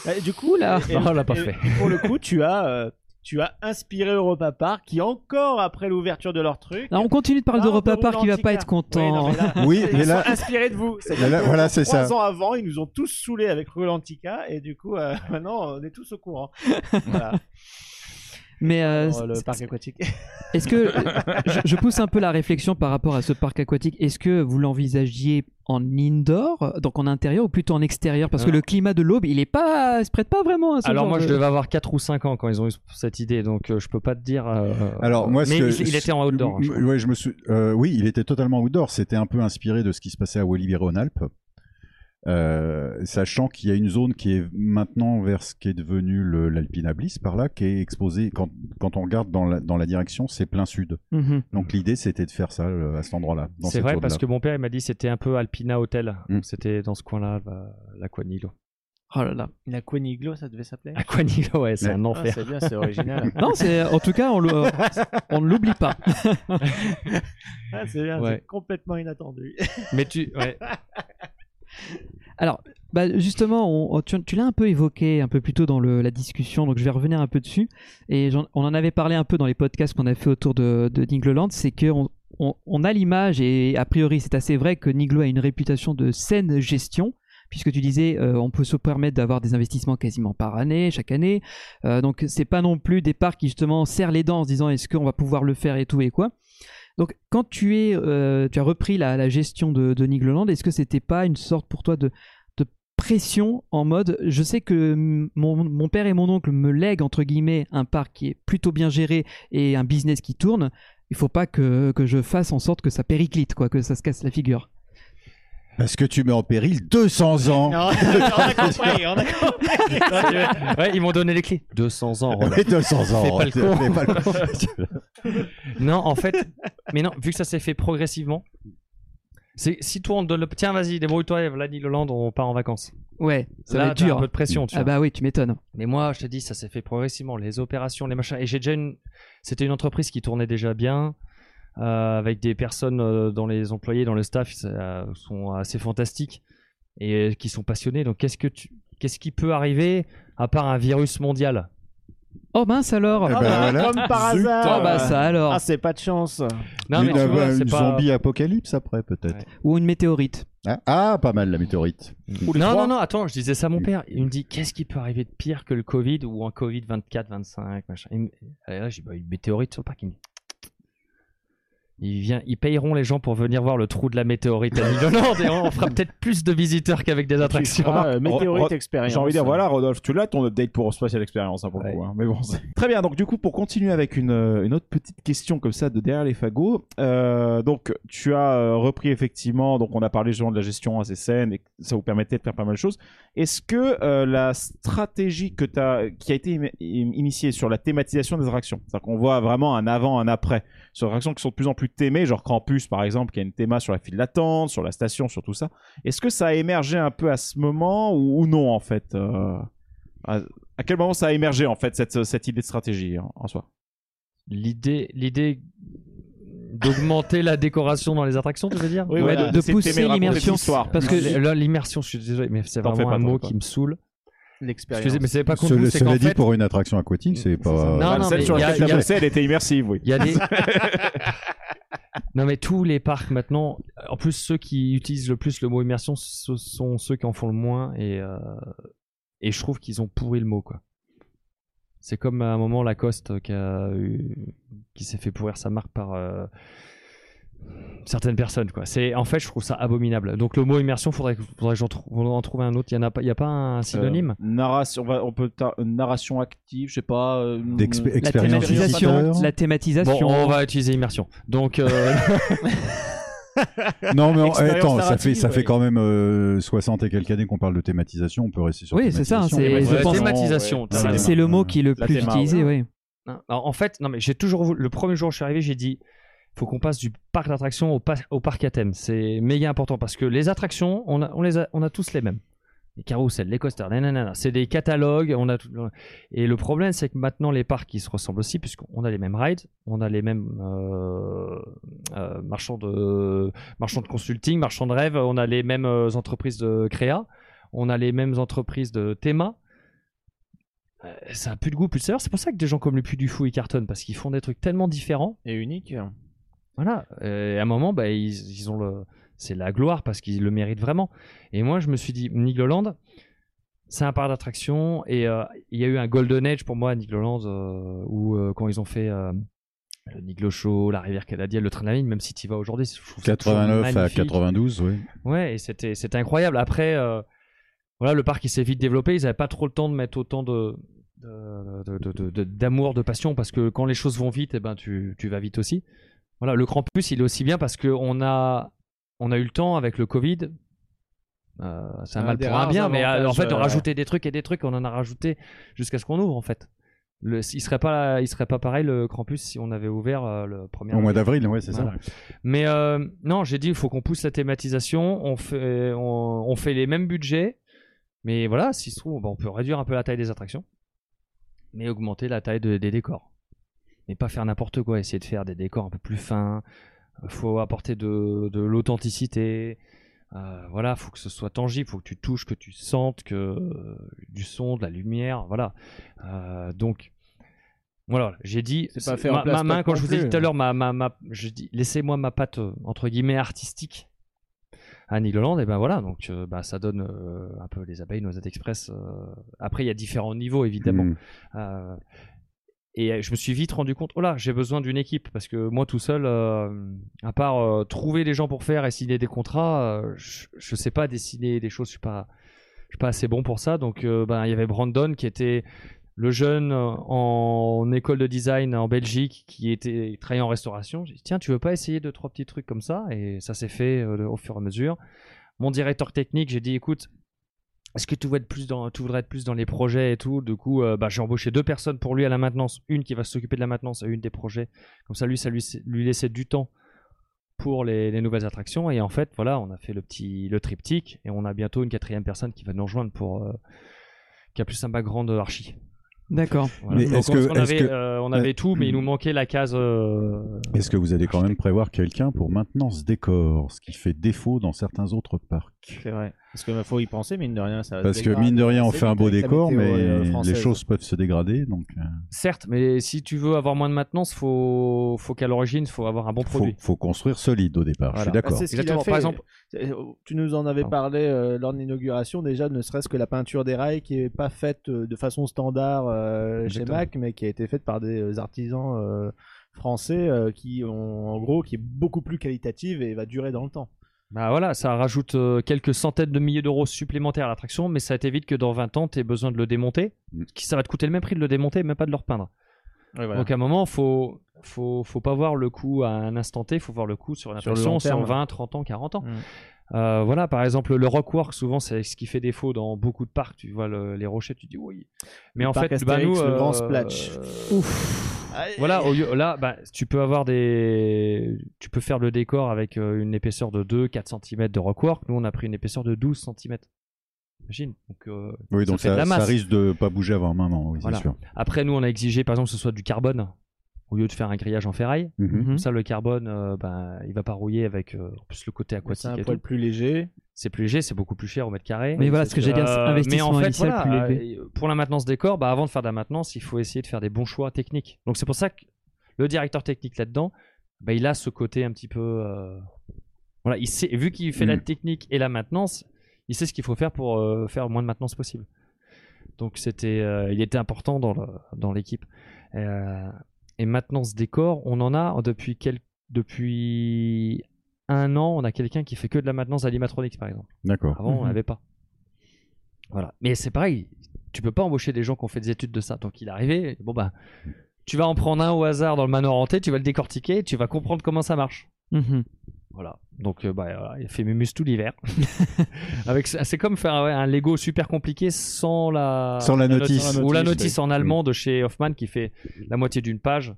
Speaker 7: Euh,
Speaker 9: Et du coup, là,
Speaker 7: [laughs]
Speaker 8: Non, on l'a pas fait.
Speaker 9: Pour le coup, tu as, euh, tu as inspiré Europa Park, qui encore après l'ouverture de leur truc.
Speaker 7: Là, Ah, on continue de parler d'Europa Park, il va pas être content.
Speaker 10: [laughs] Oui,
Speaker 9: ils
Speaker 10: mais là-
Speaker 9: sont inspirés de vous. C'est-à-dire
Speaker 10: Mais là-
Speaker 9: que
Speaker 10: voilà, c'est
Speaker 9: trois
Speaker 10: ça.
Speaker 9: ans avant, ils nous ont tous saoulés avec Rolantica, et du coup, euh, [laughs] maintenant, on est tous
Speaker 7: [laughs]
Speaker 9: au courant. Voilà.
Speaker 7: Mais euh,
Speaker 9: Pour Oh, le
Speaker 7: c'est-
Speaker 9: parc aquatique.
Speaker 7: Est-ce que euh, je, je pousse un peu la réflexion par rapport à ce parc aquatique Est-ce que vous l'envisagiez en indoor, donc en intérieur ou plutôt en extérieur Parce que
Speaker 8: Non.
Speaker 7: le climat de l'aube, il est pas, il se prête pas vraiment à ce
Speaker 8: Alors
Speaker 7: genre
Speaker 8: moi
Speaker 7: de-
Speaker 8: je devais avoir 4 ou 5 ans quand ils ont eu cette idée donc euh, je peux pas te dire. euh,
Speaker 10: Alors moi, ce
Speaker 8: mais
Speaker 10: que-
Speaker 8: il, il était en outdoor. hein, je
Speaker 10: M-
Speaker 8: crois.
Speaker 10: ouais, je me suis. euh, oui, il était totalement outdoor. C'était un peu inspiré de ce qui se passait à Walibi Rhône-Alpes. Euh, sachant qu'il y a une zone qui est maintenant vers ce qui est devenu le- l'Alpina Bliss par là, qui est exposée quand, quand on regarde dans la, dans la direction, c'est plein sud.
Speaker 7: Mhm.
Speaker 10: Donc l'idée c'était de faire ça euh, à cet endroit-là. dans
Speaker 8: C'est
Speaker 10: cette
Speaker 8: vrai
Speaker 10: zone-là.
Speaker 8: parce que mon père il m'a dit c'était un peu Alpina Hotel.
Speaker 10: Mm.
Speaker 8: C'était dans ce coin-là bah, la- [laughs] l'Aquaniglo.
Speaker 7: Oh là là.
Speaker 9: Une Aquaniglo, ça devait
Speaker 11: [laughs]
Speaker 9: s'appeler
Speaker 8: Aquaniglo ouais c'est
Speaker 10: Ouais.
Speaker 8: un enfer.
Speaker 9: Ah, c'est bien, c'est original.
Speaker 7: Non, c'est en tout cas on le- on ne l'oublie pas.
Speaker 9: Ah, c'est bien,
Speaker 8: Ouais.
Speaker 9: c'est complètement
Speaker 11: [laughs]
Speaker 9: inattendu.
Speaker 8: Mais tu ouais.
Speaker 7: Alors, bah, justement, on- on- tu, tu l'as un peu évoqué un peu plus tôt dans le- la discussion, donc je vais revenir un peu dessus. Et j'en- on en avait parlé un peu dans les podcasts qu'on a fait autour de, de Nigloland, c'est qu'on on, on a l'image, et a priori c'est assez vrai que Niglo a une réputation de saine gestion. Puisque tu disais, euh, on peut se permettre d'avoir des investissements quasiment par année, chaque année. Euh, donc, c'est pas non plus des parcs qui justement serrent les dents en se disant est-ce qu'on va pouvoir le faire et tout et quoi. Donc, quand tu es, euh, tu as repris la, la gestion de, de Nigloland, est-ce que c'était pas une sorte pour toi de pression en mode je sais que mm, mon, mon père et mon oncle me lèguent entre guillemets un parc qui est plutôt bien géré et un business qui tourne il faut pas que, que je fasse en sorte que ça périclite quoi que ça se casse la figure
Speaker 10: Parce que tu mets en péril 200 ans.
Speaker 9: Non, [laughs] on a compris, on a
Speaker 11: [laughs]
Speaker 9: compris.
Speaker 8: Ouais, ils m'ont donné les clés. 200 ans.
Speaker 10: [laughs]
Speaker 8: Roland.
Speaker 10: Ouais, 200 ans.
Speaker 8: Fais pas
Speaker 10: hein.
Speaker 8: le
Speaker 10: Fais
Speaker 8: con.
Speaker 10: pas le con.
Speaker 8: [laughs] non, en fait, mais non, vu que ça s'est fait progressivement, c'est si toi on te donne le tiens, vas-y, débrouille-toi, Eve, là, Hollande, on part en vacances.
Speaker 7: ouais ça
Speaker 8: là,
Speaker 7: va être
Speaker 8: t'as
Speaker 7: dur
Speaker 8: un peu de pression, tu
Speaker 7: ah
Speaker 8: vois.
Speaker 7: bah oui tu m'étonnes
Speaker 8: Mais moi, je te dis, ça s'est fait progressivement, les opérations, les machins. Et j'ai déjà une, c'était une entreprise qui tournait déjà bien. euh, avec des personnes euh, dans les employés, dans le staff, ça, euh, sont assez fantastiques et euh, qui sont passionnés. Donc, qu'est-ce que tu, qu'est-ce qui peut arriver à part un virus mondial
Speaker 7: oh mince alors
Speaker 10: Eh ben,
Speaker 9: Ah bah,
Speaker 10: voilà.
Speaker 9: Comme par
Speaker 10: Zut.
Speaker 9: hasard.
Speaker 7: oh bah ça alors
Speaker 9: Ah, c'est pas de chance.
Speaker 8: Non, mais
Speaker 10: Une,
Speaker 8: tu vois,
Speaker 10: euh,
Speaker 8: c'est
Speaker 10: une
Speaker 8: pas-
Speaker 10: zombie apocalypse après peut-être.
Speaker 8: Ouais.
Speaker 7: ou une météorite
Speaker 10: Ah, ah, pas mal la météorite.
Speaker 8: non, non, non, attends, je disais ça à
Speaker 11: Mm.
Speaker 8: mon père. Il me dit qu'est-ce qui peut arriver de pire que le Covid ou un Covid 24, 25, machin. Il me- Et là, j'ai bah, une météorite sur le parc. Il me dit il vient, ils payeront les gens pour venir voir le trou de la météorite à l'île et on on fera peut-être plus de visiteurs qu'avec des attractions.
Speaker 9: Ah, euh,
Speaker 11: Re-
Speaker 9: météorite
Speaker 11: re-
Speaker 9: expérience.
Speaker 11: J'ai envie de dire, voilà, Rodolphe, tu l'as ton update pour Spatial Experience hein, pour le coup. hein. Mais bon, c'est- [laughs] Très bien, donc du coup, pour continuer avec une, euh, une autre petite question comme ça de derrière les fagots, euh, donc tu as euh, repris effectivement, donc on a parlé justement de la gestion assez saine et que ça vous permettait de faire pas mal de choses. Est-ce que euh, la stratégie que t'as- qui a été im- im- initiée sur la thématisation des attractions, c'est-à-dire qu'on voit vraiment un avant, un après, sur des attractions qui sont de plus en plus témées, genre Campus par exemple, qui a une théma sur la file d'attente, sur la station, sur tout ça, est-ce que ça a émergé un peu à ce moment ou, ou non en fait euh, à, à quel moment ça a émergé en fait cette, cette idée de stratégie en, en soi
Speaker 8: L'idée, l'idée d'augmenter la décoration dans les attractions, tu veux dire
Speaker 11: Oui,
Speaker 7: Ouais,
Speaker 11: voilà.
Speaker 7: de, de
Speaker 11: C'est
Speaker 7: pousser
Speaker 11: t'aimer raconter
Speaker 7: l'immersion
Speaker 11: des histoires.
Speaker 7: parce que
Speaker 8: là, l'immersion, je suis désolé, mais c'est
Speaker 11: T'en
Speaker 8: vraiment
Speaker 11: fais pas,
Speaker 8: un
Speaker 11: t'en
Speaker 8: mot
Speaker 11: fais pas.
Speaker 8: qui me saule.
Speaker 9: l'expérience.
Speaker 8: Excusez, mais c'est pas contre
Speaker 10: Cela
Speaker 8: vous, c'est
Speaker 10: cela
Speaker 8: qu'en
Speaker 10: dit,
Speaker 8: fait,
Speaker 10: pour une attraction aquatique, c'est pas.
Speaker 8: Non,
Speaker 11: Bah,
Speaker 8: Ah, non,
Speaker 11: Celle
Speaker 8: mais
Speaker 11: sur
Speaker 8: il y a-
Speaker 11: laquelle
Speaker 8: il y a-
Speaker 11: la bossée, elle était
Speaker 8: [laughs]
Speaker 11: immersive, oui.
Speaker 8: Il y a des. non, mais tous les parcs maintenant, en plus, ceux qui utilisent le plus le mot immersion, ce sont ceux qui en font le moins. Et, euh, et je trouve qu'ils ont pourri le mot, quoi. C'est comme à un moment Lacoste euh, qui, a eu- qui s'est fait pourrir sa marque par euh, certaines personnes. Quoi. C'est, en fait, je trouve ça abominable. Donc le mot immersion, faudrait, que- faudrait que j'en trou- on en trouve un autre. Il n'y a, pas- il y a pas un synonyme
Speaker 11: Euh, narration, on, va- on peut ta- une narration active, je sais pas. euh, une-
Speaker 10: D'expé-
Speaker 11: une-
Speaker 10: La thématisation.
Speaker 11: expérience-
Speaker 7: La thématisation.
Speaker 8: Bon, on va utiliser immersion. Donc, euh,
Speaker 10: Non, mais en- eh,
Speaker 11: Expérience
Speaker 10: attends, ça fait,
Speaker 11: narrative,
Speaker 10: ça fait
Speaker 11: ouais.
Speaker 10: quand même euh, 60 et quelques années qu'on parle de thématisation, on peut rester sur
Speaker 7: Oui, c'est ça,
Speaker 10: thématisation.
Speaker 7: c'est-
Speaker 10: Et
Speaker 7: je
Speaker 10: voilà,
Speaker 7: pense-
Speaker 8: thématisation,
Speaker 10: c'est-
Speaker 8: t'as
Speaker 7: C'est c'est le mot qui est le
Speaker 11: La
Speaker 7: plus
Speaker 11: théma,
Speaker 7: utilisé, oui.
Speaker 8: Hein. Alors, en fait, non, mais j'ai toujours voulu- le premier jour où je suis arrivé, j'ai dit faut qu'on passe du parc d'attractions au, pa- au parc à thème. C'est méga important parce que les attractions, on a, on les a, on a tous les mêmes. Les carousels, les coasters, nanana, c'est des catalogues. On a tout- et le problème, c'est que maintenant les parcs ils se ressemblent aussi puisqu'on a les mêmes rides, on a les mêmes euh, euh, marchands de marchands de consulting, marchands de rêve, on a les mêmes euh, entreprises de créa, on a les mêmes entreprises de théma. Euh, ça a plus de goût, plus de saveur. C'est pour ça que des gens comme le Puy du Fou, ils cartonnent parce qu'ils font des trucs tellement différents.
Speaker 9: Et unique.
Speaker 8: Voilà. Et à un moment, bah, ils, ils ont le, c'est la gloire parce qu'ils le méritent vraiment. Et moi, je me suis dit, Nigloland, c'est un parc d'attraction et euh, il y a eu un golden age pour moi à Nigloland euh, où euh, quand ils ont fait euh, le Niglo Show, la rivière canadienne, le train de la ligne, même si tu vas aujourd'hui, je trouve ça toujours
Speaker 10: 89 à
Speaker 8: magnifique.
Speaker 10: 92, oui.
Speaker 8: Ouais, et c'était c'était incroyable. Après, euh, voilà, le parc il s'est vite développé. Ils n'avaient pas trop le temps de mettre autant de de- de- de- de- de- d'amour, de passion, parce que quand les choses vont vite, eh ben tu, tu vas vite aussi. Voilà, le Krampus, il est aussi bien parce que on a on a eu le temps avec le Covid. Euh, c'est un
Speaker 9: Un
Speaker 8: mal
Speaker 9: des
Speaker 8: pour un
Speaker 9: rares
Speaker 8: bien, mais euh, en fait,
Speaker 9: avantages,
Speaker 8: de
Speaker 9: euh,
Speaker 8: rajouter des trucs et des trucs, on en a rajouté jusqu'à ce qu'on ouvre en fait. Le, il serait pas il serait pas pareil le Krampus si on avait ouvert euh, le premier.
Speaker 10: Au mois d'avril, ouais, c'est
Speaker 8: Voilà. Mais euh, non, j'ai dit, il faut qu'on pousse la thématisation, on fait, on, on fait les mêmes budgets, mais voilà, s'il se trouve, bah, on peut réduire un peu la taille des attractions, mais augmenter la taille de- des décors. Mais pas faire n'importe quoi, essayer de faire des décors un peu plus fins, euh, faut apporter de, de l'authenticité, euh, voilà, faut que ce soit tangible, faut que tu touches, que tu sentes, que euh, du son, de la lumière, voilà. Euh, donc, voilà, j'ai dit,
Speaker 9: C'est pas faire
Speaker 8: ma,
Speaker 9: un place
Speaker 8: ma main,
Speaker 9: pâte
Speaker 8: quand
Speaker 9: non
Speaker 8: je vous ai dit
Speaker 9: plus.
Speaker 8: tout à l'heure, ma, ma, ma- je dis, laissez-moi ma patte, euh, entre guillemets, artistique à Nigloland, et ben voilà, donc euh, bah, ça donne euh, un peu les abeilles, noisettes express. euh, Après, il y a différents niveaux, évidemment.
Speaker 10: Mm.
Speaker 8: Euh, et euh, je me suis vite rendu compte, oh là, j'ai besoin d'une équipe parce que moi tout seul, euh, à part euh, trouver les gens pour faire et signer des contrats, euh, je, je sais pas dessiner des choses, je suis pas, je suis pas assez bon pour ça. Donc euh, ben, il y avait Brandon qui était le jeune euh, en école de design en Belgique qui était travaillait en restauration. J'ai dit tiens, tu veux pas essayer deux trois petits trucs comme ça Et ça s'est fait euh, au fur et à mesure. Mon directeur technique, j'ai dit écoute, est-ce que tu voudrais être plus dans, tu voudrais être plus dans les projets et tout Du coup, euh, bah, j'ai embauché deux personnes pour lui à la maintenance, une qui va s'occuper de la maintenance et une des projets. Comme ça, lui, ça lui, lui laissait du temps pour les, les nouvelles attractions. Et en fait, voilà, on a fait le petit, le triptyque et on a bientôt une quatrième personne qui va nous rejoindre pour. euh, qui a plus un background de archi.
Speaker 7: D'accord.
Speaker 8: Voilà.
Speaker 10: Mais
Speaker 8: Donc,
Speaker 10: est-ce que-
Speaker 8: on,
Speaker 10: est-ce
Speaker 8: avait,
Speaker 10: que- Mm.
Speaker 8: euh, on avait tout, mais il nous manquait la case. euh,
Speaker 10: Est-ce que vous allez quand même prévoir quelqu'un pour maintenance décor, ce qui fait défaut dans certains autres parcs
Speaker 9: C'est vrai. Parce qu'il faut y penser, mine de rien. Ça va se
Speaker 10: Parce que
Speaker 9: dégrader.
Speaker 10: mine de rien, on
Speaker 9: C'est
Speaker 10: fait un beau
Speaker 9: avec la
Speaker 10: décor,
Speaker 9: météo, euh,
Speaker 10: mais les
Speaker 9: française.
Speaker 10: choses peuvent se dégrader, donc euh,
Speaker 8: Certes, mais si tu veux avoir moins de maintenance, faut, faut qu'à l'origine, faut avoir un bon
Speaker 10: faut,
Speaker 8: produit.
Speaker 10: faut construire solide au départ. Je suis
Speaker 9: Voilà. Bah,
Speaker 10: d'accord.
Speaker 9: c'est ce qu'il a
Speaker 8: Exactement.
Speaker 9: fait.
Speaker 8: Par exemple-
Speaker 9: C'est- euh, tu nous en avais
Speaker 8: Pardon.
Speaker 9: parlé euh, lors de l'inauguration, déjà, ne serait-ce que la peinture des rails qui n'est pas faite euh, de façon standard euh, chez
Speaker 8: Exactement.
Speaker 9: Mac, mais qui a été faite par des euh, artisans euh, français euh, qui ont, en gros, qui est beaucoup plus qualitative et va durer dans le temps.
Speaker 8: Bah voilà, ça rajoute euh, quelques centaines de milliers d'euros supplémentaires à l'attraction, mais ça t'évite que dans 20 ans, tu aies besoin de le démonter.
Speaker 10: Mm.
Speaker 8: Qui ça va te coûter le même prix de le démonter, même pas de le repeindre.
Speaker 9: voilà.
Speaker 8: Donc à un moment, faut, faut, faut pas voir le coût à un instant T, faut voir le coût sur une
Speaker 9: Sur le
Speaker 8: attraction
Speaker 9: long terme.
Speaker 8: 120, 30 ans, 40 ans.
Speaker 9: Mm.
Speaker 8: Euh, voilà, par exemple, le rockwork, souvent, c'est ce qui fait défaut dans beaucoup de parcs. Tu vois le- les rochers, tu dis oui. Mais en
Speaker 9: parc
Speaker 8: fait, bah,
Speaker 9: Astérix,
Speaker 8: nous,
Speaker 9: le grand
Speaker 8: euh,
Speaker 9: splash.
Speaker 8: euh, voilà, au lieu- là, bah, tu peux avoir des. Tu peux faire le décor avec euh, une épaisseur de 2-4 cm de rockwork. Nous, on a pris une épaisseur de 12 cm. Imagine. Donc, euh,
Speaker 10: Oui, donc
Speaker 8: fait de
Speaker 10: ça,
Speaker 8: la masse.
Speaker 10: ça risque de pas bouger avant un moment, oui,
Speaker 8: Voilà.
Speaker 10: c'est sûr.
Speaker 8: Après, nous, on a exigé, par exemple, que ce soit du carbone, au lieu de faire un grillage en ferraille.
Speaker 10: Mhm.
Speaker 8: Comme ça, le carbone, euh, bah, il va pas rouiller avec euh, en plus le côté
Speaker 9: C'est
Speaker 8: aquatique.
Speaker 9: un
Speaker 8: et
Speaker 9: poil
Speaker 8: tout.
Speaker 9: plus léger.
Speaker 8: C'est plus léger, c'est beaucoup plus cher au mètre carré.
Speaker 7: Mais voilà, ce que j'ai dit,
Speaker 8: Euh, mais
Speaker 7: investissement
Speaker 8: en fait,
Speaker 7: initial
Speaker 8: voilà,
Speaker 7: plus élevé.
Speaker 8: euh, Pour la maintenance décor, bah, avant de faire de la maintenance, il faut essayer de faire des bons choix techniques. Donc c'est pour ça que le directeur technique là-dedans, bah, il a ce côté un petit peu. euh, Voilà, il sait, vu qu'il fait la
Speaker 10: Mm.
Speaker 8: technique et la maintenance, il sait ce qu'il faut faire pour euh, faire le moins de maintenance possible. Donc c'était, euh, il était important dans le- dans l'équipe. Euh, et maintenant ce décor, on en a depuis quel- depuis un an, on a quelqu'un qui fait que de la maintenance animatronique par exemple.
Speaker 10: D'accord.
Speaker 8: Avant, on
Speaker 10: Mhm.
Speaker 8: n'avait pas. Voilà. Mais c'est pareil, tu peux pas embaucher des gens qui ont fait des études de ça. Donc il est arrivé, bon bah, tu vas en prendre un au hasard dans le manoir hanté, tu vas le décortiquer, tu vas comprendre comment ça marche.
Speaker 7: Mhm.
Speaker 8: Voilà. Donc euh, bah, voilà, il a fait mémus tout
Speaker 9: [laughs]
Speaker 8: l'hiver. [laughs] Avec, c'est comme faire ouais, un Lego super compliqué sans la,
Speaker 10: Sans la notice.
Speaker 8: ou la
Speaker 10: Sans la
Speaker 8: notice en allemand de chez Hoffman qui fait la moitié d'une page.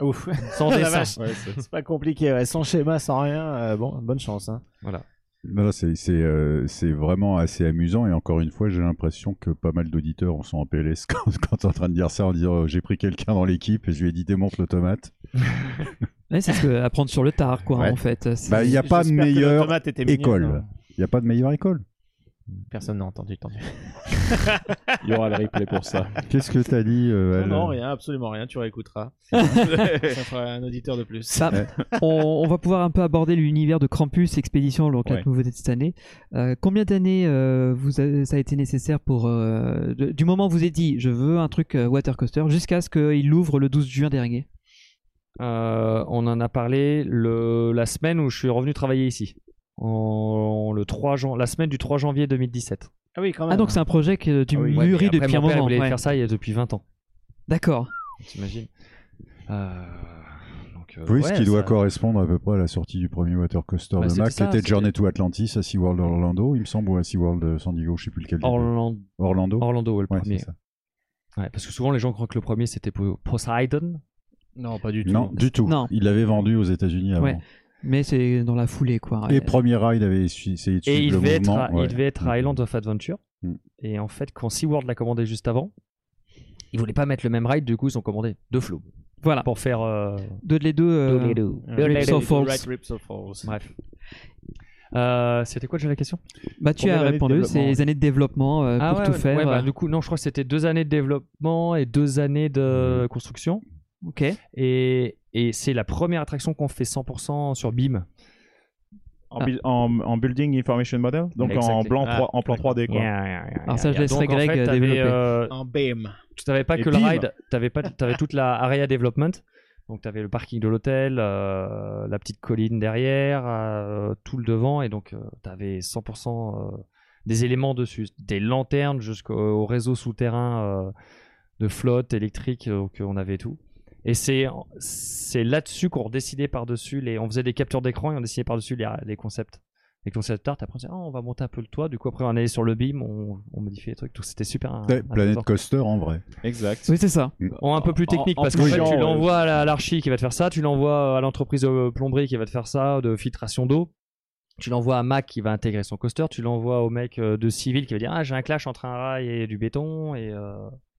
Speaker 9: Ouf.
Speaker 8: Sans
Speaker 9: [laughs] Ah, La
Speaker 8: dessin.
Speaker 9: vache. C'est pas compliqué, ouais. sans schéma, sans rien. euh, bon, bonne chance. hein.
Speaker 8: Voilà.
Speaker 10: Non, non, c'est c'est, euh, c'est vraiment assez amusant et encore une fois j'ai l'impression que pas mal d'auditeurs en sont en PLS [laughs] quand, quand t'es en train de dire ça en disant euh, j'ai pris quelqu'un dans l'équipe et je lui ai dit démonte le tomate.
Speaker 7: Ouais, c'est ce que apprendre sur le tard, quoi,
Speaker 10: Ouais.
Speaker 7: en fait. C'est-
Speaker 10: Bah il n'y a pas de
Speaker 9: J'espère que le
Speaker 10: meilleure
Speaker 9: tomate était mignonne,
Speaker 10: école.
Speaker 9: hein.
Speaker 10: Il n'y a pas de meilleure école.
Speaker 9: Personne n'a entendu. tant mieux.
Speaker 12: Il y aura le replay pour ça.
Speaker 10: [laughs] Qu'est-ce que t'as dit
Speaker 9: Non,
Speaker 10: euh, Al-
Speaker 9: non, rien, absolument rien. Tu réécouteras. ça fera un auditeur de plus.
Speaker 7: Ça, on, on va pouvoir un peu aborder l'univers de Krampus Expédition, donc la
Speaker 9: Ouais.
Speaker 7: nouveauté de cette année. Euh, combien d'années euh, vous a- ça a été nécessaire pour euh, de- du moment où vous avez dit je veux un truc euh, water coaster jusqu'à ce qu'il l'ouvre le 12 juin dernier
Speaker 8: Euh, on en a parlé le, la semaine où je suis revenu travailler ici. En, le 3 jan- la semaine du 3 janvier 2017.
Speaker 9: Ah oui, quand
Speaker 7: Ah donc c'est un projet que tu mûris
Speaker 8: Ouais, mais
Speaker 7: depuis
Speaker 8: après,
Speaker 7: un
Speaker 8: mon père
Speaker 7: moment.
Speaker 8: voulait
Speaker 7: ouais.
Speaker 8: faire ça il y a depuis 20 ans.
Speaker 7: D'accord.
Speaker 8: T'imagines Euh, donc, euh,
Speaker 10: Oui, ce
Speaker 8: ouais,
Speaker 10: qui doit
Speaker 8: ça-
Speaker 10: correspondre à peu près à la sortie du premier water coaster
Speaker 8: Bah,
Speaker 10: de
Speaker 8: c'était
Speaker 10: Mac, qui
Speaker 8: ça,
Speaker 10: était
Speaker 8: c'était-
Speaker 10: Journey to Atlantis à SeaWorld Orlando, il me semble, ou à SeaWorld euh, San Diego, je sais plus lequel. des deux.
Speaker 8: Orlando.
Speaker 10: Orlando.
Speaker 8: Orlando, ouais, le
Speaker 10: Ouais,
Speaker 8: premier.
Speaker 10: c'est ça.
Speaker 8: Ouais, parce que souvent les gens croient que le premier c'était Po- Poseidon.
Speaker 9: Non, pas du
Speaker 10: Non, du tout.
Speaker 7: Non.
Speaker 10: Il l'avait vendu aux États-Unis avant.
Speaker 7: Ouais. Mais c'est dans la foulée quoi.
Speaker 10: Et
Speaker 7: Ouais.
Speaker 10: premier ride avait su- essayé de
Speaker 8: Et
Speaker 10: suivre
Speaker 8: il
Speaker 10: le
Speaker 8: devait, être
Speaker 10: mouvement.
Speaker 8: à,
Speaker 10: ouais.
Speaker 8: il devait être à Island of Adventure.
Speaker 10: Mm.
Speaker 8: Et en fait, quand SeaWorld l'a commandé juste avant, ils voulaient pas mettre le même ride, du coup ils ont commandé deux flots.
Speaker 7: Voilà.
Speaker 8: Pour faire. euh,
Speaker 7: Deux de les deux. euh,
Speaker 8: Deux les deux.
Speaker 7: Rips
Speaker 8: Deux les
Speaker 7: or
Speaker 8: deux.
Speaker 7: Falls.
Speaker 9: Right Rips of Falls.
Speaker 8: Bref. Euh, c'était quoi déjà la question
Speaker 7: Bah tu
Speaker 9: Combien
Speaker 7: as
Speaker 9: d'années de
Speaker 7: répondu, c'est
Speaker 8: hein.
Speaker 9: développement
Speaker 7: les années de développement euh, pour tout faire.
Speaker 8: bah, du coup, non, je crois que c'était deux années de développement et deux années
Speaker 7: Mm.
Speaker 8: de construction.
Speaker 7: Ok.
Speaker 8: Et, et c'est la première attraction qu'on fait 100% sur BIM.
Speaker 11: En, buil- en- en Building Information Model Donc en,
Speaker 8: Exactly.
Speaker 11: blanc
Speaker 9: Ah,
Speaker 11: trois- en plan 3D, quoi.
Speaker 7: Alors ça, je laisserai
Speaker 8: Donc, en
Speaker 7: Greg
Speaker 8: fait,
Speaker 7: euh,
Speaker 8: t'avais,
Speaker 7: développer.
Speaker 8: euh,
Speaker 9: En BM.
Speaker 8: tu n'avais pas
Speaker 11: Et
Speaker 8: que le
Speaker 11: bim.
Speaker 8: ride, tu
Speaker 11: [laughs]
Speaker 8: avais, toute la area development. Donc tu avais le parking de l'hôtel, euh, la petite colline derrière, euh, tout le devant. Et donc euh, tu avais 100% euh, des éléments dessus. Des lanternes jusqu'au au réseau souterrain euh, de flotte électrique. Donc euh, on avait tout. Et c'est, c'est là-dessus qu'on décidait par-dessus. Les, on faisait des captures d'écran et on décidait par-dessus les, les concepts. Les concepts art, après on disait, Ah, on va monter un peu le toit. Du coup, après, on allait sur le BIM, on, on modifiait les trucs. Donc c'était super. un-
Speaker 10: Ouais,
Speaker 8: un
Speaker 10: Planet
Speaker 8: trésor.
Speaker 10: Coaster en vrai.
Speaker 11: Exact.
Speaker 7: Oui c'est ça.
Speaker 8: En un peu plus technique,
Speaker 11: en- en
Speaker 8: parce qu'en fait,
Speaker 11: plusieurs,
Speaker 8: tu
Speaker 11: euh,
Speaker 8: l'envoies à la- à l'archi qui va te faire ça, tu l'envoies à l'entreprise de plomberie qui va te faire ça, de filtration d'eau, tu l'envoies à Mac qui va intégrer son coaster, tu l'envoies au mec euh, de civil qui va dire Ah, j'ai un clash entre un rail et du béton. Et, euh,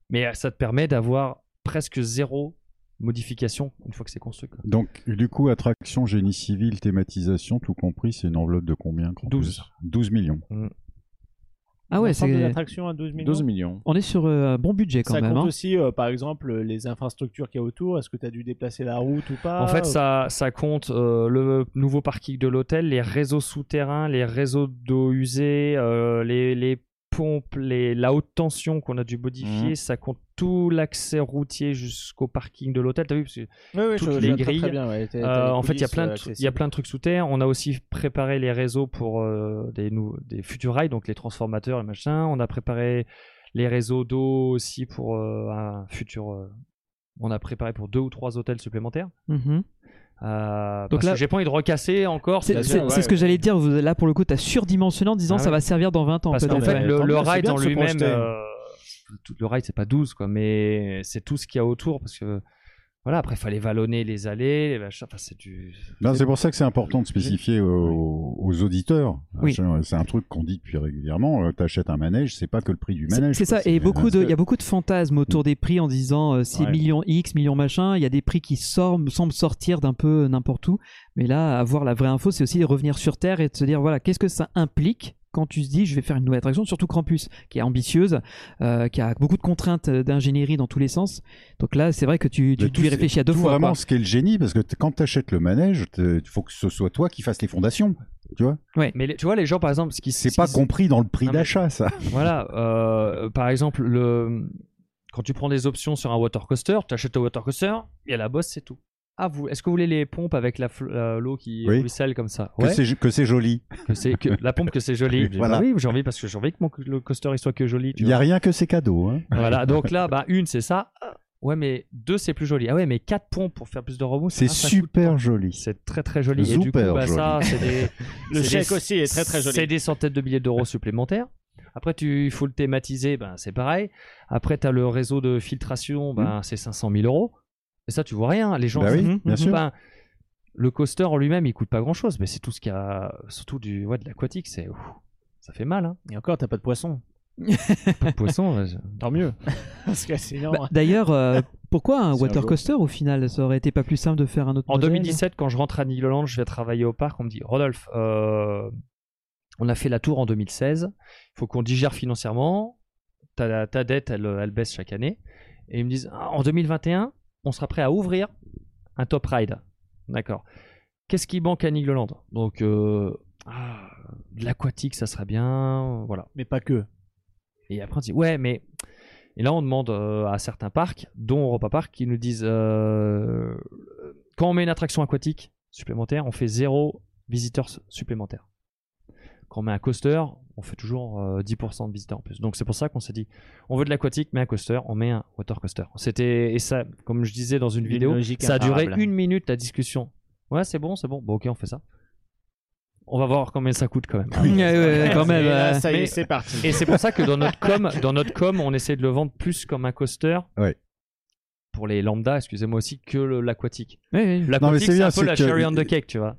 Speaker 8: Mais euh, ça te permet d'avoir presque zéro modification une fois que c'est construit. quoi.
Speaker 10: Donc, du coup, attraction, génie civil, thématisation, tout compris, c'est une enveloppe de combien Krampus
Speaker 8: 12.
Speaker 10: 12 millions.
Speaker 7: Ah ouais,
Speaker 9: L'ensemble de
Speaker 7: c'est
Speaker 9: l'attraction à 12 millions.
Speaker 12: 12 millions.
Speaker 7: on est sur euh, un bon budget quand
Speaker 9: ça
Speaker 7: même.
Speaker 9: compte
Speaker 7: hein.
Speaker 9: aussi, euh, par exemple, euh, les infrastructures qu'il y a autour. Est-ce que tu as dû déplacer la route ou pas
Speaker 8: en fait, ça, ça compte euh, le nouveau parking de l'hôtel, les réseaux souterrains, les réseaux d'eau usée, euh, les, les pompes, les, la haute tension qu'on a dû modifier. Ça compte tout l'accès routier jusqu'au parking de l'hôtel. T'as vu parce que,
Speaker 9: Oui, oui,
Speaker 8: toutes
Speaker 9: je-
Speaker 8: les
Speaker 9: je- très, très
Speaker 8: grilles.
Speaker 9: bien, ouais. T'as-
Speaker 8: euh,
Speaker 9: t'as les
Speaker 8: en fait, il y a
Speaker 9: coulisses,
Speaker 8: plein
Speaker 9: euh,
Speaker 8: de tru- il y a plein de trucs sous terre. On a aussi préparé les réseaux pour euh, des, nou- des futurs rails, donc les transformateurs, les machins. On a préparé les réseaux d'eau aussi pour euh, un futur. euh, on a préparé pour deux ou trois hôtels supplémentaires.
Speaker 7: Mhm.
Speaker 8: Euh,
Speaker 7: Donc
Speaker 8: parce
Speaker 7: là-
Speaker 8: que j'ai pas envie de recasser encore.
Speaker 7: C'est
Speaker 8: parce
Speaker 7: c'est-
Speaker 8: que-
Speaker 7: c'est ce que j'allais dire. vous- Là, pour le coup, t'as surdimensionné en disant
Speaker 8: Ah
Speaker 7: ça
Speaker 8: ouais.
Speaker 7: va servir dans 20 ans.
Speaker 8: parce qu'en
Speaker 7: peut-être,
Speaker 8: fait,
Speaker 7: ouais.
Speaker 8: le,
Speaker 11: tant
Speaker 8: le
Speaker 11: mieux, c'est
Speaker 8: ride
Speaker 11: bien
Speaker 8: en
Speaker 11: de se
Speaker 8: lui-même,
Speaker 11: projeter.
Speaker 8: euh, tout le ride c'est pas 12 quoi, mais c'est tout ce qu'il y a autour parce que voilà, après fallait vallonner les allées, les machins, enfin, c'est du.
Speaker 10: Non, c'est pour ça que c'est important de spécifier aux, aux auditeurs.
Speaker 7: Oui.
Speaker 10: C'est un truc qu'on dit depuis régulièrement. euh, T'achètes un manège, c'est pas que le prix du
Speaker 7: C'est-
Speaker 10: manège.
Speaker 7: C'est
Speaker 10: quoi.
Speaker 7: ça, et beaucoup de, il y a beaucoup de fantasmes autour des prix en disant euh, c'est
Speaker 11: Ouais.
Speaker 7: millions X, millions machin. Il y a des prix qui sortent, semblent sortir d'un peu n'importe où. Mais là, avoir la vraie info, c'est aussi de revenir sur Terre et de se dire voilà, qu'est-ce que ça implique quand tu te dis je vais faire une nouvelle attraction, surtout Krampus, qui est ambitieuse, euh, qui a beaucoup de contraintes euh, d'ingénierie dans tous les sens. Donc là, c'est vrai que tu,
Speaker 10: Mais
Speaker 7: tu, tu y
Speaker 10: tout-
Speaker 7: réfléchis à deux
Speaker 10: tout
Speaker 7: fois.
Speaker 10: vraiment
Speaker 7: quoi.
Speaker 10: ce qu'est le génie, parce que t- quand t'achètes le manège, il faut que ce soit toi qui fasses les fondations. Tu vois
Speaker 8: Mais les- tu vois, les gens, par exemple, ce qui
Speaker 10: C'est pas compris dans le prix d'achat, ça.
Speaker 8: Voilà, euh, par exemple, le... quand tu prends des options sur un water coaster, tu achètes le water coaster, il y a la bosse, c'est tout. Ah, vous, est-ce que vous voulez les pompes avec la fl- euh, l'eau qui
Speaker 10: Oui.
Speaker 8: ruisselle comme ça
Speaker 10: Que
Speaker 8: Ouais.
Speaker 10: c'est- que c'est joli.
Speaker 8: Que c'est-
Speaker 10: [laughs]
Speaker 8: que- la pompe que c'est joli.
Speaker 10: Voilà.
Speaker 8: Bah Oui, j'ai envie parce que j'ai envie que mon co- le coaster il soit que joli. tu
Speaker 10: Il n'y a
Speaker 8: vois.
Speaker 10: rien que ces cadeaux. hein.
Speaker 8: Voilà, donc là, bah, une c'est ça. Ah, Ouais, mais deux c'est plus joli. Ah ouais, mais quatre pompes pour faire plus de remous.
Speaker 10: C'est
Speaker 8: ah, ça coûte
Speaker 10: super joli.
Speaker 8: C'est très très joli. Et du coup,
Speaker 10: Super
Speaker 8: bah, ça,
Speaker 10: joli.
Speaker 8: c'est des.
Speaker 9: [laughs]
Speaker 8: c'est
Speaker 9: Le
Speaker 8: des-
Speaker 9: chèque aussi est très, très joli.
Speaker 8: C'est des centaines de milliers d'euros supplémentaires. Après, tu, il faut le thématiser, ben, c'est pareil. Après, tu as le réseau de filtration,
Speaker 9: Hmm.
Speaker 8: ben, c'est 500 000 euros. Et ça, tu vois rien. Les gens.
Speaker 10: Bah oui,
Speaker 8: Mhm,
Speaker 10: bien
Speaker 8: mhm.
Speaker 10: sûr.
Speaker 8: Ben, le coaster en lui-même, il coûte pas grand chose, mais c'est tout ce qu'il y a, surtout du, ouais, de l'aquatique, c'est, ouf, ça fait
Speaker 9: [laughs]
Speaker 8: mal. Hein.
Speaker 9: Et encore, t'as pas
Speaker 8: [laughs]
Speaker 9: de poisson.
Speaker 8: pas de poisson, ouais, je-
Speaker 9: Tant mieux. Parce que sinon.
Speaker 8: hein,
Speaker 7: Bah, D'ailleurs, euh, pourquoi un
Speaker 8: C'est un
Speaker 7: water
Speaker 8: jour.
Speaker 7: coaster au final Ça aurait été pas plus simple de faire un autre
Speaker 8: En
Speaker 7: modèle
Speaker 8: 2017, quand je rentre à Nigloland, je vais travailler au parc. On me dit, Rodolphe, euh, on a fait la tour en 2016. Il faut qu'on digère financièrement. Ta, ta dette, elle, elle baisse chaque année. Et ils me disent, Ah, en 2021, on sera prêt à ouvrir un top ride. D'accord. Qu'est-ce qui manque à Nigloland Donc, euh, ah, de l'aquatique, ça serait bien. Voilà.
Speaker 9: Mais pas que.
Speaker 8: Et après, on dit, ouais, mais. Et là, on demande euh, à certains parcs, dont Europa Park, qui nous disent euh, quand on met une attraction aquatique supplémentaire, on fait zéro visiteur su- supplémentaire. Quand on met un coaster, on fait toujours euh, 10% de visiteurs en plus. Donc c'est pour ça qu'on s'est dit on veut de l'aquatique, mais un coaster, on met un water coaster. C'était et ça, comme je disais dans une,
Speaker 9: Une
Speaker 8: vidéo,
Speaker 9: logique
Speaker 8: ça a duré
Speaker 9: imparable.
Speaker 8: une minute la discussion. Ouais, c'est bon, c'est bon. Bon, ok, on fait ça. On va voir combien ça coûte quand même.
Speaker 7: Ah Oui. Ouais, ouais, ouais, quand même, euh,
Speaker 8: Et là,
Speaker 7: ouais.
Speaker 8: ça y est,
Speaker 7: Mais-
Speaker 8: [laughs] c'est parti. [laughs] Et c'est pour ça que dans notre com, dans notre com, on essaie de le vendre plus comme un coaster. Pour les lambda, excusez-moi aussi, que le- l'aquatique.
Speaker 7: Ouais, ouais.
Speaker 10: Non, mais
Speaker 8: L'aquatique,
Speaker 10: c'est
Speaker 8: c'est
Speaker 10: bien,
Speaker 8: un peu
Speaker 10: c'est
Speaker 8: la
Speaker 10: que-
Speaker 8: cherry on the cake, tu vois.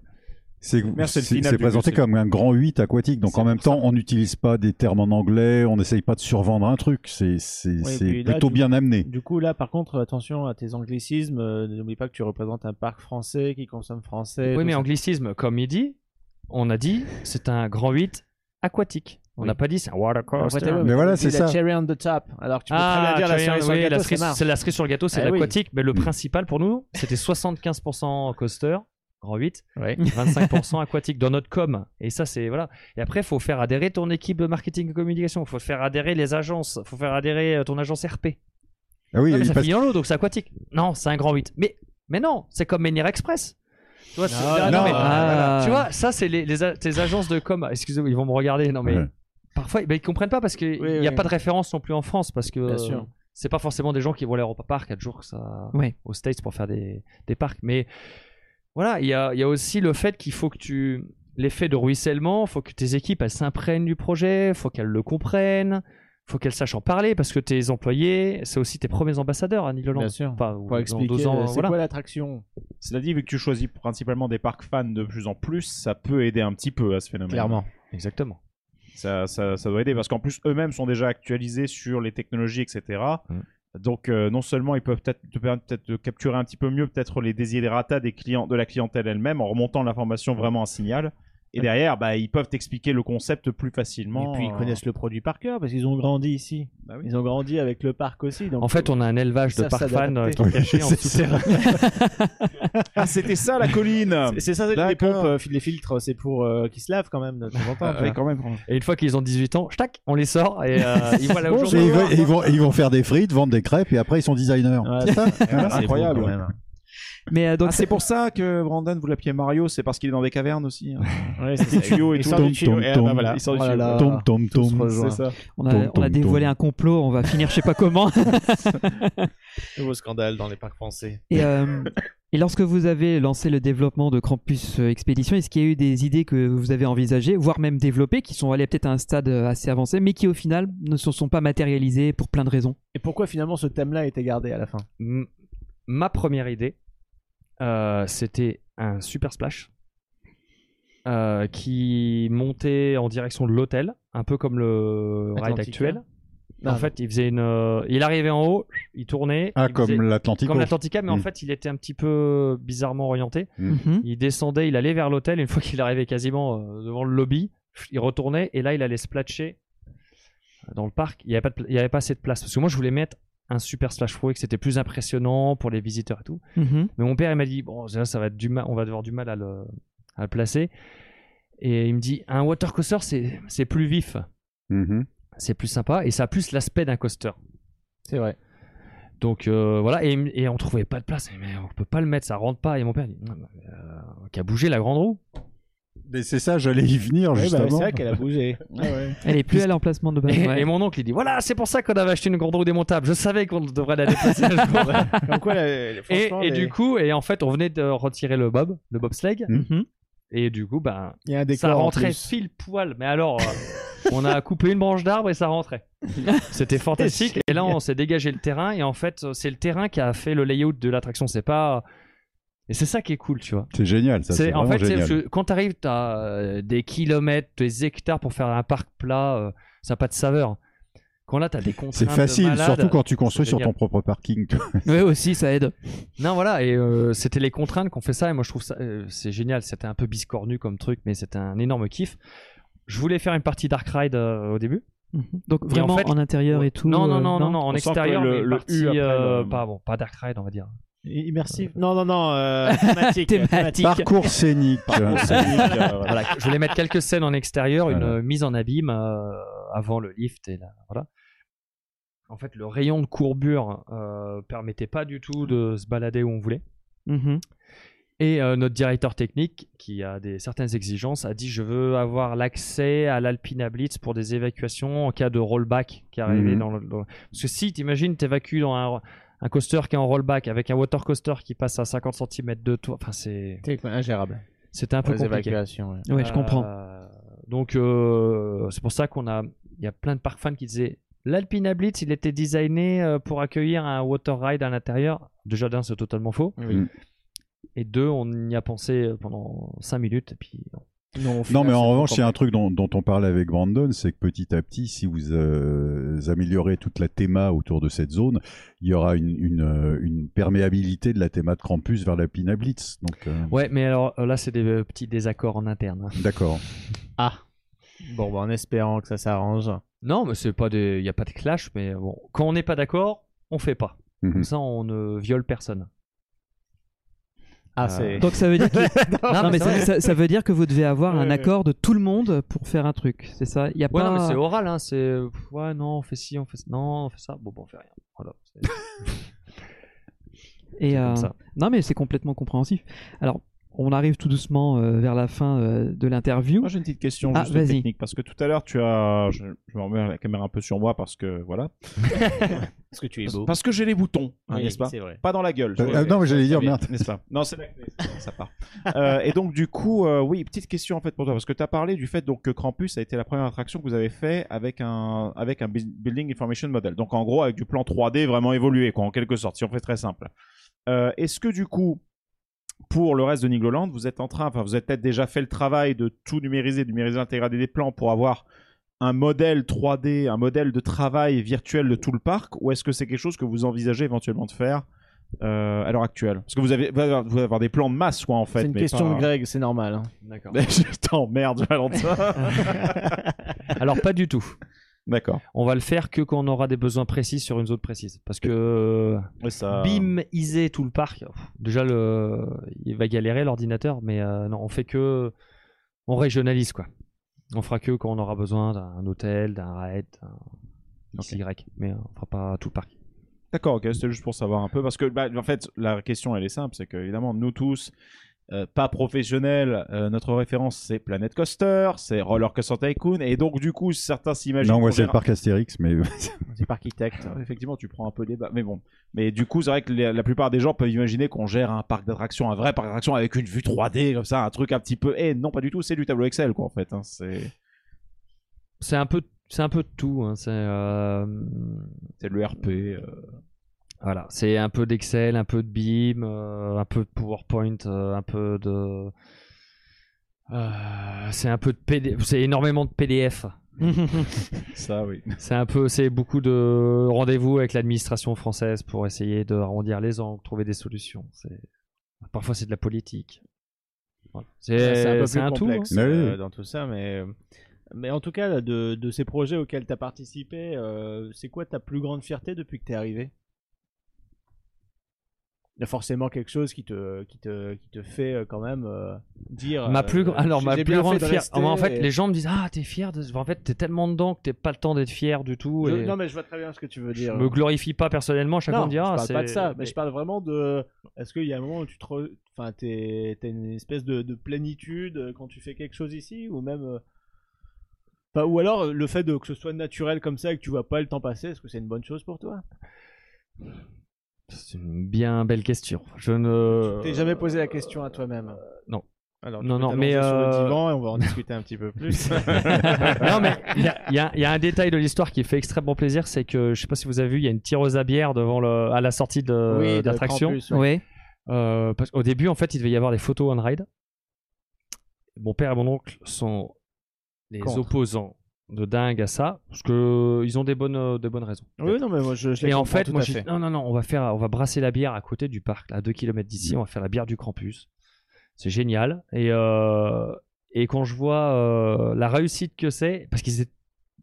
Speaker 10: C'est
Speaker 8: Merci,
Speaker 10: c'est-
Speaker 8: le final
Speaker 10: c'est
Speaker 8: du
Speaker 10: présenté
Speaker 8: musée.
Speaker 10: comme un grand 8 aquatique. Donc en même temps, on n'utilise pas des termes en anglais, on n'essaye pas de survendre un truc. C'est c'est-
Speaker 9: Oui,
Speaker 10: c'est
Speaker 9: puis là,
Speaker 10: plutôt
Speaker 9: du-
Speaker 10: bien amené.
Speaker 9: Du coup, là, par contre, attention à tes anglicismes. euh, N'oublie pas que tu représentes un parc français qui consomme français.
Speaker 8: Oui,
Speaker 9: tout
Speaker 8: mais
Speaker 9: ça.
Speaker 8: anglicisme, comme il dit, on a dit, c'est un grand 8 aquatique. On n'a pas dit c'est un water
Speaker 9: Après,
Speaker 8: coaster.
Speaker 9: t'as- t'as dit La cherry on the top. Alors, tu peux
Speaker 8: Ah,
Speaker 9: très bien
Speaker 8: cherry on-
Speaker 9: dire la cerise sur
Speaker 8: oui,
Speaker 9: le
Speaker 8: la
Speaker 9: gâteau,
Speaker 8: cerise-
Speaker 9: ça marche.
Speaker 8: c'est la cerise sur le gâteau, c'est
Speaker 9: Ah oui.
Speaker 8: l'aquatique. Mais le principal pour nous, c'était 75% coaster, grand 8,
Speaker 9: [laughs]
Speaker 8: 25% aquatique dans notre com. Et ça, c'est voilà. Et après, il faut faire adhérer ton équipe de marketing et communication. Il faut faire adhérer les agences. Il faut faire adhérer euh, ton agence RP.
Speaker 10: Ah oui,
Speaker 8: Non, mais
Speaker 10: il
Speaker 8: ça
Speaker 10: passe-
Speaker 8: finit en l'eau, donc c'est aquatique. Non, c'est un grand 8. Mais, mais non, c'est comme Menhir Express. Tu vois, c'est- ah, non,
Speaker 7: euh,
Speaker 10: non,
Speaker 8: mais-
Speaker 10: ah.
Speaker 8: tu vois, ça, c'est les, les a- tes agences de com. Excusez-moi, ils vont me regarder. Non, mais
Speaker 10: Ouais.
Speaker 8: parfois, ben, ils comprennent pas parce qu'il n'y a
Speaker 9: oui.
Speaker 8: pas de référence non plus en France. Parce que
Speaker 9: Bien
Speaker 8: euh,
Speaker 9: sûr.
Speaker 8: c'est pas forcément des gens qui vont aller à Europa Park 4 jours que ça,
Speaker 7: Ouais.
Speaker 8: aux States pour faire des, des parcs. Mais voilà, il y a, il y a aussi le fait qu'il faut que tu. L'effet de ruissellement, faut que tes équipes elles s'imprègnent du projet, faut qu'elles le comprennent, faut qu'elles sachent en parler parce que tes employés, c'est aussi tes premiers ambassadeurs à Nîmes-le-Land.
Speaker 9: Bien sûr.
Speaker 8: Enfin, ou
Speaker 9: Pour
Speaker 8: dans
Speaker 9: expliquer,
Speaker 8: deux ans,
Speaker 9: euh, c'est
Speaker 8: voilà.
Speaker 9: quoi l'attraction
Speaker 11: Cela dit, vu que tu choisis principalement des parcs fans de plus en plus, ça peut aider un petit peu à ce phénomène.
Speaker 9: Clairement.
Speaker 8: Exactement.
Speaker 11: Ça, ça, ça doit aider parce qu'en plus, eux-mêmes sont déjà actualisés sur les technologies, etc. Donc, euh, non seulement ils peuvent peut-être te permettre peut-être de capturer un petit peu mieux peut-être les desiderata des clients, de la clientèle elle-même en remontant l'information vraiment à un signal. Et derrière, bah, ils peuvent t'expliquer le concept plus facilement.
Speaker 9: Et puis, ils
Speaker 11: Euh,
Speaker 9: connaissent le produit par cœur parce qu'ils ont grandi ici.
Speaker 13: Bah
Speaker 9: Ils ont grandi avec le parc aussi. donc-
Speaker 8: En fait, on a un élevage
Speaker 9: Ils
Speaker 8: de
Speaker 9: savent
Speaker 8: parfans euh, qui est
Speaker 9: s'adapter.
Speaker 8: caché
Speaker 10: [laughs]
Speaker 8: en
Speaker 9: C'est-
Speaker 8: souterrain.
Speaker 11: ah, c'était ça la
Speaker 9: [laughs]
Speaker 11: colline
Speaker 9: Ah, C'est- C'est ça, les pompes, euh, les filtres, c'est pour euh, qu'ils se lavent quand même de temps en
Speaker 11: Ah,
Speaker 9: temps. tu vois. Ah,
Speaker 8: Et une fois qu'ils ont 18 ans, tac, on les sort et euh, ils voient la
Speaker 10: Et
Speaker 8: au jour le
Speaker 10: ils,
Speaker 8: jour.
Speaker 10: vont, et ils vont- et ils vont faire des frites, vendre des crêpes et après ils sont designers.
Speaker 9: Ouais, ça,
Speaker 10: Voilà.
Speaker 11: Ah, c'est incroyable.
Speaker 7: Mais euh,
Speaker 11: Ah, c'est pour ça que Brandon vous l'appelez Mario, c'est parce qu'il est dans des cavernes aussi. hein.
Speaker 9: Ouais,
Speaker 11: c'est des tuyaux et
Speaker 9: Il
Speaker 11: tout.
Speaker 9: sort du tuyau, et ah bah voilà.
Speaker 11: Il sort du
Speaker 9: Oh là
Speaker 11: tuyau.
Speaker 9: là.
Speaker 10: Tom, tom,
Speaker 9: Tous
Speaker 10: tom.
Speaker 9: rejoints.
Speaker 11: C'est ça.
Speaker 7: On a,
Speaker 10: Tom,
Speaker 7: on a
Speaker 10: tom,
Speaker 7: dévoilé
Speaker 10: tom.
Speaker 7: un complot, on va finir je sais pas comment.
Speaker 13: Nouveau scandale dans les parcs français.
Speaker 7: Et, euh, et lorsque vous avez lancé le développement de Krampus euh, Expédition, est-ce qu'il y a eu des idées que vous avez envisagées, voire même développées, qui sont allées peut-être à un stade euh, assez avancé, mais qui au final ne se sont pas matérialisées pour plein de raisons
Speaker 9: Et pourquoi finalement ce thème-là a été gardé à la fin
Speaker 8: M- ma première idée, euh, c'était un super splash euh, qui montait en direction de l'hôtel, un peu comme le ride
Speaker 9: Atlantica.
Speaker 8: actuel.
Speaker 9: Non,
Speaker 8: en
Speaker 9: non.
Speaker 8: fait, il faisait une, euh, il arrivait en haut, il tournait.
Speaker 10: Ah,
Speaker 8: il
Speaker 10: comme
Speaker 8: faisait-
Speaker 10: l'Atlantico.
Speaker 8: Comme l'Atlantica, mais en
Speaker 10: Mm.
Speaker 8: fait, il était un petit peu bizarrement orienté.
Speaker 10: Mhm.
Speaker 8: Il descendait, il allait vers l'hôtel. et Une fois qu'il arrivait quasiment euh, devant le lobby, il retournait et là, il allait splatcher euh, dans le parc, il n'y avait, pas de pla- il y avait pas assez de place. Parce que moi, je voulais mettre un super slash pro et que c'était plus impressionnant pour les visiteurs et tout.
Speaker 7: Mhm.
Speaker 8: Mais mon père, il m'a dit Bon, ça, ça va être du mal, on va avoir du mal à le, à le placer. Et il me dit un water coaster, c'est c'est plus vif,
Speaker 10: Mhm.
Speaker 8: c'est plus sympa et ça a plus l'aspect d'un coaster.
Speaker 9: C'est
Speaker 8: Ah,
Speaker 9: vrai.
Speaker 8: Donc euh, voilà, et, il me- et on trouvait pas de place, mais on peut pas le mettre, ça rentre pas. Et mon père dit Non, mais, euh, qu'à bouger la grande roue.
Speaker 10: Mais c'est ça, j'allais y venir
Speaker 9: Ouais, bah,
Speaker 10: justement.
Speaker 9: c'est vrai qu'elle
Speaker 8: [laughs]
Speaker 9: a bougé.
Speaker 8: Ah
Speaker 7: Elle est plus à l'emplacement de base.
Speaker 8: Et,
Speaker 7: ouais.
Speaker 8: et mon oncle il dit voilà, c'est pour ça qu'on avait acheté une grande roue démontable. Je savais qu'on devrait la déplacer. un jour.
Speaker 9: Comme quoi, la-
Speaker 8: [laughs]
Speaker 9: la-
Speaker 8: et,
Speaker 9: franchement,
Speaker 8: et
Speaker 9: les-
Speaker 8: du coup, et en fait, on venait de retirer le bob, le bobsleigh. Et du coup, ben,
Speaker 9: Il y a un décor
Speaker 8: ça
Speaker 9: Mm. en
Speaker 8: rentrait
Speaker 9: plus.
Speaker 8: fil poil. Mais alors, euh, on a coupé une branche d'arbre et ça [laughs] rentrait. C'était fantastique. Et là, on s'est dégagé le terrain. Et en fait, c'est le terrain qui a fait le layout de l'attraction. C'est pas. Et c'est ça qui est cool, tu vois.
Speaker 10: C'est génial, ça. C'est
Speaker 8: en fait, c'est
Speaker 10: génial.
Speaker 8: parce que quand t'arrives, t'as euh, des kilomètres, des hectares pour faire un parc plat, euh, ça n'a pas de saveur. Quand là, t'as des contraintes.
Speaker 10: C'est
Speaker 8: de
Speaker 10: facile,
Speaker 8: malade,
Speaker 10: surtout quand tu construis
Speaker 8: c'est
Speaker 10: sur
Speaker 8: génial.
Speaker 10: ton propre parking. toi.
Speaker 7: Ouais, aussi, ça aide.
Speaker 8: Non, voilà, et euh, c'était les contraintes qu'on fait ça, et moi je trouve ça, euh, c'est génial, c'était un peu biscornu comme truc, mais c'était un énorme kiff. Je voulais faire une partie Dark Ride euh, au début.
Speaker 7: Donc
Speaker 8: Et
Speaker 7: vraiment
Speaker 8: en, fait-
Speaker 7: en intérieur et tout.
Speaker 8: Non, non,
Speaker 7: euh,
Speaker 8: non, non, non, en
Speaker 7: On sent que
Speaker 8: extérieur,
Speaker 7: le-
Speaker 8: mais
Speaker 7: le
Speaker 8: partie,
Speaker 7: U après
Speaker 8: euh,
Speaker 7: le-
Speaker 8: pas, bon, pas Dark Ride, on va dire.
Speaker 9: Immersif. Non, non, non. [laughs] euh, thématique. thématique.
Speaker 10: Parcours scénique.
Speaker 11: euh,
Speaker 8: Voilà, je voulais mettre quelques scènes en extérieur, une euh, mise en abîme euh, avant le lift, et là, voilà. En fait, le rayon de courbure euh, permettait pas du tout de se balader où on voulait.
Speaker 7: Mhm.
Speaker 8: Et euh, notre directeur technique, qui a des, certaines exigences, a dit je veux avoir l'accès à l'Alpina Blitz pour des évacuations en cas de rollback qui arrivait
Speaker 10: Mhm.
Speaker 8: dans, le, dans- Parce que si, t'imagines, t'évacues dans un, un coaster qui est en rollback avec un water coaster qui passe à 50 cm de toi, enfin c'est...
Speaker 9: C'est ingérable.
Speaker 8: C'était un peu
Speaker 9: Pour les
Speaker 8: compliqué.
Speaker 9: évacuations, ouais.
Speaker 7: Ouais, je comprends.
Speaker 8: Donc euh, c'est pour ça qu'on a... Il y a plein de parcs fans qui disaient l'Alpina Blitz, il était designé euh, pour accueillir un water ride à l'intérieur. Déjà d'un, c'est totalement faux.
Speaker 10: Mm.
Speaker 8: Et deux, on y a pensé euh, pendant 5 minutes. Et puis,
Speaker 9: Non,
Speaker 10: Non, mais en revanche, il y a un truc dont, dont on parlait avec Brandon, c'est que petit à petit, si vous euh, améliorez toute la théma autour de cette zone, il y aura une, une, euh, une perméabilité de la théma de Krampus vers la Pina Blitz. Donc, euh,
Speaker 8: Ouais, mais alors euh, là, c'est des euh, petits désaccords en interne. hein.
Speaker 10: d'accord.
Speaker 9: Ah. Bon, bah, en espérant que ça s'arrange.
Speaker 8: Non, mais c'est pas des... il n'y a pas de clash. Mais bon, quand on n'est pas d'accord, on fait pas. Comme
Speaker 10: Mhm.
Speaker 8: ça, on ne viole personne.
Speaker 9: Ah,
Speaker 8: Euh,
Speaker 9: c'est.
Speaker 7: Donc ça veut dire que...
Speaker 8: Non,
Speaker 7: non, mais
Speaker 8: c'est vrai.
Speaker 7: ça, ça- ça veut dire que vous devez avoir un
Speaker 9: Ouais.
Speaker 7: accord de tout le monde pour faire un truc. C'est ça. Il y a
Speaker 8: Ouais,
Speaker 7: pas.
Speaker 8: non, mais c'est oral, hein, c'est euh, pff, ouais, non, on fait ci, on fait ça, non, on fait ça, bon, bon, on fait rien. Voilà. c'est-
Speaker 7: Et
Speaker 8: comme
Speaker 7: euh,
Speaker 8: ça.
Speaker 7: non, mais c'est complètement compréhensif. Alors, on arrive tout doucement euh, vers la fin euh, de l'interview.
Speaker 11: Moi j'ai une petite question
Speaker 7: Ah,
Speaker 11: juste
Speaker 7: vas-y.
Speaker 11: technique parce que tout à l'heure tu as, je, je me remets la caméra un peu sur moi parce que voilà,
Speaker 9: Parce que tu es
Speaker 11: parce,
Speaker 9: beau.
Speaker 11: parce que j'ai les boutons, hein,
Speaker 9: Oui,
Speaker 11: n'est-ce pas
Speaker 9: c'est vrai.
Speaker 11: Pas dans la gueule.
Speaker 10: Euh,
Speaker 11: je-
Speaker 10: euh, non, mais j'allais dire,
Speaker 11: Oui,
Speaker 10: merde.
Speaker 11: N'est-ce pas Non, c'est la clé, ça part. Euh, et donc, du coup, euh, oui, petite question en fait pour toi, parce que tu as parlé du fait donc, que Krampus a été la première attraction que vous avez fait avec un, avec un bu- Building Information Model. Donc, en gros, avec du plan 3D vraiment évolué, quoi, en quelque sorte, si on fait très simple. Euh, Est-ce que du coup, pour le reste de Nigloland, vous êtes en train, enfin, vous avez peut-être déjà fait le travail de tout numériser, de numériser l'intégralité des plans pour avoir un modèle 3D, un modèle de travail virtuel de tout le parc, ou est-ce que c'est quelque chose que vous envisagez éventuellement de faire euh, à l'heure actuelle Parce que vous avez, vous allez avoir- vous allez avoir des plans de masse, quoi, en fait.
Speaker 9: C'est une
Speaker 11: mais
Speaker 9: question
Speaker 11: pas-
Speaker 9: de Greg, c'est normal. hein.
Speaker 8: D'accord.
Speaker 11: [laughs] Mais je t'emmerde,
Speaker 9: [laughs]
Speaker 11: Valentin.
Speaker 8: Alors, pas du tout.
Speaker 11: D'accord.
Speaker 8: On va le faire que quand on aura des besoins précis sur une zone précise. Parce que euh,
Speaker 11: Ouais, ça...
Speaker 8: bim, iser tout le parc, pff, déjà, le... il va galérer l'ordinateur, mais euh, non, on fait que. On régionalise, quoi. On fera que quand on aura besoin d'un hôtel, d'un raid, d'un XY, mais euh, on fera pas tout le parc.
Speaker 11: D'accord, ok, c'était juste pour savoir un peu, parce que bah, en fait, la question elle est simple, c'est que évidemment nous tous, euh, pas professionnels, euh, notre référence c'est Planet Coaster, c'est Roller Coaster Tycoon, et donc du coup certains s'imaginent.
Speaker 10: Non, moi
Speaker 11: qu'on
Speaker 10: c'est le
Speaker 11: verra-
Speaker 10: parc Astérix, mais
Speaker 9: C'est pas architecte.
Speaker 11: [laughs] Effectivement, tu prends un peu les bas, mais bon. Mais du coup, c'est vrai que la, la plupart des gens peuvent imaginer qu'on gère un parc d'attractions, un vrai parc d'attractions avec une vue 3D comme ça, un truc un petit peu. Eh non, pas du tout, c'est du tableau Excel quoi en fait. hein, c'est
Speaker 8: C'est un peu. C'est un peu de tout. hein, C'est euh,
Speaker 11: c'est le RP. euh,
Speaker 8: Voilà, c'est un peu d'Excel, un peu de BIM, euh, un peu de PowerPoint, euh, un peu de. Euh, c'est un peu de PDF, c'est énormément de PDF.
Speaker 11: ça oui.
Speaker 8: C'est un peu, c'est beaucoup de rendez-vous avec l'administration française pour essayer de arrondir les angles, trouver des solutions. C'est- Parfois c'est de la politique. Voilà.
Speaker 11: [laughs]
Speaker 9: C'est un
Speaker 8: C'est
Speaker 9: peu
Speaker 8: c'est
Speaker 9: plus
Speaker 8: un, tout.
Speaker 9: complexe
Speaker 10: hein.
Speaker 9: euh,
Speaker 10: Oui.
Speaker 9: dans tout ça, mais, mais en tout cas, de, de ces projets auxquels tu as participé, euh, c'est quoi ta plus grande fierté depuis que tu es arrivé il y a forcément quelque chose qui te, qui te, qui te fait euh, quand même euh, dire.
Speaker 8: Ma
Speaker 9: euh,
Speaker 8: plus, gr- alors,
Speaker 9: j'ai-
Speaker 8: ma
Speaker 9: j'ai
Speaker 8: plus
Speaker 9: bien
Speaker 8: grande
Speaker 9: fait de
Speaker 8: fierté.
Speaker 9: rester
Speaker 8: En fait,
Speaker 9: et-
Speaker 8: les gens me disent Ah, t'es fier de. En fait, t'es tellement dedans que t'es pas le temps d'être fier du tout.
Speaker 9: Je-
Speaker 8: et
Speaker 9: Non, mais je vois très bien ce que tu veux
Speaker 8: je
Speaker 9: dire.
Speaker 8: me glorifie pas personnellement. Chacun
Speaker 9: non,
Speaker 8: me dit Ah,
Speaker 9: je parle
Speaker 8: c'est.
Speaker 9: pas de ça, mais, je parle vraiment de. Est-ce qu'il y a un moment où tu te. re- Enfin, t'es- t'as une espèce de, de plénitude euh, quand tu fais quelque chose ici, ou même. euh, enfin, ou alors euh, le fait de, que ce soit naturel comme ça et que tu vois pas le temps passer, est-ce que c'est une bonne chose pour toi
Speaker 8: C'est une bien belle question. Je ne.
Speaker 9: T'es jamais posé la question à toi-même
Speaker 8: Non.
Speaker 9: Alors,
Speaker 8: non, non, mais.
Speaker 9: sur le
Speaker 8: euh,
Speaker 9: divan et on va en discuter un petit peu plus.
Speaker 8: non mais il y, a- il y a- il y a un détail de l'histoire qui fait extrêmement plaisir, c'est que je sais pas si vous avez vu, il y a une tireuse à bière devant le, à la sortie de
Speaker 7: Oui, de
Speaker 8: d'attraction.
Speaker 7: campus, ouais. Ouais.
Speaker 8: Euh, parce qu'au début, en fait, il devait y avoir des photos on ride. Mon père et mon oncle sont les
Speaker 9: Contre.
Speaker 8: opposants de dingue à ça, parce que ils ont des bonnes, euh, des bonnes raisons.
Speaker 9: [laughs] Oui, non, mais moi, je- je les
Speaker 8: Et en
Speaker 9: comprends
Speaker 8: fait,
Speaker 9: tout
Speaker 8: moi,
Speaker 9: à
Speaker 8: j'ai
Speaker 9: fait.
Speaker 8: dit, non, non, non, on va faire, on va brasser la bière à côté du parc, là, à 2 km d'ici,
Speaker 9: Mm.
Speaker 8: on va faire la bière du campus. C'est génial. Et, euh, et quand je vois euh, la réussite que c'est, parce qu'ils étaient,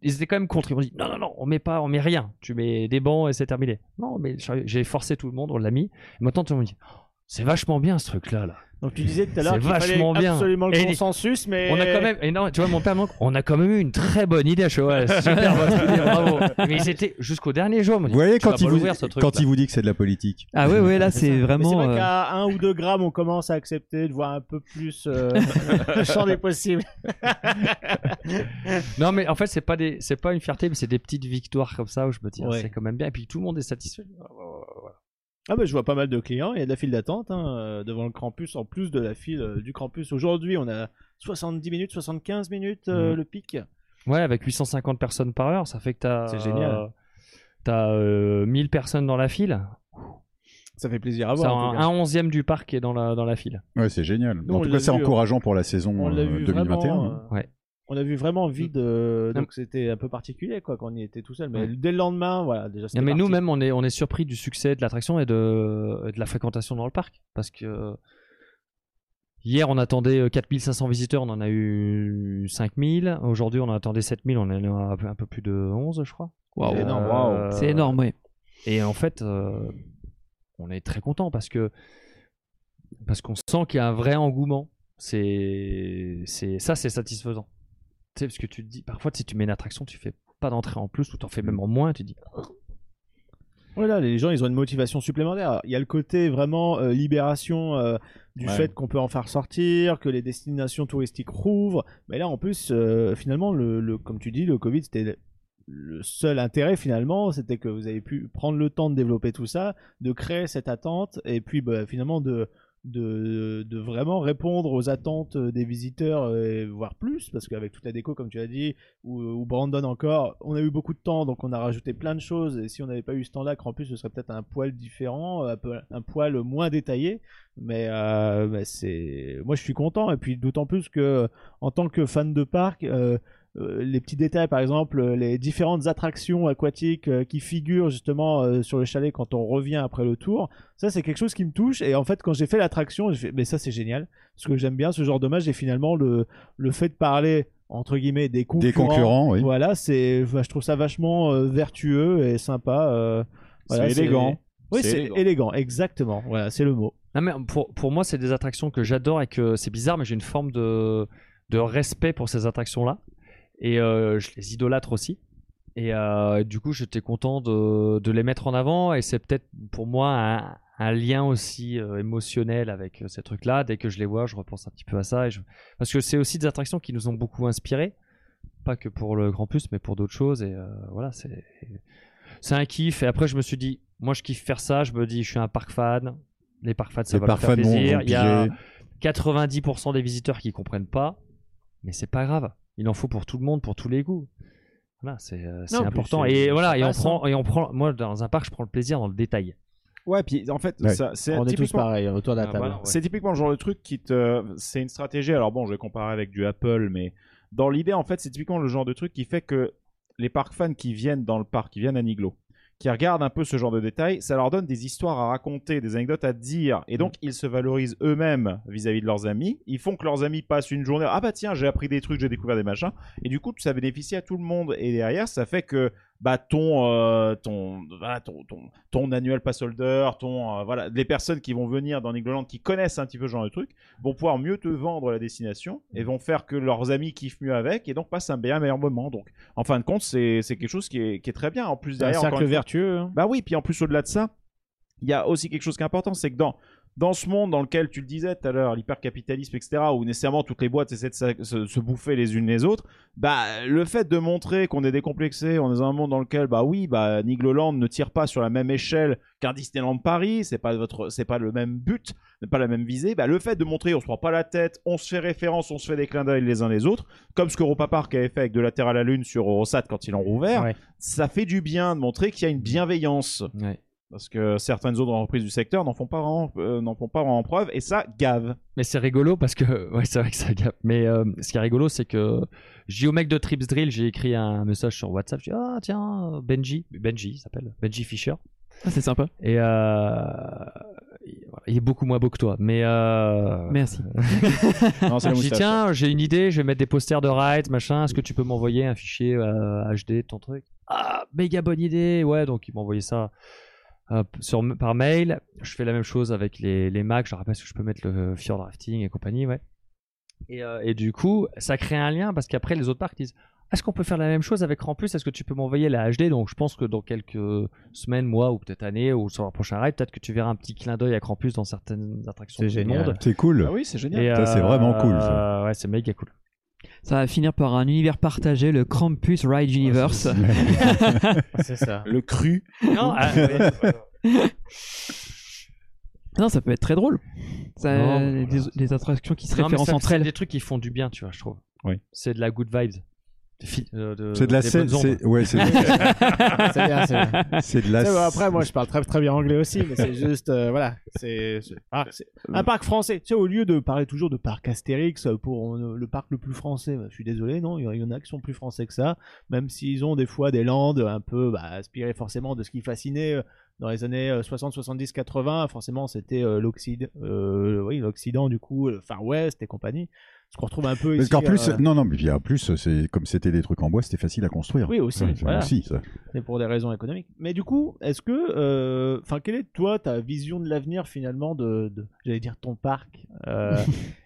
Speaker 8: ils étaient quand même contre. Ils m'ont dit non, non, non, on met pas, on met rien. Tu mets des bancs et c'est terminé. Non, mais j'ai- j'ai forcé tout le monde, on l'a mis. Et maintenant, tout le monde me dit oh, c'est vachement bien ce truc-là. Là.
Speaker 9: Donc tu disais tout à l'heure
Speaker 8: C'est
Speaker 9: qu'il fallait
Speaker 8: vachement bien.
Speaker 9: absolument le
Speaker 8: Et il dit,
Speaker 9: consensus, mais
Speaker 8: On a quand même, et non, tu vois, mon père manque, on a quand même eu une très bonne idée à Cheval. Super votre idée,
Speaker 9: [laughs]
Speaker 8: bravo. Mais ils étaient jusqu'au dernier jour. ils m'ont dit,
Speaker 10: [laughs] Vous voyez,
Speaker 8: tu vas
Speaker 10: quand,
Speaker 8: pas
Speaker 10: il vous,
Speaker 8: l'ouvrir, ce truc,
Speaker 10: quand
Speaker 8: là.
Speaker 10: il vous dit que c'est de la politique.
Speaker 7: Ah ouais, ouais, là,
Speaker 9: ça.
Speaker 7: c'est
Speaker 9: Mais
Speaker 7: vraiment.
Speaker 9: [laughs] C'est vrai ah,
Speaker 7: euh,
Speaker 9: qu'à un ou deux grammes, on commence à accepter de voir un peu
Speaker 7: [laughs]
Speaker 9: plus euh, le champ des possibles.
Speaker 8: non mais en fait c'est pas des c'est pas une fierté mais c'est des petites victoires comme ça où je me dis ah,
Speaker 9: Ouais.
Speaker 8: c'est quand même bien et puis tout le monde est satisfait
Speaker 9: Ah bah je vois pas mal de clients, il y a de la file d'attente hein, euh, devant le campus, en plus de la file euh, du campus. Aujourd'hui on a 70 minutes, 75 minutes euh,
Speaker 7: Mm.
Speaker 8: Mhm.
Speaker 9: le pic.
Speaker 8: ouais avec 850 personnes par heure ça fait que t'as
Speaker 9: C'est génial.
Speaker 8: euh, t'as euh, 1000 personnes dans la file
Speaker 9: ça fait plaisir à
Speaker 8: c'est
Speaker 9: voir. en tout
Speaker 8: un,
Speaker 9: cas.
Speaker 8: un onzième du parc qui est dans la dans la file
Speaker 10: Ouais, c'est génial.
Speaker 9: Nous,
Speaker 10: en
Speaker 9: on
Speaker 10: tout
Speaker 9: l'a
Speaker 10: cas, c'est
Speaker 8: hein.
Speaker 9: vu,
Speaker 10: encourageant pour la saison
Speaker 9: on l'a
Speaker 10: euh,
Speaker 9: vu
Speaker 10: 2021.
Speaker 9: vraiment,
Speaker 10: hein.
Speaker 9: euh, On a vu vraiment vide, euh, donc c'était un peu particulier quoi quand on y était tout seul. Mais dès le lendemain, voilà, déjà c'était
Speaker 8: Non, mais
Speaker 9: parti.
Speaker 8: nous même on est on est surpris du succès de l'attraction et de et de la fréquentation dans le parc parce que Hier, on attendait euh, 4500 visiteurs, on en a eu 5000. Aujourd'hui, on en attendait 7000, on en a un peu- un peu plus de 11, je crois.
Speaker 7: Waouh. C'est énorme.
Speaker 8: Euh,
Speaker 7: C'est énorme, ouais.
Speaker 8: Et en fait, euh, on est très content parce que parce qu'on sent qu'il y a un vrai engouement. C'est c'est ça, c'est satisfaisant. Tu sais, parce que tu te dis, parfois, si tu mets une attraction, tu fais pas d'entrée en plus ou t'en fais même en moins, tu te dis.
Speaker 9: Voilà, les gens, ils ont une motivation supplémentaire. Il y a le côté vraiment euh, libération euh, du
Speaker 8: Ouais.
Speaker 9: fait qu'on peut en faire sortir, que les destinations touristiques rouvrent. Mais là, en plus, euh, finalement, le, le- comme tu dis, le Covid, c'était le seul intérêt finalement, c'était que vous avez pu prendre le temps de développer tout ça, de créer cette attente, et puis bah, finalement de, de, de vraiment répondre aux attentes des visiteurs, euh, voire plus, parce qu'avec toute la déco, comme tu as dit, ou, euh, ou Brandon encore, on a eu beaucoup de temps, donc on a rajouté plein de choses, et si on n'avait pas eu ce temps-là, Krampus, ce serait peut-être un poil différent, un, peu- un poil moins détaillé, mais, euh, mais c'est... Moi, je suis content, et puis d'autant plus que, en tant que fan de parc, euh, euh, les petits détails, par exemple, euh, les différentes attractions aquatiques euh, qui figurent justement euh, sur le chalet quand on revient après le tour, ça c'est quelque chose qui me touche. Et en fait, quand j'ai fait l'attraction, j'ai fait, mais ça c'est génial, parce que j'aime bien ce genre d'hommage. Et finalement, le, le fait de parler entre guillemets des concurrents,
Speaker 10: concurrents, oui.
Speaker 9: voilà, c'est, bah, je trouve ça vachement euh, vertueux et sympa. euh,
Speaker 10: C'est
Speaker 9: voilà,
Speaker 10: élégant.
Speaker 9: Oui,
Speaker 10: C'est
Speaker 9: c'est
Speaker 10: élégant.
Speaker 9: élégant. exactement. Voilà, c'est le mot.
Speaker 8: Non, ah, mais pour, pour moi, c'est des attractions que j'adore et que c'est bizarre, mais j'ai une forme de, de respect pour ces attractions-là. Et euh, je les idolâtre aussi. Et euh, du coup, j'étais content de, de les mettre en avant. Et c'est peut-être pour moi un, un lien aussi euh, émotionnel avec euh, ces trucs-là. Dès que je les vois, je repense un petit peu à ça. Et je- Parce que c'est aussi des attractions qui nous ont beaucoup inspirés. Pas que pour le Grampus, mais pour d'autres choses. Et euh, voilà, c'est c'est un kiff. Et après, je me suis dit, moi, je kiffe faire ça. Je me dis, je suis un parc fan. Les parcs fans, ça
Speaker 10: Les
Speaker 8: va leur faire
Speaker 10: parcs fans vont-
Speaker 8: plaisir.
Speaker 10: vont
Speaker 8: Il y a [laughs]
Speaker 10: piger.
Speaker 8: 90% des visiteurs qui comprennent pas, mais c'est pas grave. Il en faut pour tout le monde, pour tous les goûts. Voilà, c'est euh, c'est
Speaker 11: puis
Speaker 8: important.
Speaker 11: c'est-
Speaker 8: Et
Speaker 11: ça
Speaker 8: voilà, et on
Speaker 11: passe,
Speaker 8: prend, et on prend. Moi, dans un parc, je prends le plaisir dans le détail.
Speaker 11: Ouais, puis en fait,
Speaker 8: Ouais.
Speaker 11: ça, c'est
Speaker 8: On est tous
Speaker 11: typiquement-
Speaker 8: pareils, autour de la Ah, table. voilà, ouais.
Speaker 11: C'est typiquement le genre de truc qui te. C'est une stratégie. Alors bon, je vais comparer avec du Apple, mais dans l'idée, en fait, c'est typiquement le genre de truc qui fait que les parcs fans qui viennent dans le parc, qui viennent à Niglo, qui regardent un peu ce genre de détails, ça leur donne des histoires à raconter, des anecdotes à dire. Et
Speaker 8: Mm.
Speaker 11: donc, ils se valorisent eux-mêmes vis-à-vis de leurs amis. Ils font que leurs amis passent une journée. Ah bah tiens, j'ai appris des trucs, j'ai découvert des machins. Et du coup, ça bénéficie à tout le monde. Et derrière, ça fait que bah ton euh, ton, voilà, ton ton ton annual pass holder, ton euh, voilà, les personnes qui vont venir dans Nigloland qui connaissent un petit peu ce genre de truc vont pouvoir mieux te vendre la destination et vont faire que leurs amis kiffent mieux avec et donc passent un bien meilleur moment. Donc en fin de compte, c'est c'est quelque chose qui est qui est très bien en plus
Speaker 9: C'est un
Speaker 11: derrière encore
Speaker 9: cercle
Speaker 11: une fois-
Speaker 9: vertueux, hein.
Speaker 11: Bah oui, puis en plus au-delà de ça, il y a aussi quelque chose qui est important, c'est que dans dans ce monde dans lequel tu le disais tout à l'heure, l'hypercapitalisme, etc., où nécessairement toutes les boîtes essaient de sa- se, se bouffer les unes les autres, bah le fait de montrer qu'on est décomplexé, on est dans un monde dans lequel bah oui, bah Nigloland ne tire pas sur la même échelle qu'un Disneyland Paris, c'est pas votre, c'est pas le même but, c'est pas la même visée. Bah le fait de montrer, on se prend pas la tête, on se fait référence, on se fait des clins d'œil les uns les autres, comme ce que Europa Park avait fait avec de la Terre à la Lune sur Eurosat quand ils l'ont rouvert, ça fait du bien de montrer qu'il y a une bienveillance. Parce que certaines autres entreprises du secteur n'en font pas vraiment, euh, n'en font pas vraiment preuve et ça gave.
Speaker 8: Mais c'est rigolo parce que, [laughs] ouais, c'est vrai que ça gap. Mais euh, ce qui est rigolo, c'est que j'ai dit au mec de Trips Drill, j'ai écrit un message sur WhatsApp. J'ai dit, ah tiens, euh, Benji, Benji il s'appelle, Benji Fisher.
Speaker 7: Ah, c'est sympa.
Speaker 8: Et euh, il voilà, il est beaucoup moins beau que toi, mais. euh,
Speaker 7: Merci.
Speaker 8: [laughs] j'ai
Speaker 11: Non, c'est la
Speaker 8: dit,
Speaker 11: moustache.
Speaker 8: tiens, j'ai une idée, je vais mettre des posters de Riot, machin. Est-ce que tu peux m'envoyer un fichier euh, HD de ton truc Ah, méga bonne idée Ouais, donc il m'a envoyé ça euh, sur, par mail. Je fais la même chose avec les, les Macs. Je rappelle ce que je peux mettre le Fjord Drafting et compagnie, ouais. Et, euh, et du coup, ça crée un lien parce qu'après, les autres parcs disent Est-ce qu'on peut faire la même chose avec Ramplus Est-ce que tu peux m'envoyer la HD Donc, je pense que dans quelques semaines, mois ou peut-être années ou sur un prochain ride, peut-être que tu verras un petit clin d'œil à Ramplus dans certaines attractions
Speaker 10: C'est
Speaker 8: du
Speaker 10: génial.
Speaker 8: monde.
Speaker 10: C'est cool.
Speaker 11: Ah oui, c'est génial.
Speaker 8: Et,
Speaker 10: Ça, c'est vraiment cool,
Speaker 8: euh, ouais, c'est méga cool.
Speaker 7: Ça va finir par un univers partagé, le Krampus Ride Universe. [laughs]
Speaker 13: C'est ça.
Speaker 9: [laughs]
Speaker 11: Le cru.
Speaker 8: Non, ah, ouais,
Speaker 7: Non, ça peut être très drôle. Ça- euh,
Speaker 8: Non, mais
Speaker 7: des, des attractions qui se
Speaker 8: Non, mais
Speaker 7: référencent
Speaker 8: ça,
Speaker 7: entre
Speaker 8: c'est
Speaker 7: elles.
Speaker 8: des trucs qui font du bien, tu vois, je trouve.
Speaker 10: Oui.
Speaker 8: C'est de la good vibes. Des fi- euh,
Speaker 10: C'est de la
Speaker 8: des
Speaker 10: scène,
Speaker 8: bonnes
Speaker 10: c'est-
Speaker 8: ondes. [laughs]
Speaker 10: ouais, c'est-
Speaker 9: C'est bien, c'est bien.
Speaker 10: C'est de la-
Speaker 9: Tu sais, bon, après, moi, je parle très très bien anglais aussi, mais c'est juste euh, voilà, c'est c'est- ah, c'est un parc français. Tu sais, au lieu de parler toujours de parc Astérix euh, pour euh, le parc le plus français, bah, je suis désolé, non, il y en a qui sont plus français que ça, même s'ils ont des fois des landes un peu bah, inspirées forcément de ce qui fascinait. euh, dans les années euh, 60, 70, 80, forcément, c'était euh, l'Occid- euh, oui, l'Occident, du coup, le Far West et compagnie. Ce qu'on retrouve un peu
Speaker 10: Parce
Speaker 9: ici.
Speaker 10: qu'en plus,
Speaker 9: euh,
Speaker 10: non, non, mais puis en plus, c'est comme c'était des trucs en bois, c'était facile à construire.
Speaker 9: Oui, aussi,
Speaker 10: Ouais, c'est
Speaker 9: voilà.
Speaker 10: aussi, ça.
Speaker 9: C'est pour des raisons économiques. Mais du coup, est-ce que. euh, Enfin, quelle est, toi, ta vision de l'avenir, finalement, de. de- J'allais dire ton parc. euh,